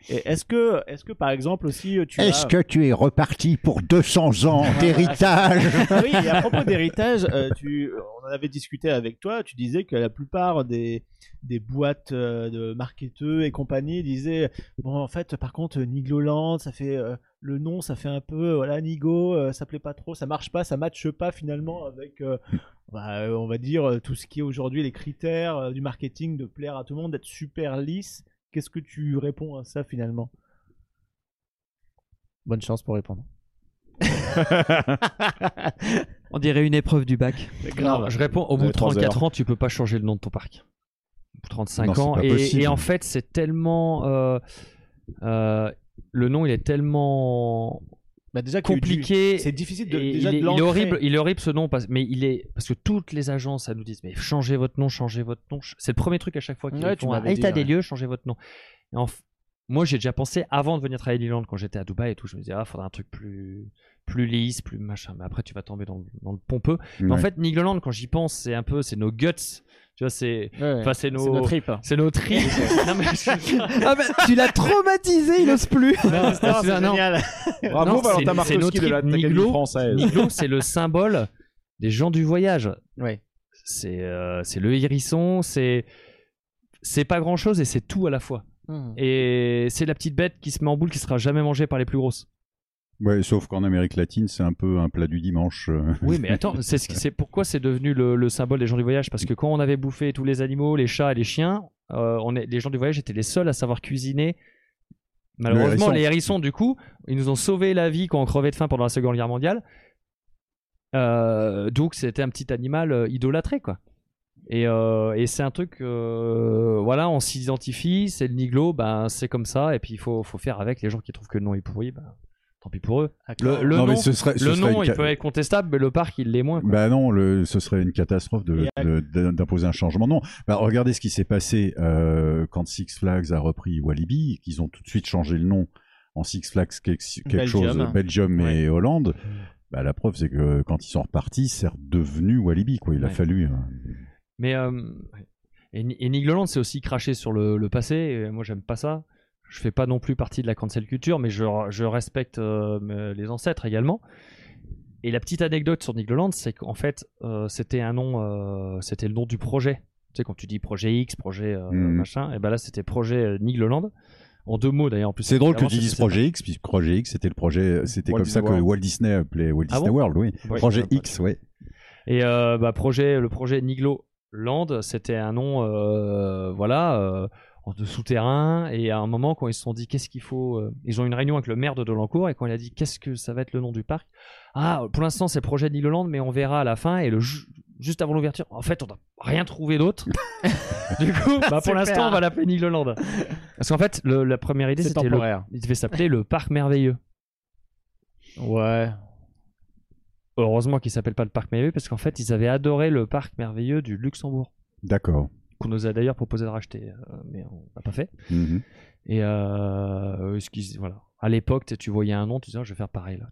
Speaker 9: et est-ce que, est que, par exemple, aussi, tu.
Speaker 10: Est-ce
Speaker 9: as-
Speaker 10: que tu es reparti pour 200 [laughs] ans d'héritage
Speaker 9: Ah oui, et à propos d'héritage, euh, tu, on en avait discuté avec toi. Tu disais que la plupart des, des boîtes euh, de marketeux et compagnie disaient Bon, en fait, par contre, Nigloland, ça fait. euh, le nom, ça fait un peu, voilà, Nigo, euh, ça plaît pas trop, ça marche pas, ça matche pas finalement avec, euh, bah, euh, on va dire, euh, tout ce qui est aujourd'hui les critères euh, du marketing de plaire à tout le monde, d'être super lisse. Qu'est-ce que tu réponds à ça finalement Bonne chance pour répondre.
Speaker 7: On dirait une épreuve du bac.
Speaker 8: Non, je réponds, au bout de 34 ans, tu peux pas changer le nom de ton parc. Au bout de 35
Speaker 7: Non, c'est
Speaker 8: ans.
Speaker 7: pas
Speaker 8: Et,
Speaker 7: possible.
Speaker 8: et en fait, c'est tellement. euh, euh, le nom, il est tellement.
Speaker 9: déjà qu'il y a eu du-
Speaker 8: compliqué.
Speaker 9: c'est difficile de-
Speaker 8: et
Speaker 9: déjà
Speaker 8: il,
Speaker 9: de
Speaker 8: est, il est
Speaker 9: l'ancrer.
Speaker 8: horrible, il est horrible ce nom, parce, mais il est parce que toutes les agences, elles nous disent mais changez votre nom, changez votre nom. ch- C'est le premier truc à chaque fois qu'ils
Speaker 9: Ouais, tu
Speaker 8: font. un
Speaker 9: m'avais dit,
Speaker 8: état des
Speaker 9: ouais.
Speaker 8: lieux, changez votre nom. Et en f- moi, j'ai déjà pensé avant de venir travailler à Disneyland, quand j'étais à Dubaï et tout, je me disais ah, faudrait un truc plus plus lisse, plus machin. Mais après, tu vas tomber dans, le- dans le pompeux. Mais en
Speaker 7: Ouais.
Speaker 8: fait, Nigloland, quand j'y pense, c'est un peu, c'est nos guts. Tu vois, c'est,
Speaker 7: Ouais,
Speaker 8: enfin, c'est nos,
Speaker 7: c'est nos tripes.
Speaker 8: C'est nos tripes. Non, mais je-
Speaker 7: Ah bah, tu l'as traumatisé, il ose plus.
Speaker 8: Non,
Speaker 7: Ah,
Speaker 8: c'est- non.
Speaker 11: Bravo,
Speaker 8: Non,
Speaker 11: Valentin
Speaker 8: c'est-
Speaker 11: Markovski
Speaker 8: c'est nos
Speaker 11: de
Speaker 8: tripes.
Speaker 11: l'Académie
Speaker 8: Niglo-
Speaker 11: française.
Speaker 8: Niglo, c'est le symbole des gens du voyage.
Speaker 9: Ouais.
Speaker 8: C'est euh, c'est le hérisson, c'est c'est pas grand chose et c'est tout à la fois.
Speaker 9: Hmm.
Speaker 8: Et c'est la petite bête qui se met en boule qui sera jamais mangée par les plus grosses.
Speaker 10: Ouais, sauf qu'en Amérique latine, c'est un peu un plat du dimanche. euh.
Speaker 8: Oui, mais attends, c'est ce qui- c'est pourquoi c'est devenu le, le symbole des gens du voyage parce que quand on avait bouffé tous les animaux, les chats et les chiens, euh, on est, les gens du voyage étaient les seuls à savoir cuisiner. Malheureusement,
Speaker 6: Le hérisson.
Speaker 8: les hérissons, du coup, ils nous ont sauvé la vie quand on crevait de faim pendant la Seconde Guerre mondiale. Euh, donc, c'était un petit animal euh, idolâtré, quoi. Et, euh, et c'est un truc, euh, voilà, on s'identifie, c'est le niglo, ben c'est comme ça, et puis il faut, faut faire avec les gens qui trouvent que le nom est pourri, ben, tant pis pour eux. Le, le
Speaker 10: Non,
Speaker 8: nom,
Speaker 10: mais ce serait- ce
Speaker 8: le
Speaker 10: serait
Speaker 8: nom
Speaker 10: une
Speaker 8: il
Speaker 10: ca-
Speaker 8: peut être contestable, mais le parc, il l'est moins. quoi.
Speaker 10: Bah non, le, ce serait une catastrophe de- de- de- d'imposer un changement. Non, bah, regardez ce qui s'est passé euh, quand Six Flags a repris Walibi, et qu'ils ont tout de suite changé le nom en Six Flags quelque, quelque
Speaker 9: Belgium.
Speaker 8: Mm.
Speaker 10: chose, Belgium et Hollande. Bah, la preuve, c'est que quand ils sont repartis, c'est redevenu Walibi, quoi. Il a
Speaker 8: Ouais.
Speaker 10: fallu. euh,
Speaker 8: Mais euh, et, Ni- et Nick Leland, c'est aussi cracher sur le, le passé. Et moi, j'aime pas ça. Je fais pas non plus partie de la cancel culture, mais je, je respecte euh, me- les ancêtres également. Et la petite anecdote sur Nick Leland, c'est qu'en fait, euh, c'était un nom, euh, c'était le nom du projet. Tu sais, quand tu dis projet X, projet euh,
Speaker 10: Mhm.
Speaker 8: machin, et ben là, c'était projet euh, Nick Leland. En deux mots d'ailleurs. en plus.
Speaker 10: C'est drôle que
Speaker 8: Vraiment,
Speaker 10: tu dises
Speaker 8: c'était-
Speaker 10: Projet X, puisque Projet X, c'était le projet, c'était
Speaker 8: Walt
Speaker 10: comme
Speaker 8: Disney
Speaker 10: ça que
Speaker 8: World.
Speaker 10: Walt Disney appelait Walt
Speaker 8: Ah
Speaker 10: Disney
Speaker 8: bon
Speaker 10: World, oui.
Speaker 8: Ouais,
Speaker 10: projet
Speaker 8: je savais pas.
Speaker 10: X, ouais.
Speaker 8: Et euh, bah, projet, le projet Niglo Land, c'était un nom, euh, voilà, euh, de souterrain. Et à un moment, quand ils se sont dit, qu'est-ce qu'il faut euh, Ils ont eu une réunion avec le maire de Dolancourt et quand il a dit, qu'est-ce que ça va être le nom du parc Ah, pour l'instant, c'est projet Niglo Land, mais on verra à la fin. Et le ju- juste avant l'ouverture, en fait, on n'a rien trouvé d'autre. [laughs] du coup, bah, pour
Speaker 11: Super.
Speaker 8: l'instant, on va l'appeler Niglo Land. Parce qu'en fait, le- la première idée,
Speaker 11: C'est
Speaker 8: c'était le,
Speaker 11: temporaire.
Speaker 8: il devait s'appeler le parc merveilleux.
Speaker 9: Ouais.
Speaker 8: Heureusement qu'il s'appelle pas le parc merveilleux parce qu'en fait ils avaient adoré le parc merveilleux du Luxembourg
Speaker 10: D'accord.
Speaker 8: qu'on nous a d'ailleurs proposé de racheter euh, mais on n'a pas fait.
Speaker 10: Mhm.
Speaker 8: Et euh, excuse- voilà. À l'époque tu- tu voyais un nom tu disais Ah, je vais faire pareil là.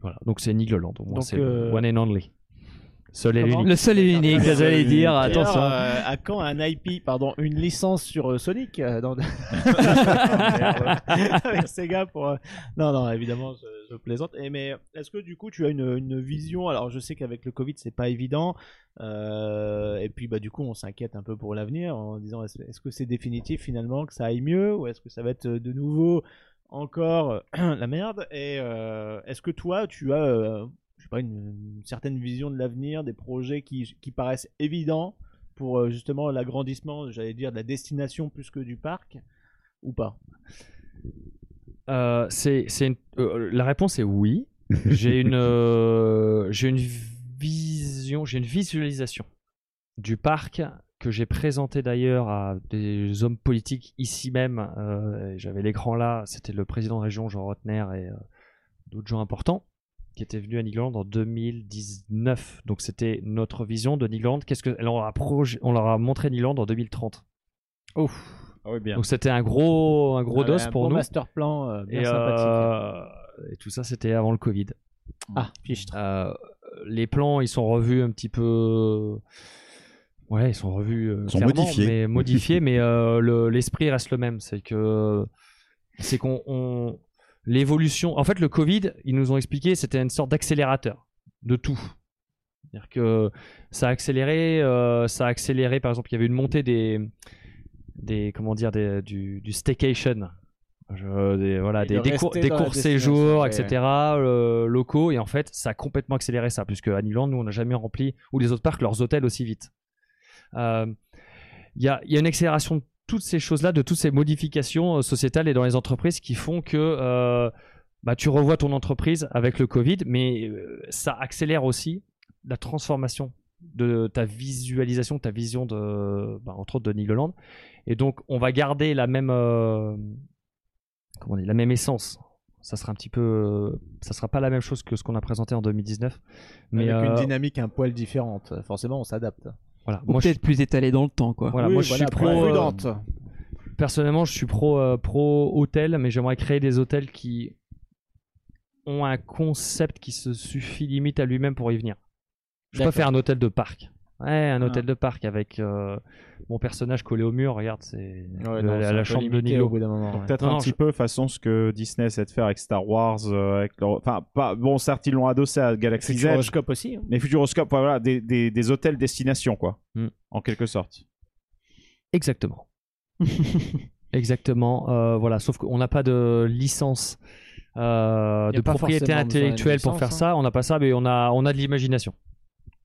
Speaker 8: Voilà donc c'est Nigloland au moins
Speaker 9: Donc,
Speaker 8: c'est le
Speaker 9: euh,
Speaker 8: one and only. Seul et
Speaker 9: Comment
Speaker 8: l'unique.
Speaker 9: Le seul et
Speaker 7: l'unique,
Speaker 8: j'allais dire attention.
Speaker 9: D'ailleurs, euh, à quand un IP, pardon, une licence sur euh, Sonic
Speaker 8: [laughs]
Speaker 9: euh, dans- [laughs] avec Sega pour. euh, Non, non, évidemment, je, je plaisante. Et mais est-ce que du coup, tu as une, une vision Alors, je sais qu'avec le Covid, c'est pas évident. euh, et puis, bah, du coup, on s'inquiète un peu pour l'avenir en disant est-ce est-ce que c'est définitif finalement que ça aille mieux ou est-ce que ça va être euh, de nouveau encore [clears throat] euh, la merde Et euh, est-ce que toi, tu as euh, je sais pas, une, une certaine vision de l'avenir, des projets qui, qui paraissent évidents pour euh, justement l'agrandissement, j'allais dire, de la destination plus que du parc, ou pas
Speaker 8: Euh, c'est, c'est une- euh, la réponse est oui.
Speaker 9: [laughs]
Speaker 8: J'ai une, euh, j'ai une vision, j'ai une visualisation du parc que j'ai présenté d'ailleurs à des hommes politiques ici même. Euh, et J'avais l'écran là, c'était le président de région Jean Rotner et euh, d'autres gens importants qui étaient venus à Nigland en 2019. Donc c'était notre vision de Nigland. Qu'est-ce que, alors, on, leur a proje- on leur a montré Nigland en 2030. Ouf.
Speaker 9: Ah oui, bien.
Speaker 8: Donc c'était un gros, un gros
Speaker 9: Ah,
Speaker 8: dos
Speaker 9: un
Speaker 8: pour
Speaker 9: gros
Speaker 8: nous.
Speaker 9: master plan, euh, bien
Speaker 8: et,
Speaker 9: sympathique.
Speaker 8: euh, et tout ça, c'était avant le Covid.
Speaker 9: Ah,
Speaker 8: Euh, les plans, ils sont revus un petit peu. Ouais, ils sont revus. euh,
Speaker 10: Ils sont
Speaker 8: clairement,
Speaker 10: modifiés. [laughs]
Speaker 8: Mais modifiés, mais euh, le- l'esprit reste le même. C'est que. C'est qu'on. on- L'évolution. En fait, le Covid, ils nous ont expliqué, c'était une sorte d'accélérateur de tout. C'est-à-dire que ça a accéléré, euh, ça a accéléré. Par exemple, il y avait une montée des, des comment dire, des- du, du staycation, Je- des, voilà,
Speaker 9: Et
Speaker 8: des,
Speaker 9: de
Speaker 8: des cours,
Speaker 9: rester
Speaker 8: des
Speaker 9: dans la
Speaker 8: courts
Speaker 9: destination,
Speaker 8: séjours,
Speaker 9: ouais.
Speaker 8: etc. euh, locaux. Et en fait, ça a complètement accéléré ça, puisque à Niland, nous, on n'a jamais rempli ou les autres parcs leurs hôtels aussi vite. Euh, Il y, a, il y a une accélération de toutes ces choses-là, de toutes ces modifications euh, sociétales et dans les entreprises qui font que euh, bah, tu revois ton entreprise avec le Covid, mais euh, ça accélère aussi la transformation de ta visualisation, de ta vision de, bah, entre autres de Nigloland. Et donc, on va garder la même, euh, comment on dit, la même essence. Ça sera un petit peu, euh, ça sera pas la même chose que ce qu'on a présenté en 2019, mais
Speaker 9: Avec une
Speaker 8: euh,
Speaker 9: dynamique un poil différente, forcément, on s'adapte.
Speaker 8: voilà.
Speaker 7: Ou
Speaker 8: Moi, je-
Speaker 7: peut-être plus étalé dans le temps, quoi.
Speaker 8: voilà, moi je suis pro. euh,
Speaker 9: prudente.
Speaker 8: personnellement, je suis pro, euh, pro hôtel, mais j'aimerais créer des hôtels qui ont un concept qui se suffit limite à lui-même pour y venir. Je peux
Speaker 11: D'accord.
Speaker 8: faire un hôtel de parc. Ouais, un hôtel
Speaker 11: Ah.
Speaker 8: de parc avec euh, mon personnage collé au mur. Regarde, c'est le-
Speaker 11: Ouais, non, c'est
Speaker 8: la,
Speaker 11: un
Speaker 8: la
Speaker 11: peu
Speaker 8: chambre de
Speaker 11: limité
Speaker 8: Nilo.
Speaker 11: au bout d'un moment,
Speaker 8: Donc,
Speaker 11: ouais.
Speaker 8: peut-être
Speaker 11: Peut-être
Speaker 8: non,
Speaker 11: un petit peu façon ce que Disney essaie de faire avec Star Wars, euh, avec leur- enfin pas bon, certes ils l'ont adossé à Galaxy Z,
Speaker 9: Futuroscope aussi, hein.
Speaker 11: mais Futuroscope, voilà, des, des, des hôtels destination quoi,
Speaker 9: Mm.
Speaker 8: Hmm.
Speaker 11: en quelque sorte.
Speaker 8: Exactement.
Speaker 11: [laughs]
Speaker 8: Exactement. euh, voilà, sauf qu'on n'a pas de licence euh,
Speaker 11: Y a
Speaker 8: de
Speaker 11: pas
Speaker 8: propriété
Speaker 11: forcément besoin d'une
Speaker 8: intellectuelle pour faire
Speaker 11: licence, hein.
Speaker 8: ça. On n'a pas ça, mais on a, on a de l'imagination.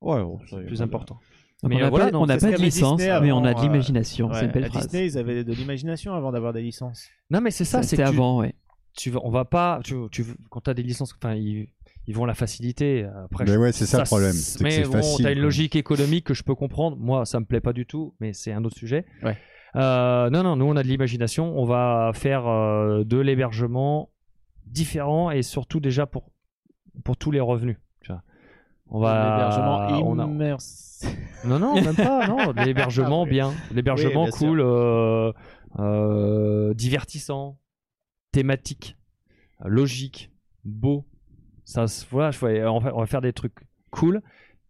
Speaker 11: Ouais,
Speaker 8: c'est le plus important.
Speaker 7: Donc
Speaker 8: Mais
Speaker 7: on n'a
Speaker 8: euh, voilà,
Speaker 7: pas-
Speaker 8: non,
Speaker 7: on n'a
Speaker 8: c'est ce
Speaker 7: pas de
Speaker 8: qu'avait
Speaker 7: licence,
Speaker 8: Disney
Speaker 7: mais
Speaker 8: avant,
Speaker 7: on a de
Speaker 8: euh,
Speaker 7: l'imagination.
Speaker 9: Ouais,
Speaker 7: c'est une belle
Speaker 9: à
Speaker 7: phrase.
Speaker 9: Disney, ils avaient de l'imagination avant d'avoir des licences.
Speaker 8: Non, mais c'est ça, c'est
Speaker 7: C'était
Speaker 8: que tu-
Speaker 7: avant,
Speaker 8: [laughs]
Speaker 7: ouais.
Speaker 8: Tu, vas- on va pas. Tu, tu, quand tu as des licences, enfin, ils, ils vont la faciliter. Après,
Speaker 10: Mais
Speaker 8: je-
Speaker 10: ouais, c'est ça le problème,
Speaker 8: s-
Speaker 10: c'est que
Speaker 8: Mais
Speaker 10: c'est
Speaker 8: bon,
Speaker 10: facile,
Speaker 8: t'as une
Speaker 10: quoi.
Speaker 8: logique économique que je peux comprendre. Moi, ça me plaît pas du tout, mais c'est un autre sujet.
Speaker 9: Ouais.
Speaker 8: Euh, non, non, nous, on a de l'imagination. On va faire euh, de l'hébergement différent et surtout déjà pour, pour tous les revenus. tu vois. On va.
Speaker 9: L'hébergement
Speaker 8: on a-
Speaker 9: immersif.
Speaker 8: non, non, même pas. Non,
Speaker 9: [laughs]
Speaker 8: de l'hébergement
Speaker 9: Ah oui.
Speaker 8: bien, l'hébergement
Speaker 9: Oui, bien sûr.
Speaker 8: cool, euh, euh, divertissant, thématique, logique, beau, Ça, se- voilà, je vois, on, va, on va faire des trucs cool.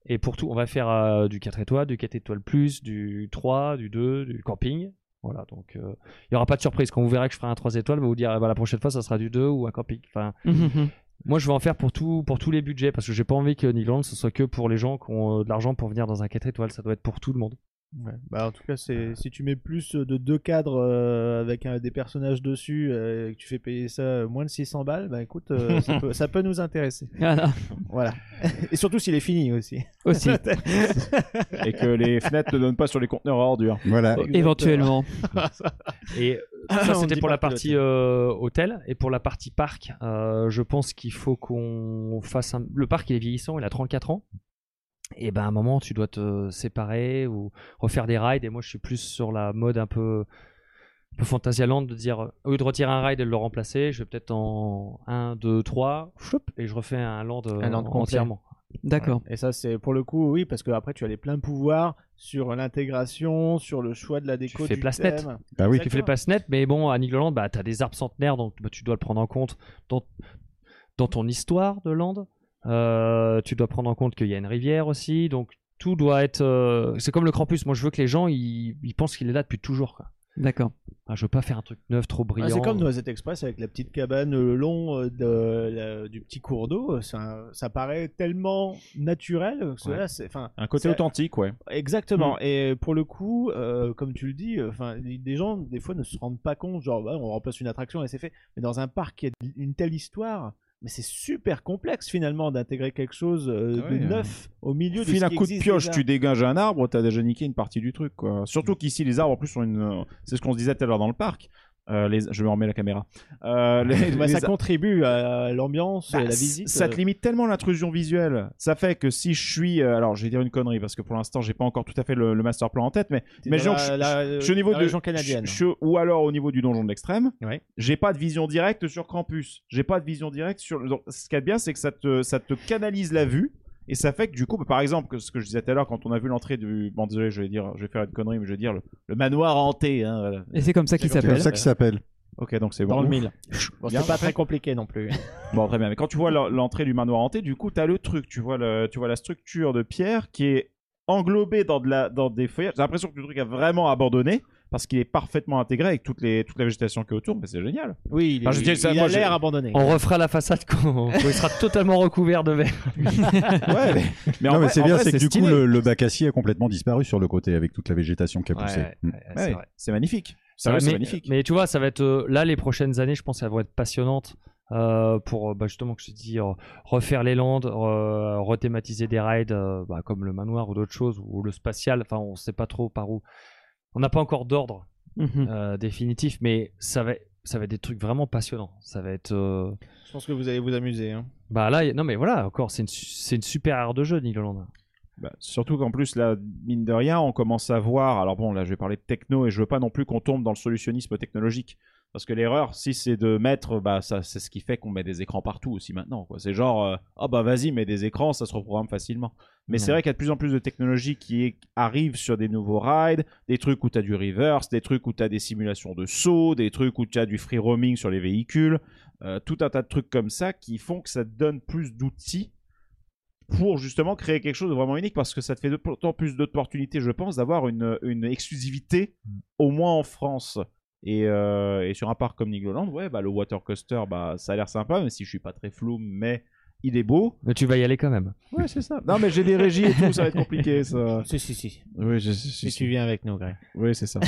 Speaker 8: Et pour tout, on va faire euh, du 4 étoiles, du 4 étoiles plus, du 3, du 2, du camping. Voilà, donc euh, il n'y aura pas de surprise. Quand vous verrez que je ferai un 3 étoiles, on va vous dire ah bah, la prochaine fois, ça sera du 2 ou un camping. Enfin,
Speaker 7: Mhm, mhm.
Speaker 8: moi, je vais en faire pour, tout, pour tous les budgets parce que j'ai pas envie que Nigland ce soit que pour les gens qui ont euh, de l'argent pour venir dans un 4 étoiles. Ça doit être pour tout le monde.
Speaker 9: Ouais. Bah, en tout cas, c'est si tu mets plus de deux cadres euh, avec un- des personnages dessus euh, et que tu fais payer ça euh, moins de 600 balles, bah
Speaker 8: [laughs]
Speaker 9: écoute, euh, ça, peut, ça peut nous intéresser.
Speaker 7: Voilà.
Speaker 9: Voilà. Et surtout s'il est
Speaker 8: [laughs]
Speaker 9: fini aussi. [laughs]
Speaker 7: Aussi.
Speaker 11: Et que les fenêtres ne donnent pas sur les conteneurs à ordures.
Speaker 10: Voilà.
Speaker 9: Exactement. [laughs] Éventuellement. [laughs]
Speaker 8: Et Euh, ça, c'était pour la partie euh, hôtel. Et pour la partie parc, euh, je pense qu'il faut qu'on fasse un... Le parc, il est vieillissant, il a 34 ans. Et ben à un moment, tu dois te séparer ou refaire des rides. Et moi, je suis plus sur la mode un peu, un peu fantasialante de dire, euh, au lieu de retirer un ride et de le remplacer, je vais peut-être en 1, 2, 3, choup, et je refais un land, euh,
Speaker 9: Un land complet.
Speaker 8: entièrement.
Speaker 7: D'accord.
Speaker 8: euh,
Speaker 9: Et ça, c'est pour le coup, oui, parce que après, tu as les pleins pouvoirs sur l'intégration, sur le choix de la déco.
Speaker 8: tu fais
Speaker 9: du
Speaker 8: place-net.
Speaker 9: thème.
Speaker 8: Bah Tu fais
Speaker 9: Exactement.
Speaker 8: place-net, mais bon, à Nigloland, bah, tu as des arbres centenaires, donc bah, tu dois le prendre en compte dans, dans ton histoire de land. Euh, tu dois prendre en compte qu'il y a une rivière aussi, donc tout doit être. euh, C'est comme le campus. Moi, je veux que les gens ils, ils pensent qu'il est là depuis toujours. quoi.
Speaker 7: D'accord.
Speaker 8: Enfin, je veux pas faire un truc neuf, trop
Speaker 9: Ah,
Speaker 8: brillant.
Speaker 9: c'est comme Noisette Express avec la petite cabane le long euh, de, la- du petit cours d'eau. euh, Ça, ça paraît tellement naturel. Que cela,
Speaker 11: Ouais.
Speaker 9: c'est, enfin,
Speaker 11: Un côté
Speaker 9: c'est-
Speaker 11: authentique, ouais.
Speaker 9: Exactement.
Speaker 11: Mm.
Speaker 9: Et pour le coup, euh, comme tu le dis, euh, enfin, les- des gens des fois ne se rendent pas compte, genre ouais, on remplace une attraction et c'est fait. Mais dans un parc qui a une telle histoire, mais c'est super complexe finalement d'intégrer quelque chose euh,
Speaker 11: Ah oui,
Speaker 9: de
Speaker 11: euh,
Speaker 9: neuf au milieu de.
Speaker 11: File
Speaker 9: ce
Speaker 11: un
Speaker 9: qui
Speaker 11: coup de
Speaker 9: existe
Speaker 11: pioche,
Speaker 9: déjà. [laughs] Mm.
Speaker 11: tu dégages un arbre, t'as déjà niqué une partie du truc. Quoi. Surtout qu'ici, les arbres, en plus, ont une. euh, C'est ce qu'on se disait tout à l'heure dans le parc. Euh, les... Je me remets la caméra.
Speaker 9: [laughs]
Speaker 11: Euh, les-
Speaker 9: Bah,
Speaker 11: les-
Speaker 9: ça contribue à l'ambiance,
Speaker 11: Bah,
Speaker 9: à la
Speaker 11: c-
Speaker 9: visite. euh,
Speaker 11: Ça te limite tellement l'intrusion visuelle. Ça fait que si je suis. euh, Alors, je vais dire une connerie parce que pour l'instant, j'ai pas encore tout à fait le, le master plan en tête, mais.
Speaker 9: T'es
Speaker 11: Mais
Speaker 9: dans
Speaker 11: genre,
Speaker 9: la-
Speaker 11: je-
Speaker 9: la-
Speaker 11: je je suis au niveau
Speaker 9: la
Speaker 11: de.
Speaker 9: région canadienne.
Speaker 11: je- je- ou alors au niveau du donjon de l'extrême. J'ai pas de vision directe sur campus. J'ai pas de vision directe sur. donc, ce qu'il y a de bien, c'est que ça te, ça te canalise la vue. Et ça fait que du coup, bah, par exemple, que ce que je disais tout à l'heure, quand on a vu l'entrée du. Bon, désolé, je vais, dire, je vais faire une connerie, mais je vais dire le, le manoir hanté. hein, voilà.
Speaker 7: Et c'est comme ça qu'il
Speaker 11: C'est comme
Speaker 7: s'appelle.
Speaker 10: C'est comme ça qu'il s'appelle.
Speaker 11: Ok, donc c'est bon.
Speaker 9: Dans le
Speaker 11: Ouf.
Speaker 9: mille. Bon,
Speaker 11: Bien.
Speaker 9: c'est pas très compliqué non plus.
Speaker 11: [laughs] Bon, très bien. Mais quand tu vois l'en- l'entrée du manoir hanté, du coup, tu as le truc. Tu vois, le, tu vois la structure de pierre qui est englobée dans, de la, dans des feuillages. J'ai l'impression que le truc a vraiment abandonné parce qu'il est parfaitement intégré avec toutes les, toute la végétation qui est autour. Mais c'est
Speaker 10: [laughs]
Speaker 11: génial.
Speaker 9: Oui, il,
Speaker 11: Enfin, je
Speaker 9: est-
Speaker 11: dis ça,
Speaker 9: il a
Speaker 11: moi, j'ai-
Speaker 9: l'air abandonné.
Speaker 8: On refera la façade quand, quand il sera totalement recouvert de verre.
Speaker 11: ouais, mais, [laughs] mais en
Speaker 10: non, Ah, mais
Speaker 11: vrai-
Speaker 10: c'est
Speaker 11: en
Speaker 10: bien,
Speaker 11: vrai,
Speaker 10: c'est que du
Speaker 11: stylé.
Speaker 10: coup, le, le bac à scie a complètement disparu sur le côté avec toute la végétation qui a poussé.
Speaker 8: ouais,
Speaker 10: Mm.
Speaker 8: ouais,
Speaker 11: Ouais,
Speaker 8: c'est vrai.
Speaker 11: c'est magnifique. Sérieux,
Speaker 8: mais,
Speaker 11: c'est magnifique.
Speaker 8: mais tu vois, ça va être euh, là les prochaines années, je pense, elles vont être passionnantes euh, pour euh, bah, justement que je te dis euh, refaire les landes, euh, rethématiser des rides euh, bah, comme le manoir ou d'autres choses ou le spatial. Enfin, on sait pas trop par où. On n'a pas encore d'ordre
Speaker 7: Mhm.
Speaker 8: euh, définitif, mais ça va, ça va être des trucs vraiment passionnants. Ça va être euh,
Speaker 9: Je pense que vous allez vous amuser. hein.
Speaker 8: bah là, y a- non mais voilà, encore, c'est une, su- c'est une super aire de jeu, Nigoland.
Speaker 11: Bah, surtout qu'en plus, là, mine de rien, on commence à voir. Alors bon, là, je vais parler de techno et je veux pas non plus qu'on tombe dans le solutionnisme technologique. Parce que l'erreur, si c'est de mettre, bah, ça, c'est ce qui fait qu'on met des écrans partout aussi maintenant. quoi. C'est genre, euh, ah bah vas-y, mets des écrans, ça se reprogramme facilement. Mais c'est
Speaker 8: Ouais.
Speaker 11: vrai qu'il y a de plus en plus de technologies qui est- arrivent sur des nouveaux rides, des trucs où tu as du reverse, des trucs où tu as des simulations de saut, des trucs où tu as du free roaming sur les véhicules, euh, tout un tas de trucs comme ça qui font que ça te donne plus d'outils pour justement créer quelque chose de vraiment unique parce que ça te fait d'autant plus d'opportunités, je pense, d'avoir une, une exclusivité au moins en France. Et, euh, et sur un parc comme Nigloland, ouais, bah, le water coaster, bah, ça a l'air sympa, même si je suis pas très flou, mais il est beau.
Speaker 8: Mais tu vas y aller quand même.
Speaker 11: Ouais, c'est ça. Non, mais j'ai des régies et tout, ça va être compliqué, ça.
Speaker 9: Si, si, si.
Speaker 11: Oui, je,
Speaker 9: Si tu viens avec nous, Greg.
Speaker 11: Oui, [laughs] c'est ça.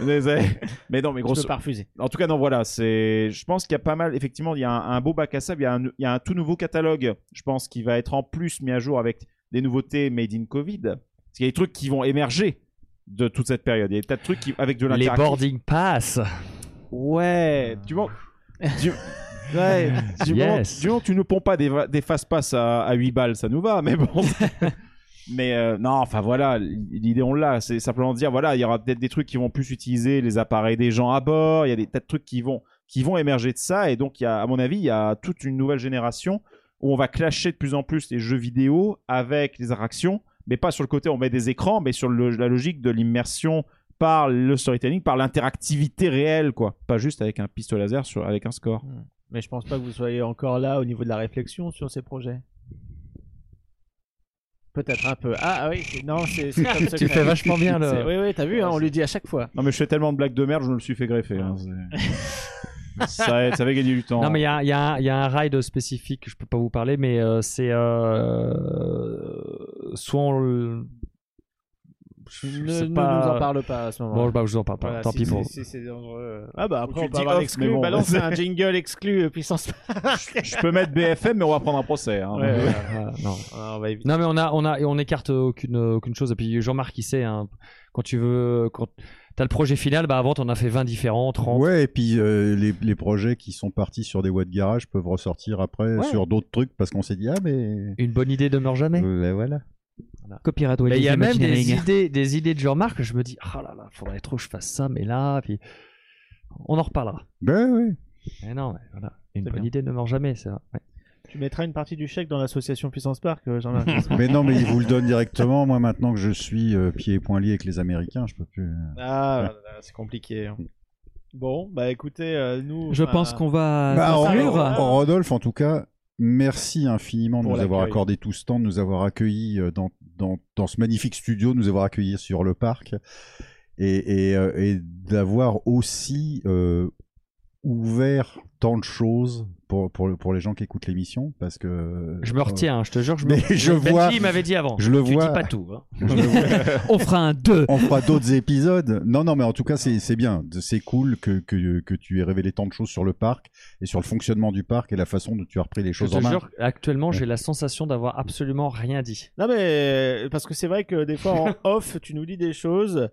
Speaker 11: mais, c'est- mais non, mais
Speaker 9: Je
Speaker 11: grosso
Speaker 9: peux pas refuser.
Speaker 11: En tout cas, non, voilà, c'est. Je pense qu'il y a pas mal. Effectivement, il y a un, un beau bac à sable. Il y, a un, il y a un tout nouveau catalogue. Je pense qui va être en plus mis à jour avec des nouveautés made in Covid. Parce qu'il y a des trucs qui vont émerger de toute cette période. Il y a des tas de trucs qui, avec de
Speaker 8: Les
Speaker 11: l'interactif.
Speaker 8: boarding pass.
Speaker 11: Ouais. Du moment. du... Ouais, du, moment,
Speaker 8: Yes.
Speaker 11: du moment que tu ne ponds pas des, va- des fast-pass à, à 8 balles, ça nous va, mais bon. mais euh, non, enfin voilà, l'idée on l'a. C'est simplement de dire, voilà, il y aura peut-être des trucs qui vont plus utiliser les appareils des gens à bord, il y a des tas de trucs qui vont, qui vont émerger de ça. Et donc, il y a, à mon avis, il y a toute une nouvelle génération où on va clasher de plus en plus les jeux vidéo avec les interactions, mais pas sur le côté on met des écrans, mais sur le- la logique de l'immersion par le storytelling, par l'interactivité réelle, quoi. Pas juste avec un pistolet laser sur, avec un score.
Speaker 9: Mais je pense pas que vous soyez encore là au niveau de la réflexion sur ces projets. Peut-être un peu. Ah ah oui, c'est- non, c'est. c'est top secret.
Speaker 11: Tu fais vachement bien, là.
Speaker 9: C'est- Oui, oui, t'as vu, hein, on lui dit à chaque fois.
Speaker 11: Non, mais je fais tellement de blagues de merde, je me le suis fait greffer. hein, c'est- ça, aide, ça avait gagné du temps.
Speaker 8: Non, mais il y a, il y a un- il y a un ride spécifique que je peux pas vous parler, mais euh, c'est. euh, soit on. le- Je, je
Speaker 9: Ne-
Speaker 8: sais
Speaker 9: ne
Speaker 8: pas.
Speaker 9: nous en parle pas à ce moment-là.
Speaker 8: Bon, bah, je vous en parle pas.
Speaker 9: Voilà,
Speaker 8: Tant
Speaker 9: si-
Speaker 8: pis
Speaker 9: si-
Speaker 8: pour.
Speaker 9: si c'est dangereux. Ah bah
Speaker 11: Tu
Speaker 9: après, on
Speaker 11: le
Speaker 9: peut
Speaker 11: dis
Speaker 9: avoir
Speaker 11: off, mais
Speaker 9: l'exclu.
Speaker 11: bon.
Speaker 9: Balance [laughs] un jingle exclu, euh, puissance.
Speaker 11: Je peux mettre BFM, mais on va prendre un procès. hein.
Speaker 9: [laughs] Ouais, ouais, ouais.
Speaker 8: non.
Speaker 9: Ah, on va éviter.
Speaker 8: Non mais on a on a et on écarte aucune aucune chose et puis Jean-Marc il sait hein, quand tu veux quand t'as le projet final bah avant t'en as fait 20 différents 30
Speaker 10: Ouais, et puis euh, les, les projets qui sont partis sur des voies de garage peuvent ressortir après
Speaker 8: Ouais.
Speaker 10: sur d'autres trucs parce qu'on s'est dit, ah, mais.
Speaker 8: Une bonne idée demeure jamais.
Speaker 10: voilà.
Speaker 7: Copyright
Speaker 8: Mais il y a
Speaker 7: Wallis
Speaker 8: même des
Speaker 7: Imagineering.
Speaker 8: idées des idées de Jean-Marc que je me dis ah là là faudrait trop que je fasse ça mais là puis on en reparlera.
Speaker 10: Ben oui.
Speaker 8: Mais non mais voilà une
Speaker 9: C'est
Speaker 8: bonne
Speaker 9: bien.
Speaker 8: idée ne meurt jamais c'est vrai. Ouais.
Speaker 9: Tu mettras une partie du chèque dans l'association Puissance Park, euh, Jean-Marc.
Speaker 10: mais non, mais ils vous le donnent directement. Moi, maintenant que je suis euh, pieds et poings liés avec les Américains, je peux plus. euh,
Speaker 9: [laughs] Ah, là, là, c'est compliqué. hein. Bon, bah écoutez, euh, nous.
Speaker 7: Je
Speaker 9: enfin,
Speaker 7: pense qu'on va
Speaker 10: Bah, en-
Speaker 7: conclure.
Speaker 10: en- Rodolphe, en tout cas, merci infiniment de
Speaker 9: Pour
Speaker 10: nous avoir
Speaker 9: l'accueil.
Speaker 10: accordé tout ce temps, de nous avoir accueillis euh, dans, dans, dans ce magnifique studio, de nous avoir accueillis sur le parc et, et, euh, et d'avoir aussi euh, ouvert tant de choses pour, pour, pour les gens qui écoutent l'émission. Parce que.
Speaker 8: Je me retiens hein, je te jure je me
Speaker 10: Euh, [laughs] Mais je
Speaker 8: Benji,
Speaker 10: vois-
Speaker 8: il m'avait dit avant.
Speaker 10: je le
Speaker 8: tu
Speaker 10: vois.
Speaker 8: dis pas tout.
Speaker 10: [laughs]
Speaker 8: hein.
Speaker 7: On fera un 2.
Speaker 10: On fera d'autres épisodes. Non, non, mais en tout cas, c'est c'est bien. C'est cool que, que, que tu aies révélé tant de choses sur le parc et sur le fonctionnement du parc et la façon dont tu as repris les
Speaker 8: Je
Speaker 10: choses en
Speaker 8: te
Speaker 10: main.
Speaker 8: jure actuellement j'ai la sensation d'avoir absolument rien dit.
Speaker 9: Non, mais euh, parce que c'est vrai que des fois en
Speaker 8: [laughs]
Speaker 9: off, tu nous dis des choses.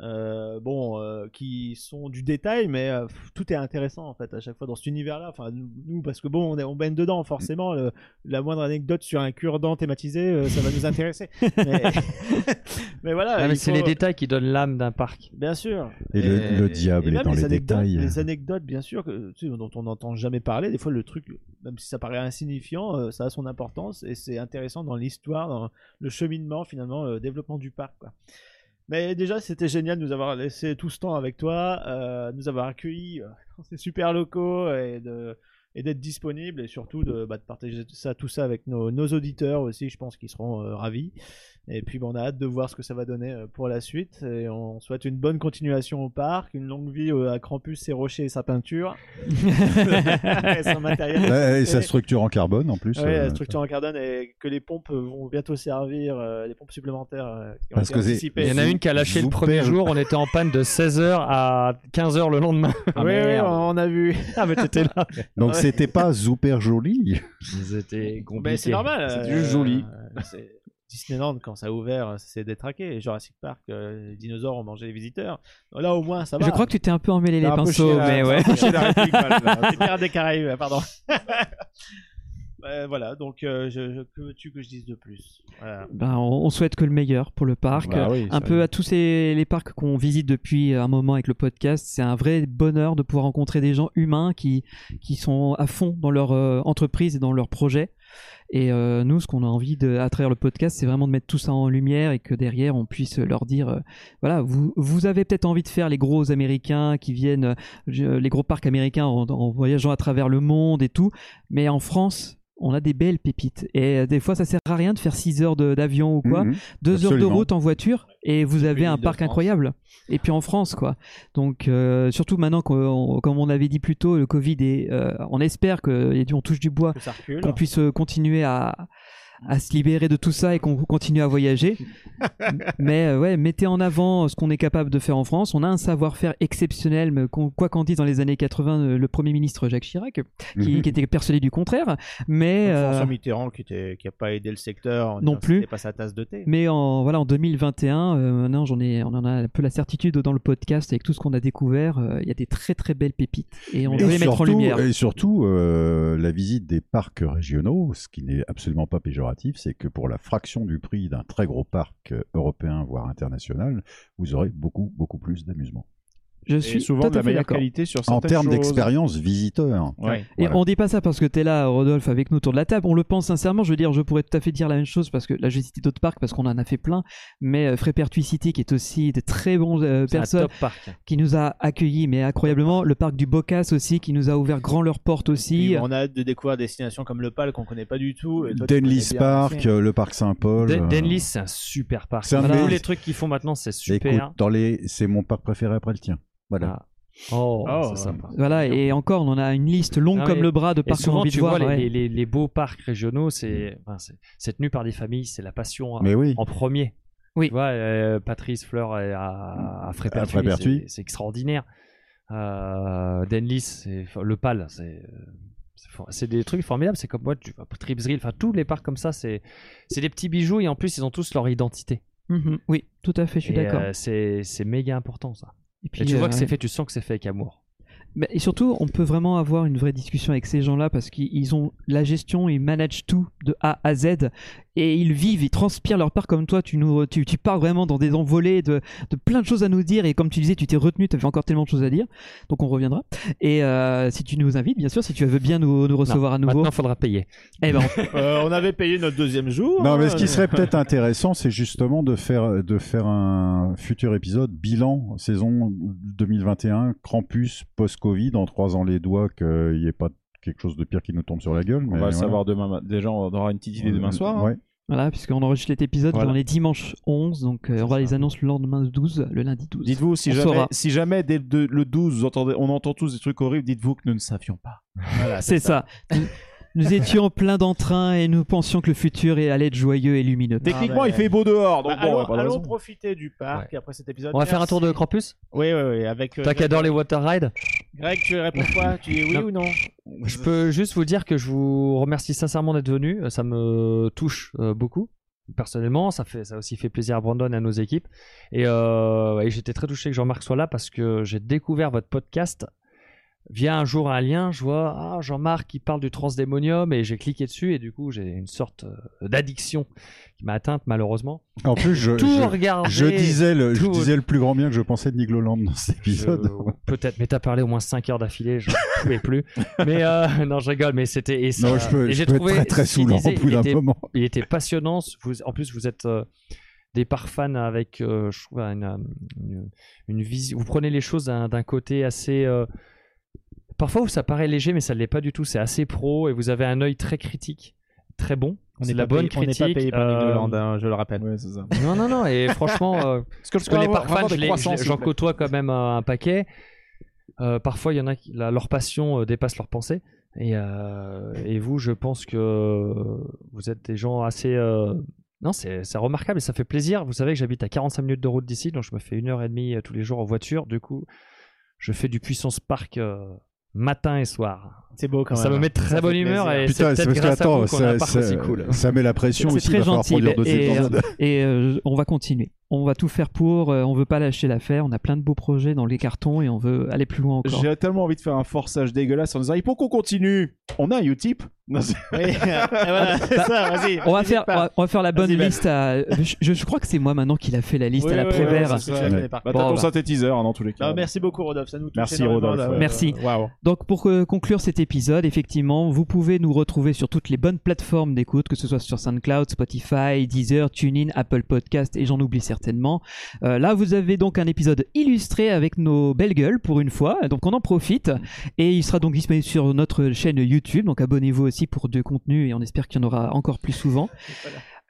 Speaker 9: euh, bon, euh, qui sont du détail, mais euh, pff, tout est intéressant en fait à chaque fois dans cet univers-là. Enfin, nous, nous, parce que bon, on, est- on baigne dedans forcément. le- la moindre anecdote sur un cure-dent thématisé, euh, ça va
Speaker 8: [laughs]
Speaker 9: nous intéresser. mais, [laughs] mais voilà,
Speaker 8: Ah, mais
Speaker 9: il
Speaker 8: c'est
Speaker 9: faut-
Speaker 8: les détails qui donnent l'âme d'un parc.
Speaker 9: Bien sûr.
Speaker 10: Et le- le
Speaker 9: et
Speaker 10: diable est
Speaker 9: même
Speaker 10: dans les
Speaker 9: anecdotes-
Speaker 10: détails.
Speaker 9: Les anecdotes, bien sûr, que, tu sais, dont on n'entend jamais parler. Des fois, le truc, même si ça paraît insignifiant, euh, ça a son importance et c'est intéressant dans l'histoire, dans le cheminement, finalement, le développement du parc. quoi. Mais déjà, c'était génial de nous avoir laissé tout ce temps avec toi, euh, de nous avoir accueillis euh, dans ces super locaux et de et d'être disponible et surtout de, bah, de partager ça, tout ça avec nos, nos auditeurs aussi, je pense qu'ils seront euh, ravis. Et puis bah, on a hâte de voir ce que ça va donner euh, pour la suite. Et on souhaite une bonne continuation au parc, une longue vie euh, à Krampus, ses rochers et
Speaker 8: [laughs]
Speaker 9: sa peinture. et son matériel.
Speaker 10: Ouais, et sa
Speaker 9: Et-
Speaker 10: structure en carbone en plus.
Speaker 9: Ouais,
Speaker 10: euh,
Speaker 9: la structure en cardone et que les pompes vont bientôt servir, euh, les pompes supplémentaires euh, qui ont
Speaker 10: Parce
Speaker 9: été
Speaker 10: que c'est-
Speaker 9: anticipées.
Speaker 8: Il y en a une qui a lâché le premier jour, on était en panne de 16h à 15h le
Speaker 10: [laughs]
Speaker 8: lendemain.
Speaker 10: Ah,
Speaker 9: Oui, oui, on a vu.
Speaker 8: Ah, mais t'étais là.
Speaker 10: Donc
Speaker 9: Ouais.
Speaker 10: c'était pas super joli.
Speaker 8: Ils étaient compliqués.
Speaker 9: Mais c'est normal.
Speaker 11: C'était
Speaker 9: euh,
Speaker 11: juste joli.
Speaker 9: c'est- Disneyland, quand ça a ouvert, euh, ça s'est détraqué. Et Jurassic Park, euh, les dinosaures ont mangé les visiteurs. Là, au moins, ça va.
Speaker 7: Je crois que tu t'es un peu emmêlé les
Speaker 9: T'as un peu
Speaker 7: pinceaux,
Speaker 9: chié la-
Speaker 7: mais
Speaker 9: t'as
Speaker 7: ouais.
Speaker 9: un peu chié
Speaker 7: [laughs]
Speaker 9: la réplique, Val, là. Les Pirates des Caraïbes, hein, pardon. [laughs] Euh, voilà, donc euh, je, je- que veux-tu que je dise de plus Voilà.
Speaker 7: Ben, on on souhaite que le meilleur pour le parc.
Speaker 11: Bah oui,
Speaker 7: un
Speaker 11: ça-
Speaker 7: peu à tous ces- les parcs qu'on visite depuis un moment avec le podcast. C'est un vrai bonheur de pouvoir rencontrer des gens humains qui, qui sont à fond dans leur euh, entreprise et dans leur projet. Et euh, nous, ce qu'on a envie de, à travers le podcast, c'est vraiment de mettre tout ça en lumière et que derrière, on puisse leur dire, euh, voilà, vous, vous avez peut-être envie de faire les gros Américains qui viennent, euh, je- les gros parcs américains en, en voyageant à travers le monde et tout, mais en France, on a des belles pépites. Et euh, des fois, ça sert à rien de faire 6 heures de- d'avion ou quoi
Speaker 10: Mhm.
Speaker 7: deux heures de
Speaker 10: Absolument.
Speaker 7: route en voiture et vous avez un
Speaker 10: l'Île de
Speaker 7: parc
Speaker 10: France.
Speaker 7: incroyable. Et puis en France, quoi. Donc, euh, surtout maintenant, qu'on- comme on avait dit plus tôt, le Covid est. euh, on espère que, et on touche du bois,
Speaker 9: Que ça recule.
Speaker 7: qu'on puisse euh, continuer à, à se libérer de tout ça et qu'on continue à
Speaker 10: [laughs]
Speaker 7: voyager. M- mais euh, ouais, mettez en avant euh, ce qu'on est capable de faire en France. On a un savoir-faire exceptionnel, mais qu'on- quoi qu'en dise dans les années 80, euh, le Premier ministre Jacques Chirac,
Speaker 10: Mhm.
Speaker 7: qui, qui était persuadé du contraire. Mais.
Speaker 9: François
Speaker 7: euh,
Speaker 9: Mitterrand qui n'a pas aidé le secteur. en
Speaker 7: non
Speaker 9: disant que
Speaker 7: plus.
Speaker 9: c'était pas sa tasse de thé.
Speaker 7: Mais en, voilà, en 2021, euh, maintenant j'en ai, on en a un peu la certitude dans le podcast avec tout ce qu'on a découvert. euh, Il y a des très très belles pépites et on
Speaker 10: Et
Speaker 7: doit les mettre en
Speaker 10: surtout-
Speaker 7: lumière.
Speaker 10: Et surtout, euh, la visite des parcs régionaux, ce qui n'est absolument pas péjoratif, c'est que pour la fraction du prix d'un très gros parc euh, européen, voire international, vous aurez beaucoup, beaucoup plus d'amusement.
Speaker 7: Je
Speaker 11: Et
Speaker 7: suis
Speaker 11: souvent
Speaker 7: tout
Speaker 11: de
Speaker 7: à
Speaker 11: la
Speaker 7: fait
Speaker 11: meilleure
Speaker 7: d'accord.
Speaker 11: qualité sur
Speaker 10: En
Speaker 11: certaines
Speaker 10: termes
Speaker 11: choses.
Speaker 10: d'expérience visiteur.
Speaker 11: Ouais.
Speaker 7: Et
Speaker 10: Voilà.
Speaker 7: on dit pas ça parce que t'es là, Rodolphe, avec nous autour de la table. On le pense sincèrement. Je veux dire, je pourrais tout à fait dire la même chose parce que là, j'ai cité d'autres parcs parce qu'on en a fait plein. Mais euh, Frépertuis City, qui est aussi de très bonnes euh,
Speaker 8: C'est un
Speaker 7: personnes,
Speaker 8: top parc.
Speaker 7: qui nous a accueillis, mais incroyablement. Le parc du Bocas aussi, qui nous a ouvert grand leurs portes aussi.
Speaker 9: on a hâte de découvrir des destinations comme le Pal qu'on connaît pas du tout. et toi, tu connais
Speaker 10: Denlis
Speaker 9: bien
Speaker 10: Park,
Speaker 9: Marseille.
Speaker 10: euh, le parc Saint-Paul.
Speaker 8: Den-
Speaker 10: euh,
Speaker 8: Denlis, c'est un super parc.
Speaker 10: C'est un
Speaker 8: Tous
Speaker 10: des-
Speaker 8: les trucs qu'ils font maintenant, c'est super.
Speaker 10: Écoute, dans les, c'est mon parc préféré après le tien. Voilà.
Speaker 8: Oh,
Speaker 10: Oh,
Speaker 8: c'est sympa.
Speaker 7: Voilà, et encore, on en a une liste longue
Speaker 8: Non,
Speaker 7: comme
Speaker 8: mais-
Speaker 7: le bras de
Speaker 8: et
Speaker 7: parcs qu'on a
Speaker 8: souvent,
Speaker 7: envie
Speaker 8: tu
Speaker 7: de voir.
Speaker 8: vois, les-
Speaker 7: ouais. Mm.
Speaker 8: les, les- les beaux parcs régionaux, c'est enfin, c'est- c'est tenu par des familles, c'est la passion hein,
Speaker 10: Mais oui.
Speaker 8: en premier.
Speaker 7: Oui.
Speaker 8: Tu vois, euh, Patrice Fleur est à, à Frépertuis,
Speaker 10: À Frépertuis.
Speaker 8: c'est- c'est extraordinaire. Euh, Denlis, c'est- enfin, le PAL, c'est c'est for- c'est des trucs formidables. C'est comme moi, tu vois, Tripsreel, enfin tous les parcs comme ça, c'est c'est des petits bijoux et en plus ils ont tous leur identité.
Speaker 7: Mhm, Oui, tout à fait, je suis
Speaker 8: Et,
Speaker 7: d'accord.
Speaker 8: euh, c'est c'est méga important ça.
Speaker 7: Et
Speaker 8: Et,
Speaker 7: puis,
Speaker 8: tu
Speaker 7: euh,
Speaker 8: vois que c'est
Speaker 7: ouais.
Speaker 8: fait, tu sens que c'est fait avec amour.
Speaker 7: Mais- et surtout, on peut vraiment avoir une vraie discussion avec ces gens-là parce qu'ils ils ont la gestion, ils managent tout de A à Z et ils vivent, ils transpirent leur part comme toi. Tu, nous, tu, tu pars vraiment dans des envolées de, de plein de choses à nous dire et comme tu disais, tu t'es retenu, tu avais encore tellement de choses à dire. Donc on reviendra. Et euh, si tu nous invites, bien sûr, si tu veux bien nous, nous recevoir
Speaker 8: Non,
Speaker 7: à nouveau.
Speaker 8: Maintenant, faudra payer.
Speaker 7: Eh ben,
Speaker 9: Euh, on avait payé notre deuxième jour.
Speaker 10: Non, mais
Speaker 9: hein,
Speaker 10: ce qui serait peut-être intéressant, c'est justement de faire, de faire un futur épisode bilan saison 2021, Krampus post-Covid, en croisant les doigts qu'il n'y ait pas quelque chose de pire qui nous tombe sur la gueule. Euh,
Speaker 11: On va le savoir demain. ma- Déjà, on aura une petite idée demain soir. hein.
Speaker 10: Ouais.
Speaker 7: Voilà, puisqu'on enregistre cet épisode,
Speaker 11: Voilà.
Speaker 7: on est dimanche 11, donc euh, on aura les annonces le lendemain 12, le lundi 12.
Speaker 11: Dites-vous, si
Speaker 7: On
Speaker 11: jamais,
Speaker 7: saura.
Speaker 11: si jamais dès le, le 12, vous entendez- on entend tous des trucs horribles, dites-vous que nous ne savions pas.
Speaker 9: Voilà,
Speaker 7: C'est ça. Nous, [laughs] nous étions plein d'entrain et nous pensions que le futur allait être joyeux et lumineux.
Speaker 11: Techniquement, il fait beau dehors, donc
Speaker 9: Bah,
Speaker 11: bon,
Speaker 9: allons,
Speaker 11: on a pas de
Speaker 9: allons
Speaker 11: euh, raison.
Speaker 9: profiter du parc après cet épisode.
Speaker 8: On va faire un tour de
Speaker 9: Merci.
Speaker 8: campus
Speaker 9: Oui, oui, oui. Avec. euh,
Speaker 8: Toi qui adore les
Speaker 9: Greg.
Speaker 8: water rides
Speaker 9: Greg, tu réponds quoi Tu dis oui
Speaker 8: Non.
Speaker 9: ou non
Speaker 8: Je peux juste vous dire que je vous remercie sincèrement d'être venu. Euh, Ça me touche euh, beaucoup. Personnellement, ça, fait, ça a aussi fait plaisir à Brandon et à nos équipes. Et, euh, et j'étais très touché que Jean-Marc soit là parce que j'ai découvert votre podcast via un jour un lien. Je vois ah, Jean-Marc qui parle du transdémonium et j'ai cliqué dessus et du coup j'ai une sorte euh, d'addiction qui m'a atteinte malheureusement.
Speaker 10: En plus, je,
Speaker 8: Tout
Speaker 10: Euh, je,
Speaker 8: regarder,
Speaker 10: je disais le, je
Speaker 8: tout-
Speaker 10: disais le plus grand bien que je pensais de Nigloland dans cet épisode.
Speaker 8: Je- Peut-être, mais t'as parlé au moins 5 heures d'affilée, je pouvais
Speaker 10: [laughs]
Speaker 8: plus. Mais euh, non, je rigole, mais c'était. et ça-
Speaker 10: Non, je peux-
Speaker 8: et
Speaker 10: je
Speaker 8: j'ai
Speaker 10: peux être
Speaker 8: trouvé
Speaker 10: très, très
Speaker 8: ce qu'il
Speaker 10: saoulant
Speaker 8: disait,
Speaker 10: au bout
Speaker 8: il
Speaker 10: d'un
Speaker 8: était-
Speaker 10: moment.
Speaker 8: Il était passionnant. Vous, en plus, vous êtes euh, des par fans avec, euh, je trouve, une, euh, une, une vision. Vous prenez les choses d'un d'un côté assez. euh, Parfois où ça paraît léger, mais ça ne l'est pas du tout. C'est assez pro et vous avez un œil très critique, très bon.
Speaker 9: On
Speaker 8: C'est
Speaker 9: n'est
Speaker 8: de la
Speaker 9: pas
Speaker 8: bonne
Speaker 9: payé- on n'est pas
Speaker 8: critique.
Speaker 9: payé par
Speaker 8: euh,
Speaker 9: Nigloland, hein, je le rappelle.
Speaker 8: non, non, non, et franchement, euh, parce
Speaker 11: Parce que
Speaker 8: que,
Speaker 11: le score
Speaker 8: les
Speaker 11: va
Speaker 8: parfans,
Speaker 11: vraiment
Speaker 8: je les-
Speaker 11: décroissant,
Speaker 8: je-
Speaker 11: s'il
Speaker 8: j'en
Speaker 11: vous plaît.
Speaker 8: côtoie quand même un, un paquet. Euh, parfois, il y en a qui, la- leur passion euh, dépasse leur pensée. Et, euh, et vous, je pense que vous êtes des gens assez. euh, Non, c'est c'est remarquable et ça fait plaisir. Vous savez que j'habite à 45 minutes de route d'ici, donc je me fais une heure et demie euh, tous les jours en voiture. Du coup, je fais du puissance park euh, matin et soir.
Speaker 9: C'est beau quand
Speaker 8: ça
Speaker 9: même. hein.
Speaker 8: me met de très
Speaker 9: Ça
Speaker 8: bonne
Speaker 9: fait
Speaker 8: humeur
Speaker 9: plaisir.
Speaker 8: et c'est peut-être
Speaker 10: Putain, parce que,
Speaker 8: grâce à vous
Speaker 10: attends,
Speaker 8: qu'on a un
Speaker 10: ça,
Speaker 8: parc
Speaker 10: ça-
Speaker 8: aussi cool.
Speaker 10: ça met la pression
Speaker 7: C'est
Speaker 10: aussi.
Speaker 7: très
Speaker 10: il va falloir
Speaker 7: gentil.
Speaker 10: produire
Speaker 7: ben,
Speaker 10: deux
Speaker 7: et
Speaker 10: épisodes.
Speaker 7: et, euh, on va continuer. On va tout faire pour. euh, on veut pas lâcher l'affaire. On a plein de beaux projets dans les cartons et on veut aller plus loin encore.
Speaker 11: J'ai tellement envie de faire un forçage dégueulasse en disant et pour qu'on continue, on a un Utip. Non, c'est-
Speaker 9: [laughs] Oui, voilà, c'est ça, vas-y.
Speaker 7: On va,
Speaker 9: n'hésite
Speaker 7: faire, on,
Speaker 9: pas.
Speaker 7: va, on va faire la bonne
Speaker 9: Vas-y, Ben.
Speaker 7: liste. À... Je, je- je crois que c'est moi maintenant qui l'a fait la liste
Speaker 9: Oui,
Speaker 7: à la
Speaker 9: oui, oui,
Speaker 7: Prévert.
Speaker 9: c'est ce que je la connais par
Speaker 11: Bah,
Speaker 9: cœur.
Speaker 11: t'as
Speaker 7: Bon,
Speaker 11: ton
Speaker 7: bah.
Speaker 11: synthétiseur hein, dans tous les cas.
Speaker 9: Non, merci beaucoup, Rodolphe. Ça nous touche.
Speaker 11: Merci,
Speaker 9: énormément,
Speaker 11: Rodolphe,
Speaker 9: là,
Speaker 11: ouais.
Speaker 9: euh,
Speaker 7: Merci.
Speaker 9: Waouh.
Speaker 7: Donc pour euh, conclure cet épisode, effectivement, vous pouvez nous retrouver sur toutes les bonnes plateformes d'écoute, que ce soit sur SoundCloud, Spotify, Deezer, TuneIn, Apple Podcast et j'en oublie certainement. Euh, là, vous avez donc un épisode illustré avec nos belles gueules pour une fois, donc on en profite et il sera donc disponible sur notre chaîne YouTube. Donc abonnez-vous aussi pour du contenu et on espère qu'il y en aura encore plus souvent.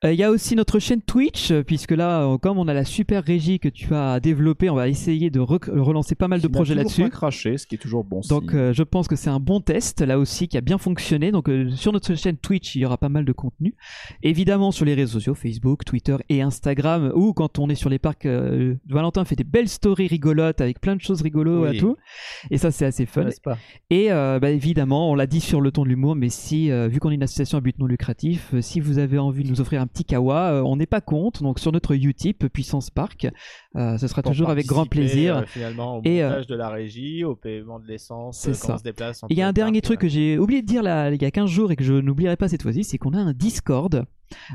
Speaker 7: Euh, Il y a aussi notre chaîne Twitch, euh, puisque là, euh, comme on a la super régie que tu as développée, on va essayer de rec- relancer pas mal de
Speaker 11: Il n'a
Speaker 7: projets
Speaker 11: toujours
Speaker 7: là-dessus.
Speaker 11: Pas craché, ce qui est toujours bon.
Speaker 7: Donc euh, je pense que c'est un bon test là aussi qui a bien fonctionné. Donc euh, sur notre chaîne Twitch, il y aura pas mal de contenu. Évidemment sur les réseaux sociaux, Facebook, Twitter et Instagram, où quand on est sur les parcs, euh, Valentin fait des belles stories rigolotes avec plein de choses rigolo
Speaker 9: Oui.
Speaker 7: à tout. Et ça c'est assez fun.
Speaker 8: N'est-ce pas
Speaker 7: Et euh, bah, évidemment, on l'a dit sur le ton de l'humour, mais si, euh, vu qu'on est une association à but non lucratif, euh, si vous avez envie de nous offrir un petit kawa, euh, on n'est pas contre. Donc sur notre Utip, Puissance Park, euh, ce sera
Speaker 9: Pour
Speaker 7: toujours avec grand
Speaker 9: participer,
Speaker 7: plaisir.
Speaker 9: euh, finalement, au
Speaker 7: Et, euh,
Speaker 9: montage de la régie, au paiement de l'essence,
Speaker 7: C'est
Speaker 9: euh, quand
Speaker 7: ça.
Speaker 9: on se déplace. euh,
Speaker 7: Il y a un dernier truc que j'ai oublié de dire là, il y a 15 jours et que je n'oublierai pas cette fois-ci, c'est qu'on a un Discord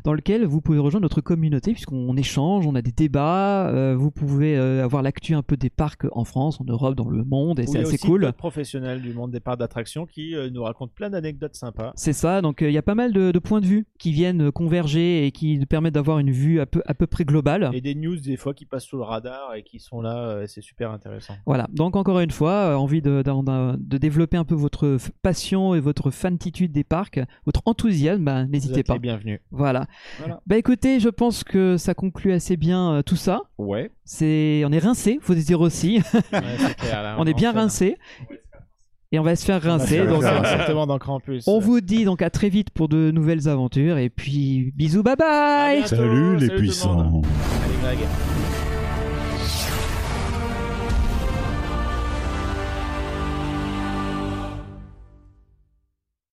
Speaker 7: dans lequel vous pouvez rejoindre notre communauté puisqu'on échange, on a des débats, euh, vous pouvez euh, avoir l'actu un peu des parcs en France, en Europe, dans le monde, et
Speaker 9: Où
Speaker 7: c'est
Speaker 9: il y a
Speaker 7: assez
Speaker 9: aussi
Speaker 7: cool.
Speaker 9: d'autres professionnels du monde des parcs d'attractions qui euh, nous racontent plein d'anecdotes sympas.
Speaker 7: C'est ça, donc euh, il y a pas mal de, de points de vue qui viennent euh, converger et qui permettent d'avoir une vue à peu, à peu près globale.
Speaker 9: Et des news des fois qui passent sous le radar et qui sont là, euh, c'est super intéressant.
Speaker 7: Voilà, donc encore une fois, euh, envie de, d'en- d'en- de développer un peu votre f- passion et votre fanatitude des parcs, votre enthousiasme, bah, n'hésitez
Speaker 9: êtes
Speaker 7: pas.
Speaker 9: les bienvenus.
Speaker 7: Voilà.
Speaker 9: Voilà.
Speaker 7: Bah écoutez, je pense que ça conclut assez bien euh, tout ça.
Speaker 11: Ouais.
Speaker 7: C'est... On est rincé, faut se dire aussi.
Speaker 9: c'est clair, là,
Speaker 7: [laughs] on est
Speaker 9: on
Speaker 7: bien
Speaker 9: enchaîne.
Speaker 7: rincé. Et on va se faire
Speaker 9: va se
Speaker 7: rincer.
Speaker 9: faire
Speaker 7: donc,
Speaker 9: rincer, exactement, dans Krampus.
Speaker 7: On vous dit donc à très vite pour de nouvelles aventures. Et puis, bisous, bye bye
Speaker 10: Salut les puissants.
Speaker 9: Allez, Greg.